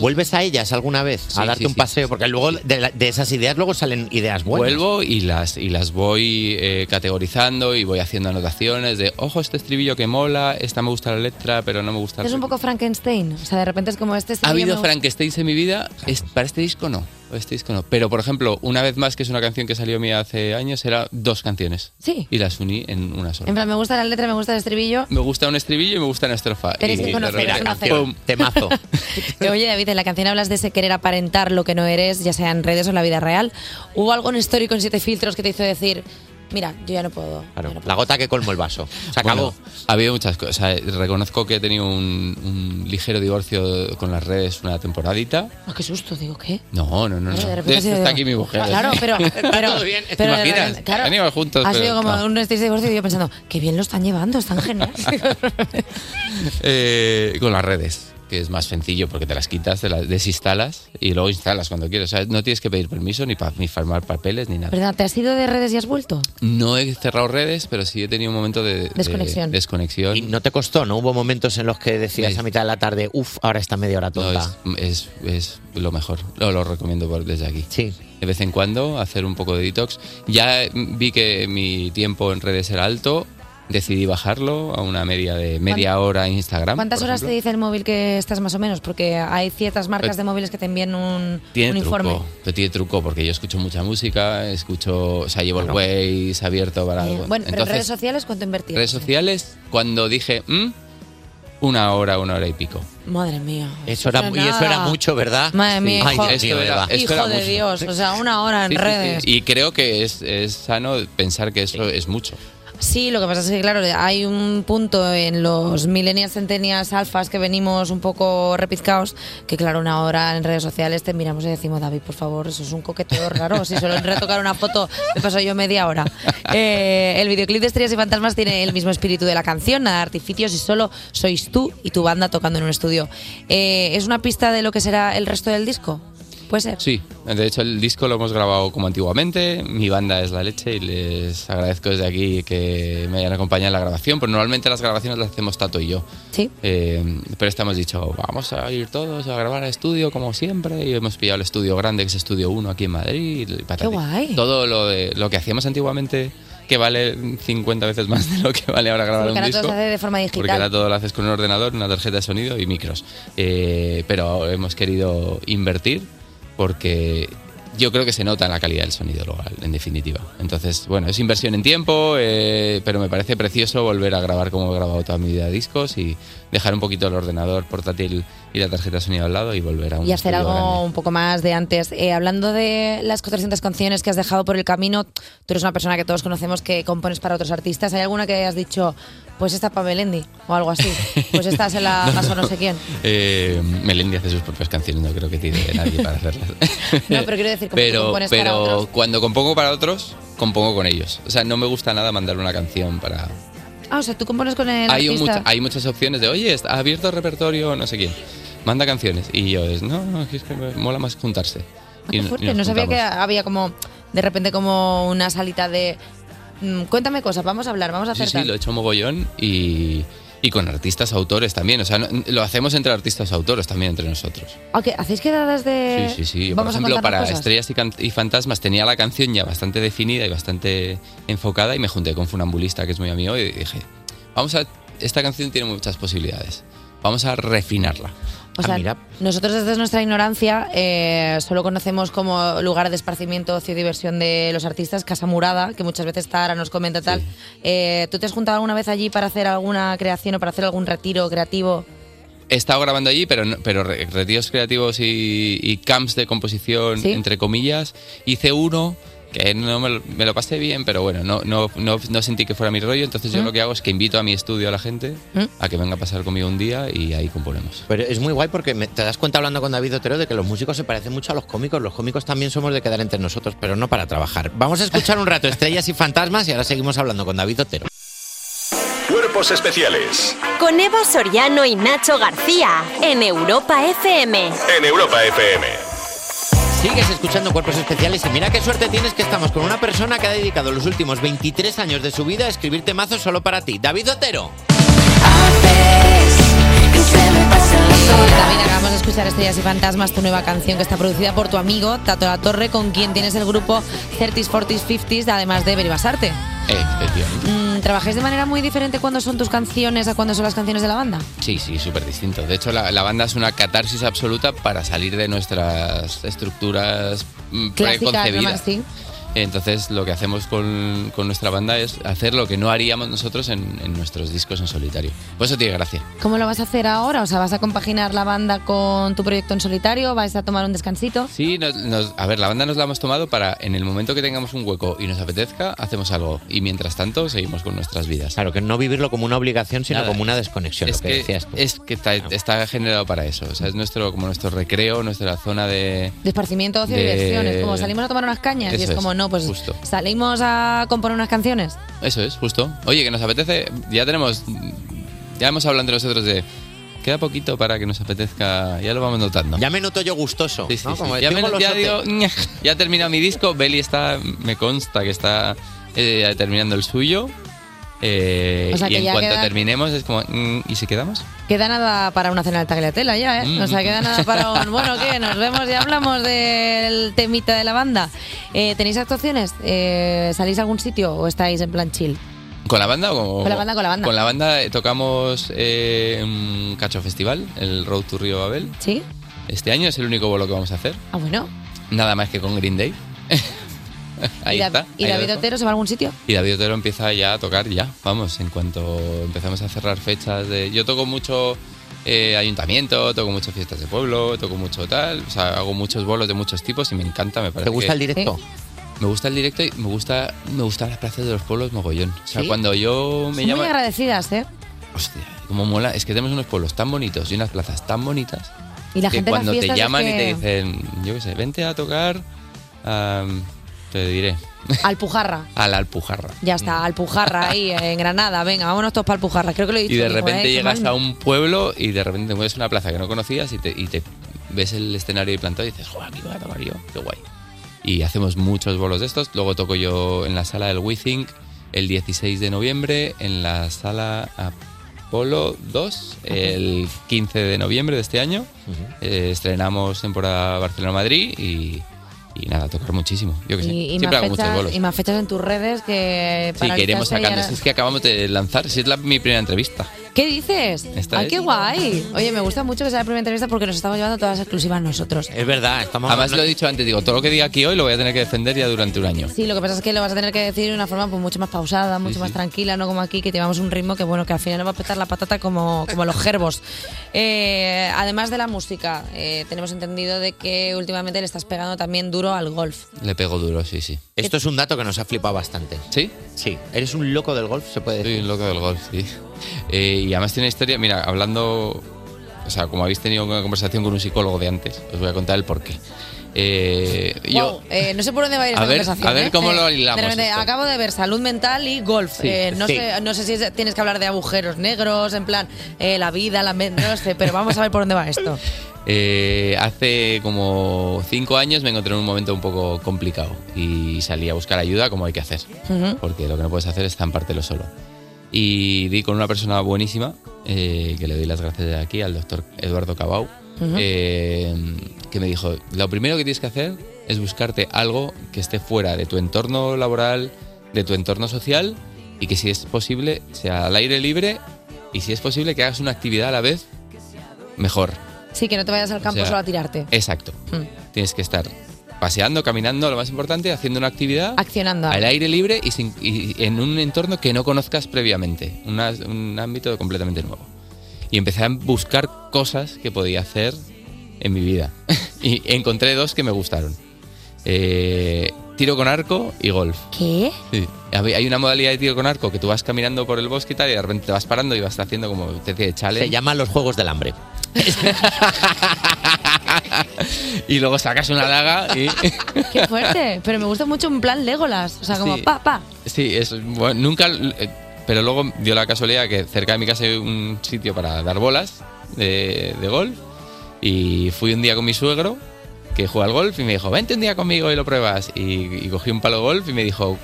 ¿Vuelves a ellas alguna vez?
Sí,
A darte
sí,
un
sí,
paseo, porque luego de, la- de esas ideas luego salen ideas buenas.
Vuelvo y las, y las voy eh, categorizando y voy haciendo anotaciones de, ojo, este estribillo que mola, esta me gusta la letra, pero no me gusta la
Es un poco Frankenstein. O sea, de repente es como este. sí,
¿Ha
yo me
habido
gusta.
Frankenstein en mi vida? Es, para este disco no. para Este disco no. Pero, por ejemplo, una vez más, que es una canción que salió mía hace años, era dos canciones.
Sí.
Y las uní en una sola.
En plan, me gusta la letra, me gusta el estribillo.
Me gusta un estribillo y me gusta una estrofa.
Tenéis
y
que
de
conocer,
repente,
es una cena.
¡pum!
Temazo.
Que, Oye, David, en la canción hablas de ese querer aparentar lo que no eres, ya sea en redes o en la vida real. ¿Hubo algo en histórico en Siete Filtros que te hizo decir, mira, yo ya no puedo?
Claro, la gota que colmó el vaso. Se acabó.
ha habido muchas cosas. Reconozco que he tenido un, un ligero divorcio con las redes una temporadita.
Ah, qué susto, digo, ¿qué?
No, no, no. no.
Claro, Eh, de
De
repente ha
hecho,
sido-
está aquí mi mujer.
Claro, pero. pero,
¿Te
pero de
imaginas?
repente- claro,
Veníamos juntos.
ha
pero-
sido como
no.
un estrés de divorcio y yo pensando, qué bien lo están llevando, están geniales.
Eh, con las redes, que es más sencillo porque te las quitas, te las desinstalas y luego instalas cuando quieres. O sea, no tienes que pedir permiso ni, pa- ni firmar papeles ni nada.
¿Verdad? ¿Te has ido de redes y has vuelto?
No he cerrado redes, pero sí he tenido un momento de, de-
Desconexión.
desconexión.
Y no te costó, ¿no? Hubo momentos en los que decías a mitad de la tarde, uff, ahora está media hora
No,
tonta.
es, es- es lo mejor. Lo, lo recomiendo por- desde aquí.
Sí.
De vez en cuando hacer un poco de detox. Ya eh, vi que mi tiempo en redes era alto. Decidí bajarlo a una media de media hora en Instagram.
¿Cuántas
por
horas te
ejemplo. Pues
dice el móvil que estás más o menos? Porque hay ciertas marcas de móviles que te envían un, un
Tiene
informe.
truco, pero tiene truco porque yo escucho mucha música, escucho, o sea, llevo el Waze abierto para
Eh,
algo.
Bueno, pero en ¿eh?
Entonces,
redes sociales, ¿cuánto invertir?
redes sociales, cuando dije, "Mm, una hora, una hora y pico.
Madre mía.
Eso era,
Pero
y eso era
nada.
mucho,
Ah,
¿verdad?
Madre mía,
Ay,
hijo,
Dios mío,
era-
Eva.
esto era
hijo de
mucho.
Dios. O sea, una hora en
Sí, sí, sí.
redes.
Y creo que es, es sano pensar que eso es mucho.
Sí, lo que pasa es que, claro, hay un punto en los millennials, centenias, alfas que venimos un poco repizcaos, que claro, una hora en redes sociales te miramos y decimos, David, por favor, eso es un coqueteo raro. Si solo en retocar una foto me paso yo media hora. Eh, el videoclip de Estrellas y Fantasmas tiene el mismo espíritu de la canción, nada de artificios y solo sois tú y tu banda tocando en un estudio. Eh, ¿Es una pista de lo que será el resto del disco? Puede ser.
Sí, de hecho el disco lo hemos grabado como antiguamente, mi banda es La Leche y les agradezco desde aquí que me hayan acompañado en la grabación, pero normalmente las grabaciones las hacemos Tato y yo.
Sí.
Eh, pero estamos dicho, vamos a ir todos a grabar al estudio como siempre y hemos pillado el estudio grande que es Estudio 1 aquí en Madrid. y patati.
Qué guay.
Todo lo, de, lo que hacíamos antiguamente que vale 50 veces más de lo que vale ahora grabar
Porque
un
ahora
disco.
todo se hace de forma digital.
Porque ahora todo lo haces con un ordenador, una tarjeta de sonido y micros. Eh, pero hemos querido invertir porque yo creo que se nota la calidad del sonido global, en definitiva. Entonces, bueno, es inversión en tiempo, eh, pero me parece precioso volver a grabar como he grabado toda mi vida discos y dejar un poquito el ordenador portátil y la tarjeta de sonido al lado y volver a un
y hacer
estudio
algo
grande.
un poco más de antes. Eh, hablando de las 400 canciones que has dejado por el camino, tú eres una persona que todos conocemos que compones para otros artistas. ¿Hay alguna que has dicho, pues esta para Melendi o algo así? Pues esta se la paso a no sé quién.
Eh, Melendi hace sus propias canciones, no creo que tire de nadie para hacerlas.
No, pero quiero decir, como tú
pero
compones para
pero
otros.
cuando compongo para otros, compongo con ellos. O sea, no me gusta nada mandar una canción para...
Ah, o sea, tú compones con el
Hay, un
artista.
mucha- hay muchas opciones de, oye, está abierto el repertorio, no sé quién. Manda canciones. Y yo es, no, no, es que me mola más juntarse. Y
Ah, Qué
no- y
fuerte,
nos
no sabía que
juntamos.
había como, de repente, como una salita de... mm, cuéntame cosas, vamos a hablar, vamos a hacer
Sí, sí,
tal.
lo he hecho mogollón y, y con artistas autores también. O sea, no- lo hacemos entre artistas autores también, entre nosotros.
Ah, ¿qué? ¿Hacéis quedadas de...?
Sí, sí, sí. Yo, Por
Eh, Vamos a
ejemplo,
contarnos
para
cosas?
Estrellas y, Can- y Fantasmas tenía la canción ya bastante definida y bastante enfocada y me junté con Funambulista, que es muy amigo, y dije, vamos a... Esta canción tiene muchas posibilidades. Vamos a refinarla. Ah,
O sea, nosotros desde nuestra ignorancia eh, solo conocemos como lugar de esparcimiento, ocio y diversión de los artistas, Casa Murada, que muchas veces Tara nos comenta tal. Eh, ¿Tú te has juntado alguna vez allí para hacer alguna creación o para hacer algún retiro creativo?
He estado grabando allí, pero, no- pero re- retiros creativos y, y camps de composición,
Sí.
entre comillas. Hice uno que no me lo, me lo pasé bien, pero bueno, no, no, no, no sentí que fuera mi rollo. Entonces yo
¿Mm?
lo que hago es que invito a mi estudio a la gente
¿Mm?
a que venga a pasar conmigo un día y ahí componemos.
Pero es muy guay porque me- te das cuenta hablando con David Otero de que los músicos se parecen mucho a los cómicos. Los cómicos también somos de quedar entre nosotros, pero no para trabajar. Vamos a escuchar un rato Estrellas y Fantasmas y ahora seguimos hablando con David Otero.
Cuerpos especiales
Con Eva Soriano y Nacho García en Europa FM.
en Europa FM.
Sigues escuchando Cuerpos Especiales y mira qué suerte tienes que estamos con una persona que ha dedicado los últimos 23 años de su vida a escribir temazos solo para ti. David Otero.
También acabamos de escuchar Estrellas y Fantasmas, tu nueva canción que está producida por tu amigo Tato La Torre, con quien tienes el grupo 30s, 40s, 50s, además de Beribasarte.
eh, Efectivamente.
Mm, ¿Trabajáis de manera muy diferente cuando son tus canciones a cuando son las canciones de la banda?
Sí, sí, súper distinto. De hecho, la, la banda es una catarsis absoluta para salir de nuestras estructuras mm,
Clásicas,
preconcebidas.
nomás, sí.
Entonces, lo que hacemos con, con nuestra banda es hacer lo que no haríamos nosotros en, en nuestros discos en solitario. Por eso tiene gracia.
¿Cómo lo vas a hacer ahora? O sea, ¿vas a compaginar la banda con tu proyecto en solitario? ¿Vais a tomar un descansito?
Sí, nos- nos- a ver, la banda nos la hemos tomado para en el momento que tengamos un hueco y nos apetezca, hacemos algo. Y mientras tanto, seguimos con nuestras vidas.
Claro, que no vivirlo como una obligación, sino
Nada.
como una desconexión, lo que, decías tú.
es que está, está generado para eso. O sea, es nuestro, como nuestro recreo, nuestra zona de,
De esparcimiento, ocio y
De-
diversión. Es como salimos a tomar unas cañas y
Eso
es como,
es,
no, pues
justo.
salimos a componer unas canciones.
Eso es, justo. Oye, que nos apetece. Ya tenemos. Ya hemos hablado entre nosotros de. Queda poquito para que nos apetezca. Ya lo vamos notando.
Ya me noto yo gustoso.
Sí, sí,
¿no?
sí.
Como
Ya, me-
tengo los
ya
sote.
digo, "Ña". Ya he terminado mi disco. Beli está. Me consta que está eh, terminando el suyo. Eh,
O sea,
y
que
en
ya
cuanto
queda-
terminemos es como. "Mm, ¿Y si quedamos?
Queda nada para una cena de tagliatela ya, ¿eh?
Mm.
O sea, queda nada para un... Bueno, ¿qué? Nos vemos y hablamos del temita de la banda. Eh, ¿Tenéis actuaciones? Eh, ¿Salís a algún sitio o estáis en plan chill?
¿Con la banda o
Con la banda, con la banda.
Con la banda eh, tocamos eh, en Cacho Festival, el Road to Río Babel.
Sí.
Este año es el único bolo que vamos a hacer.
Ah, bueno.
Nada más que con Green Day. Ahí
¿Y, Da-
está.
y
ahí lo
David
dejo.
Otero se va a algún sitio?
Y David Otero empieza ya a tocar, ya, vamos, en cuanto empezamos a cerrar fechas de... Yo toco mucho eh, ayuntamiento, toco mucho fiestas de pueblo, toco mucho tal, o sea, hago muchos bolos de muchos tipos y me encanta, me parece
¿Te gusta
que-
el directo?
Me gusta el directo y me gusta me gusta las plazas de los pueblos mogollón. O sea,
¿Sí?
cuando yo me
Son muy
llaman...
agradecidas, ¿eh?
Como mola, es que tenemos unos pueblos tan bonitos y unas plazas tan bonitas
Y la
que
gente en las
cuando te
fiestas es
llaman y
que-
te dicen, yo qué sé, vente a tocar, am, te diré,
Alpujarra.
a la Alpujarra.
Ya está, Alpujarra ahí eh, en Granada. Venga, vámonos todos para Alpujarra. Creo que lo he dicho.
Y de
bien,
repente
¿eh? Qué
llegas
mal.
a un pueblo y de repente te encuentras una plaza que no conocías y te, y te ves el escenario ahí plantado y dices, joder, aquí voy a tocar yo, qué guay. Y hacemos muchos bolos de estos. Luego toco yo en la sala del WeThink el 16 de noviembre, en la sala Apolo 2 el 15 de noviembre de este año. Eh, estrenamos temporada Barcelona-Madrid y, y nada, tocar muchísimo. Yo que sé,
Y, y
siempre
más
hago muchos
fechas,
bolos.
y más fechas en tus redes que
Sí, que iremos
iremos
sacando. Si Es que acabamos de lanzar, si es la- mi primera entrevista.
¿Qué dices?
Esta
¡Ay,
es.
qué guay! Oye, me gusta mucho que sea la primera entrevista porque nos estamos llevando todas las exclusivas nosotros.
Es verdad, estamos Además, lo he dicho antes, digo, todo lo que diga aquí hoy lo voy a tener que defender ya durante un año.
Sí, lo que pasa es que lo vas a tener que decir de una forma pues, mucho más pausada, mucho más tranquila, no como aquí, que llevamos un ritmo que bueno, que al final nos va a petar la patata como, como los gerbos. Eh, además de la música, eh, tenemos entendido de que últimamente le estás pegando también duro al golf.
Le pego duro, sí, sí.
Esto es un dato que nos ha flipado bastante.
¿Sí?
Sí. ¿Eres un loco del golf? Se puede decir.
Soy un loco del golf, sí. Eh, y además tiene historia, mira, hablando, o sea, como habéis tenido una conversación con un psicólogo de antes, os voy a contar el porqué. Eh, yo,
Wow, eh, no sé por dónde va a ir
A
esta
ver-
conversación.
a ver
¿eh?
cómo
Eh,
lo hilamos
de repente,
esto.
acabo de ver salud mental y golf.
Sí,
Eh, no,
sí.
sé, no sé si es- tienes que hablar de agujeros negros, en plan, eh, la vida, la men- no sé, pero vamos a ver por dónde va esto.
Eh, hace como cinco años me encontré en un momento un poco complicado y salí a buscar ayuda como hay que hacer,
Ujú.
porque lo que no puedes hacer es zampártelo solo. Y di con una persona buenísima, eh, que le doy las gracias de aquí, al doctor Eduardo Cabau,
Ujú.
eh, que me dijo, lo primero que tienes que hacer es buscarte algo que esté fuera de tu entorno laboral, de tu entorno social, y que si es posible sea al aire libre, y si es posible que hagas una actividad a la vez, mejor.
Sí, que no te vayas al campo
sea,
solo a tirarte.
Exacto. Tienes que estar paseando, caminando, lo más importante, haciendo una actividad
Accionando.
al aire libre y, sin- y en un entorno que no conozcas previamente, una- un ámbito completamente nuevo. Y empecé a buscar cosas que podía hacer en mi vida. y encontré dos que me gustaron. Eh, tiro con arco y golf.
¿Qué?
Sí. Hab- Hay una modalidad de tiro con arco que tú vas caminando por el bosque y tal y de repente te vas parando y vas haciendo como especie de challenge.
Se llaman los Juegos del Hambre.
y luego sacas una daga y...
Qué fuerte, pero me gusta mucho en plan Legolas, o sea, como
Sí.
pa, pa.
Sí, es, bueno, nunca... eh, Pero luego dio la casualidad que cerca de mi casa hay un sitio para dar bolas de, de golf y fui un día con mi suegro que juega al golf y me dijo, vente un día conmigo y lo pruebas. Y, y cogí un palo de golf y me dijo,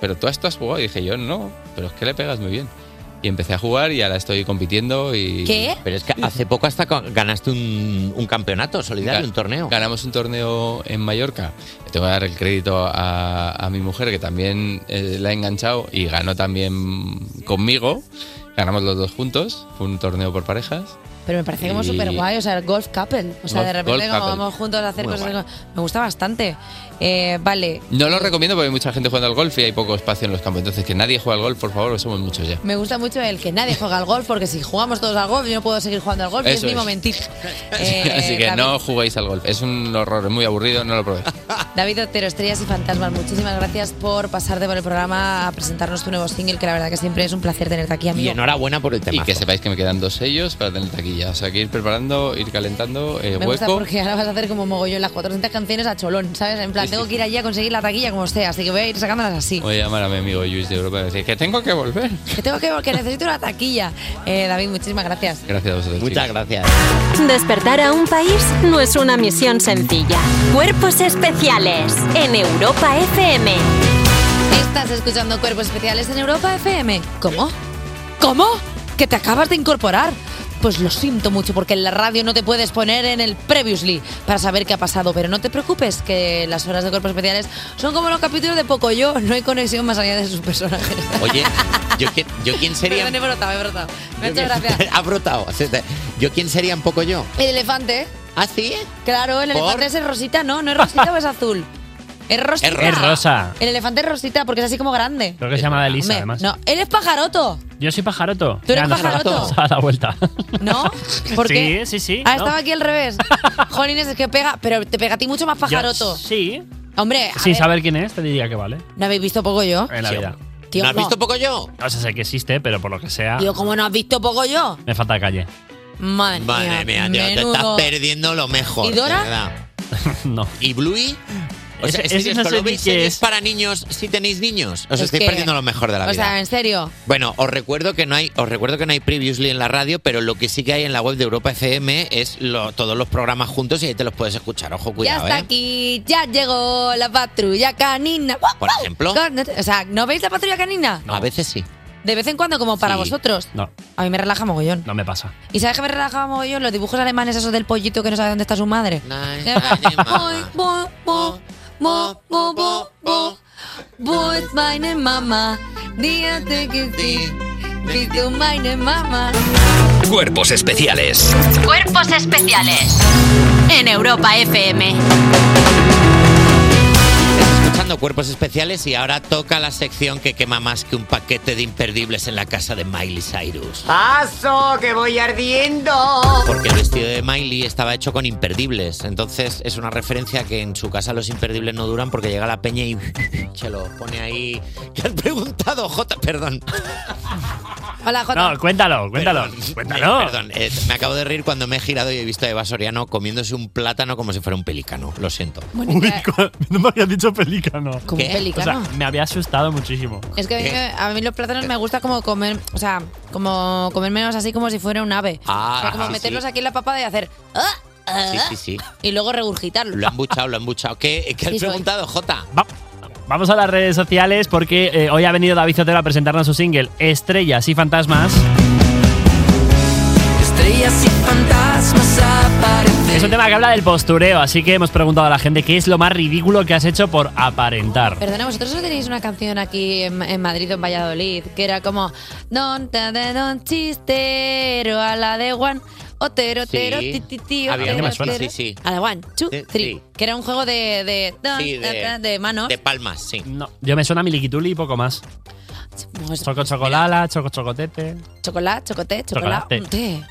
pero tú a esto has jugado. Y dije, yo no, pero es que le pegas muy bien. Y empecé a jugar y ahora estoy compitiendo y...
¿Qué?
Pero es que hace poco hasta ganaste un, campeonato solidario, un torneo. Ganamos un torneo en Mallorca. Tengo que dar el crédito a, a mi mujer, que también eh, la he enganchado y ganó también conmigo. Ganamos los dos juntos. Fue un torneo por parejas.
Pero me parece como
Y-
súper guay, o sea, el golf couple. O sea,
Golf-
de repente
golf
como
couple.
vamos juntos a hacer
Muy
cosas. Me gusta bastante. Eh, vale,
No lo recomiendo porque hay mucha gente jugando al golf y hay poco espacio en los campos. Entonces, que nadie juegue al golf, por favor, somos muchos ya.
Me gusta mucho el que nadie juega al golf, porque si jugamos todos al golf, yo no puedo seguir jugando al golf y es
Eso
mi
es.
momentito. Eh,
Así que
David,
no juguéis al golf. Es un horror, es muy aburrido, no lo probéis.
David Otero, Estrellas y Fantasmas, muchísimas gracias por pasarte por el programa a presentarnos tu nuevo single, que la verdad que siempre es un placer tenerte aquí, amigo.
enhorabuena por el tema. Y que sepáis que me quedan dos sellos para tener taquilla. O sea, que ir preparando, ir calentando eh,
Me gusta
hueco.
porque ahora vas a hacer como mogollón las 400 canciones a cholón, ¿sabes? En plan, tengo que ir allí a conseguir la taquilla como sea, así que voy a ir sacándolas así.
Voy a llamar a mi amigo Luis de Europa y decir que tengo que volver.
Que tengo que, porque necesito la taquilla. Eh, David, muchísimas gracias.
Gracias a vosotros. Muchas
gracias.
Despertar a un país no es una misión sencilla. Cuerpos especiales en Europa FM.
Estás escuchando Cuerpos Especiales en Europa FM. ¿Cómo? ¿Cómo? ¿Que te acabas de incorporar? Pues lo siento mucho porque en la radio no te puedes poner en el previously para saber qué ha pasado, pero no te preocupes que las horas de cuerpos especiales son como los capítulos de Pocoyo, no hay conexión más allá de sus personajes.
Oye, ¿yo, qui- yo quién sería?
Perdón, he brotado, he brotado. Me ha hecho
Yo quién-
gracia.
ha brotado. Se te- ¿Yo quién sería un poco yo?
El elefante.
¿Ah, sí?
Claro, el elefante
¿Por?
es el rosita, no, no es rosita o es azul. Es rosita.
Es rosa. Es rosa.
El elefante es rosita porque es así como grande.
Creo que se llama Elisa,
Hombre,
además.
No, él es pajaroto.
Yo soy pajaroto.
¿Tú eres
Ya, no,
pajaroto?
se ha dado la vuelta.
¿No? ¿Por
sí,
qué?
sí, sí. no.
Ah, estaba aquí al revés. Jolines, es que pega, pero te pega a ti mucho más pajaroto.
sí.
Hombre, a
Sin
ver,
saber quién es, te diría que vale.
¿no habéis visto poco yo?
En la vida.
Tío, ¿No has no. visto poco yo?
O sea, sé que existe, pero por lo que sea,
Digo, ¿cómo no has visto poco yo?
me falta calle.
Madre,
Madre mía, tío, te estás
menudo.
perdiendo lo mejor.
¿Y Dora?
de verdad.
no.
¿Y Bluey? O sea,
Ese-
¿estáis
ese no
con
sé
lo
ni
veis
qué
series
es.
para niños si tenéis niños? Os
Es
estáis
que-
perdiendo lo mejor de la
O
vida.
sea, en serio.
Bueno, os recuerdo que no hay, os recuerdo que no hay previously en la radio, pero lo que sí que hay en la web de Europa FM es lo- todos los programas juntos y ahí te los puedes escuchar. Ojo,
ya
cuidado,
está
¿eh?
aquí, ya llegó la patrulla canina. ¡Guau,
Por
guau!
ejemplo.
Con- O sea, ¿no veis la patrulla canina?
A veces sí.
De vez en cuando, como para
Sí.
vosotros.
No.
A mí me relaja mogollón.
No me pasa.
¿Y sabes que me relajaba mogollón? Los dibujos alemanes esos del pollito que no sabe dónde está su madre. Wo- wo- wo- wo- wo- wo- wo ist meine Mama? Die hat sie gesehen. Sie ist meine Mama.
Cuerpos especiales.
Cuerpos especiales en Europa FM.
Escuchando cuerpos especiales y ahora toca la sección que quema más que un paquete de imperdibles en la casa de Miley Cyrus.
¡Paso, que voy ardiendo!
Porque el vestido de Miley estaba hecho con imperdibles. Entonces es una referencia que en su casa los imperdibles no duran porque llega la peña y se lo pone ahí. ¿Qué has preguntado, J? Perdón.
Hola, Jota.
No, cuéntalo, cuéntalo. cuéntalo.
Eh, perdón, eh, me acabo de reír cuando me he girado y he visto a Eva Soriano comiéndose un plátano como si fuera un pelicano. Lo siento.
Eh.
No me habías dicho pelícano.
¿Cómo ¿Qué? pelícano?
O sea, me había asustado muchísimo.
Es que a mí, me- a mí los plátanos me gusta como comer, o sea, como comérmelos así como si fuera un ave.
Ah,
O sea, como
sí,
meterlos
sí.
aquí en la papada y hacer "Ah",
Sí, sí, sí.
y luego regurgitarlos.
Lo han buchado, lo han buchado. ¿Qué, qué has
Sí, soy.
preguntado, Jota?
Vamos a las redes sociales porque eh, hoy ha venido David Zotero a presentarnos su single Estrellas y Fantasmas.
Estrellas y fantasmas aparecen.
Es un tema que habla del postureo, así que hemos preguntado a la gente qué es lo más ridículo que has hecho por aparentar.
Perdona, vosotros no tenéis una canción aquí en, en Madrid o en Valladolid que era como Don ta, de don chistero a la de Juan Otero, tero, ti, ti, ti,
Había
otero,
una que suena,
tero,
sí, sí.
A la One, two,
Sí,
three.
sí.
Que era un juego de, de, don,
Sí,
ta,
de-
ta, de manos.
De palmas, sí.
No. Yo me suena Miliquituli y poco más.
Pues,
Choco chocolala, choco chocotete.
Chocolate, chocote, chocolate.
Chocolate.
un té.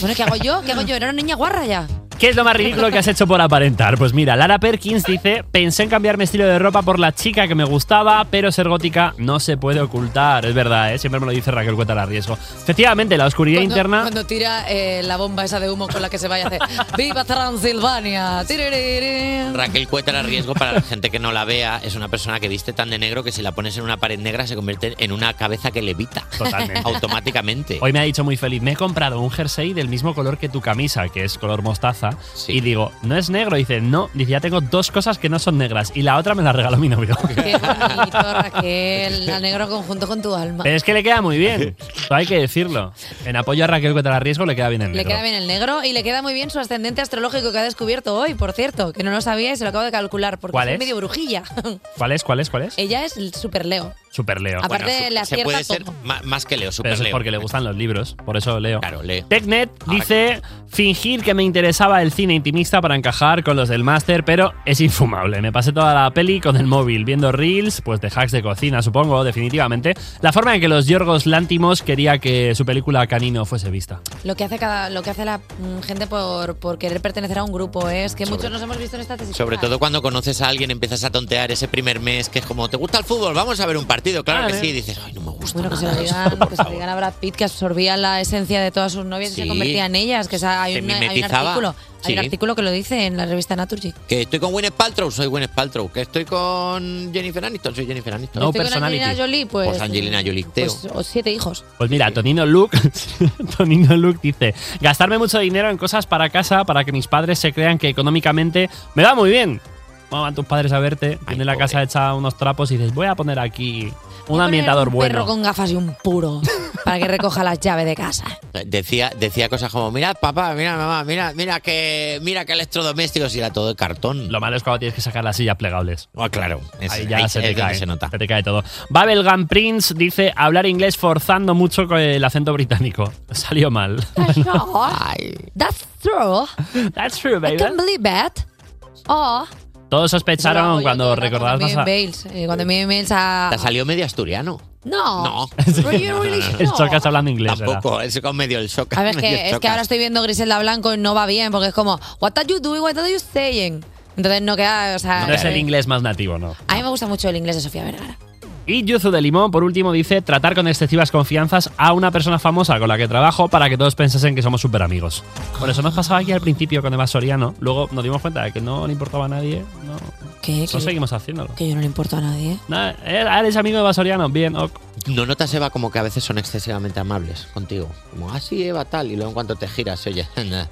bueno, ¿qué hago yo? ¿Qué hago yo? Era una niña guarra ya.
¿Qué es lo más ridículo que has hecho por aparentar? Pues mira, Lara Perkins dice, pensé en cambiar mi estilo de ropa por la chica que me gustaba, pero ser gótica no se puede ocultar. Es verdad, ¿eh? siempre me lo dice Raquel Cueta la riesgo. Efectivamente, la oscuridad
Cuando-
interna...
Cuando tira eh, la bomba esa de humo con la que se vaya a hacer. ¡Viva Transilvania! Tiriririn.
Raquel Cuétara riesgo para la gente que no la vea. Es una persona que viste tan de negro que si la pones en una pared negra se convierte en una cabeza que levita.
Totalmente.
Automáticamente.
Hoy me ha dicho muy feliz, me he comprado un jersey del mismo color que tu camisa, que es color mostaza, y digo, ¿no es negro? dice, no, dice, ya tengo dos cosas que no son negras y la otra me la regaló mi novio.
Qué bonito, Raquel. La negro conjunto con tu alma.
Pero es que le queda muy bien, todo hay que decirlo. En apoyo a Raquel Cueta la riesgo le queda bien el
Le
negro.
queda bien el negro y le queda muy bien su ascendente astrológico que ha descubierto hoy, por cierto, que no lo sabía y se lo acabo de calcular porque
¿Cuál
soy
es?
medio brujilla.
¿Cuál es? ¿Cuál es? ¿Cuál es?
Ella es el super Leo.
Super Leo.
Aparte, le
se
acierta
puede ser
todo.
ma- más que Leo,
Pero
super
eso es
Leo.
porque le gustan los libros, por eso leo.
Claro, Leo.
TechNet dice fingir que me interesaba el cine intimista para encajar con los del máster, pero es infumable. Me pasé toda la peli con el móvil, viendo reels, pues de hacks de cocina, supongo, definitivamente. La forma en que los Yorgos Lántimos quería que su película Canino fuese vista.
Lo que hace cada, lo que hace la mm, gente por, por querer pertenecer a un grupo ¿eh? es que
Sobre-
muchos nos hemos visto en esta tesis.
Sobre todo cuando conoces a alguien, empiezas a tontear ese primer mes que es como, ¿te gusta el fútbol? Vamos a ver un partido. Claro que
Claro.
sí. Y dices, ay, no me gusta.
Bueno, que se lo
nada
digan,
esto, por
que se lo
favor".
digan a Brad Pitt, que absorbía la esencia de todas sus novias y
Sí.
se convertía en ellas. Que esa- hay,
Se
una- hay un
mimetizaba.
artículo. Hay un
Sí.
artículo que lo dice en la revista Naturgy.
Que estoy con Gwyneth Paltrow, soy Gwyneth Paltrow. Que estoy con Jennifer Aniston, soy Jennifer Aniston.
Estoy con Angelina Jolie, pues.
Pues Angelina Jolie, Teo.
pues, o siete hijos.
Pues mira, Tonino Luke, Tonino Luke dice, gastarme mucho dinero en cosas para casa para que mis padres se crean que económicamente me va muy bien. Bueno, van tus padres a verte, vienen la casa hecha unos trapos y dices, voy a poner aquí un
Voy a poner
ambientador
un
bueno.
perro con gafas y un puro para que recoja las llaves de casa.
Decía, decía cosas como, mira papá, mira mamá, mira, mira que mira que electrodomésticos y era todo de cartón.
Lo malo es cuando tienes que sacar las sillas plegables.
Ah, claro. Es-
Ahí ya
ahí
se
es
te
donde
cae.
se nota.
Se te cae todo. Babel Gun Prince dice hablar inglés forzando mucho con el acento británico. Salió mal.
That's true.
That's true,
I
baby.
can't believe it. Oh,
Todos sospecharon cuando
Ah,
recordabas
También
más a...
mails, eh, cuando envié mails a...
Te salió medio asturiano.
No.
No.
El chocas hablando inglés.
Tampoco, es con medio el shock.
A ver, es que, es que ahora estoy viendo Griselda Blanco y no va bien, porque es como, what are you doing, what are you saying? Entonces no queda, o sea...
No es el inglés más nativo, ¿no?
A mí me gusta mucho el inglés de Sofía Vergara.
Y Yuzu de Limón, por último, dice tratar con excesivas confianzas a una persona famosa con la que trabajo para que todos pensasen que somos súper amigos. Por eso nos pasaba aquí al principio con Eva Soriano. Luego nos dimos cuenta de que no le importaba a nadie. No,
¿Qué?
no seguimos haciéndolo.
Que yo no le importo a nadie.
Nada, eh, eres amigo de Eva Soriano. Bien, ok.
¿No notas, Eva, como que a veces son excesivamente amables contigo? Como, ah, sí, Eva, tal. Y luego en cuanto te giras, oye, nada.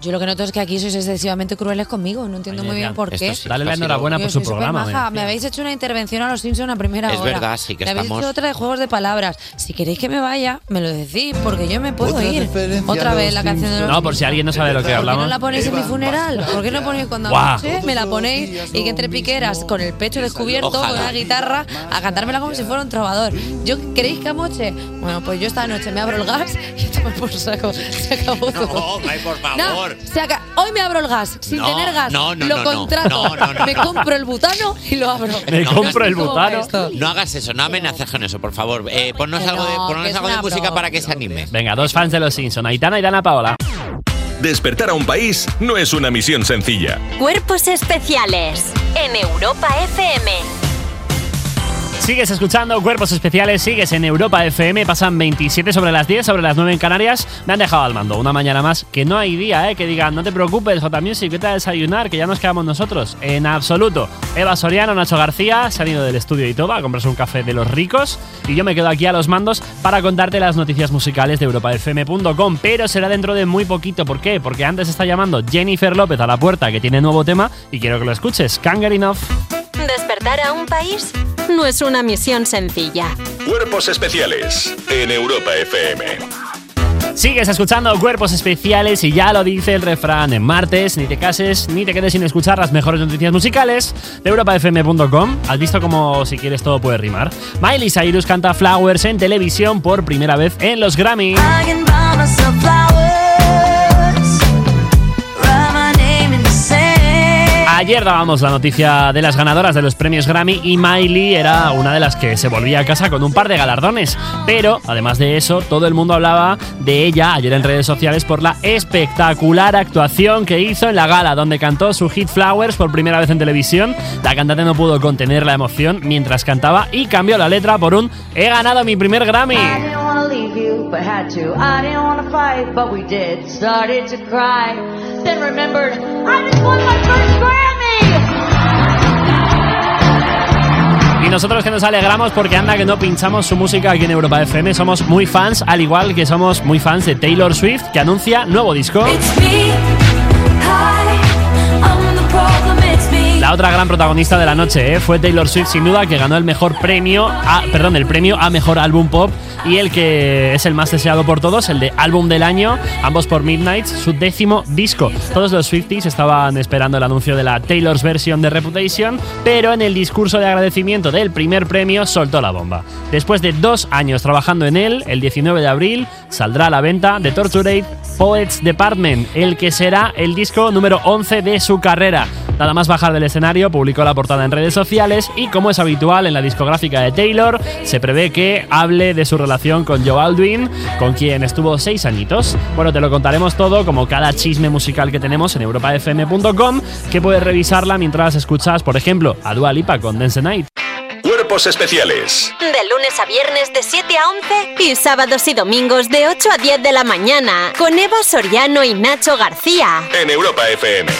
Yo lo que noto es que aquí sois excesivamente crueles conmigo, no entiendo muy bien por
esto
qué.
sí, Dale la esto ha enhorabuena sido- por
Yo
su
soy súper
programa,
maja.
me
Me habéis hecho una intervención a los Simpsons a primera
Es
hora.
verdad, sí que
Me habéis
estamos-
hecho otra de juegos de palabras. Si queréis que me vaya, me lo decís, porque yo me puedo
Otra
ir.
referencia
Otra
a los
vez la canción de los
No, por si alguien no sabe de lo que
¿Por qué no
hablamos.
la ponéis en mi funeral? ¿Por qué no ponéis cuando
Guau.
anoche me la ponéis y que entre piqueras con el pecho descubierto,
Ojalá.
con una guitarra, a cantármela como si fuera un trovador? ¿Yo creéis que anoche? Bueno, pues yo esta noche me abro el gas y tomo por saco. Se acabó todo.
Ay, por favor.
No, se aca- Hoy me abro el gas, sin
No,
tener gas.
no, no,
lo
no, no.
contrato.
No, no, no,
me
no.
compro el butano y lo abro.
No
compro
hagas-
el butano.
No hagas eso, no amenaces con eso, por favor. Eh, ponnos
Que
algo de,
no,
ponnos
que es
algo de
una
música
broma.
para que se anime.
Venga, dos fans de los Simpson, Aitana y Dana Paola.
Despertar a un país no es una misión sencilla.
Cuerpos especiales en Europa FM.
Sigues escuchando Cuerpos Especiales, sigues en Europa FM, pasan 27 sobre las 10, sobre las 9 en Canarias. Me han dejado al mando una mañana más, que no hay día, ¿eh? que digan, no te preocupes, o también si vete a desayunar, que ya nos quedamos nosotros. En absoluto. Eva Soriano, Nacho García se han ido del estudio y todo a comprarse un café de los ricos. Y yo me quedo aquí a los mandos para contarte las noticias musicales de europafm.com, pero será dentro de muy poquito. ¿Por qué? Porque antes está llamando Jennifer López a la puerta, que tiene nuevo tema, y quiero que lo escuches. Kangarinoff.
Despertar a un país no es una misión sencilla.
Cuerpos especiales en Europa FM.
Sigues escuchando Cuerpos Especiales y ya lo dice el refrán en martes, ni te cases, ni te quedes sin escuchar las mejores noticias musicales de europafm.com. ¿Has visto cómo si quieres todo puede rimar? Miley Cyrus canta Flowers en televisión por primera vez en los Grammy.
I can buy myself flowers, write my name in the sand.
Ayer dábamos la noticia de las ganadoras de los premios Grammy y Miley era una de las que se volvía a casa con un par de galardones. Pero, además de eso, todo el mundo hablaba de ella ayer en redes sociales por la espectacular actuación que hizo en la gala, donde cantó su hit Flowers por primera vez en televisión. La cantante no pudo contener la emoción mientras cantaba y cambió la letra por un He ganado mi primer Grammy.
I didn't wanna leave you, but had to. I didn't wanna fight, but we did. Started to cry, then remembered I just won my first
Y nosotros que nos alegramos porque anda que no pinchamos su música aquí en Europa FM, somos muy fans, al igual que somos muy fans de Taylor Swift, que anuncia nuevo disco. La otra gran protagonista de la noche ¿eh? fue Taylor Swift, sin duda, que ganó el mejor premio, a- perdón, el premio a mejor álbum pop y el que es el más deseado por todos, el de álbum del año, ambos por Midnight, su décimo disco. Todos los Swifties estaban esperando el anuncio de la Taylor's versión de Reputation, pero en el discurso de agradecimiento del primer premio soltó la bomba. Después de dos años trabajando en él, el 19 de abril saldrá a la venta The Torturate Poets Department, el que será el disco número 11 de su carrera. Nada más bajar del escenario, publicó la portada en redes sociales y, como es habitual en la discográfica de Taylor, se prevé que hable de su relación con Joe Alduin, con quien estuvo seis añitos. Bueno, te lo contaremos todo, como cada chisme musical que tenemos en europafm.com, que puedes revisarla mientras escuchas, por ejemplo, a Dua Lipa con Dance the Night.
Cuerpos especiales
De lunes a viernes de 7 a 11 y sábados y domingos de 8 a 10 de la mañana con Eva Soriano y Nacho García.
en Europa FM.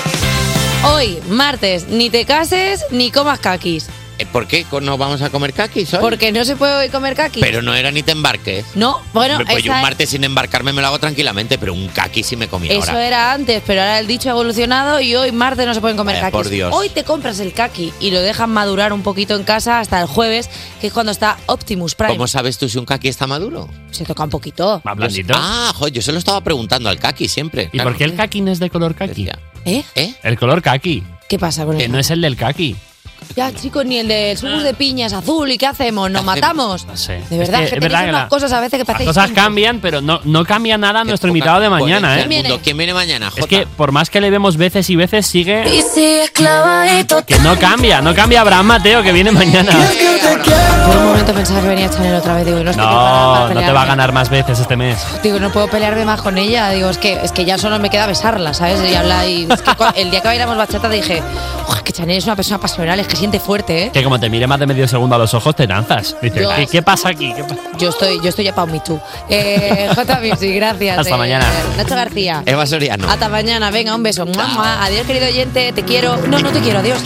Hoy, martes, ni te cases ni comas kakis.
Eh, ¿Por qué co- no vamos a comer caquis hoy?
Porque no se puede hoy comer kakis.
Pero no era ni te embarques.
no, bueno,
Hombre, pues yo
esa
un
es-
martes sin embarcarme me lo hago tranquilamente, pero un caqui sí me comí
Eso
ahora.
era antes, pero ahora el dicho ha evolucionado y hoy martes no se pueden comer
Vaya,
kakis.
por Dios.
Hoy te compras el kaki y lo dejas madurar un poquito en casa hasta el jueves, que es cuando está Optimus Prime.
¿Cómo sabes tú si un caqui está maduro?
Se toca un poquito.
Yo- Ah, joder, yo se lo estaba preguntando al caqui siempre. ¿Y por
qué el caqui no es de color
caqui?
¿Eh?
¿Eh?
El color kaki.
¿Qué pasa con
Que no es el del kaki.
Ya, chicos, ni el del sumus de piñas azul. ¿Y qué hacemos? ¿Nos matamos?
No sé.
De verdad,
es que,
que,
es
tenéis
verdad que
unas
la-
cosas a veces que
las
parecéis...
cosas cambian, pero no, no cambia nada nuestro invitado de mañana, ¿eh?
¿Quién viene? ¿Quién viene mañana?
Es que por más que le vemos veces y veces, sigue.
Y sigues clavadito.
Que no cambia, no cambia Abraham Mateo, que viene mañana.
Por un momento pensaba que venía a Chanel otra vez. Digo, no, estoy preparada
No, no te va a
para pelearme.
ganar más veces este mes.
Digo, no puedo pelearme más con ella. Digo, es que, es que ya solo me queda besarla, ¿sabes? Y hablar. Y es que cua- el día que bailamos bachata dije, "Uf, que Chanel es una persona pasional, es que siente fuerte, ¿eh?
Que como te mire más de medio segundo a los ojos, te lanzas. Dices,
Dios.
¿qué, qué pasa aquí? ¿Qué pa-
Yo estoy, yo estoy ya para un Me Too. Eh, J Music, gracias.
Hasta
eh,
mañana.
Nacho García.
Eva Soriano.
Ah, Hasta mañana, venga, un beso. Mua, mua. Adiós, querido oyente, te quiero. No, no te quiero, adiós.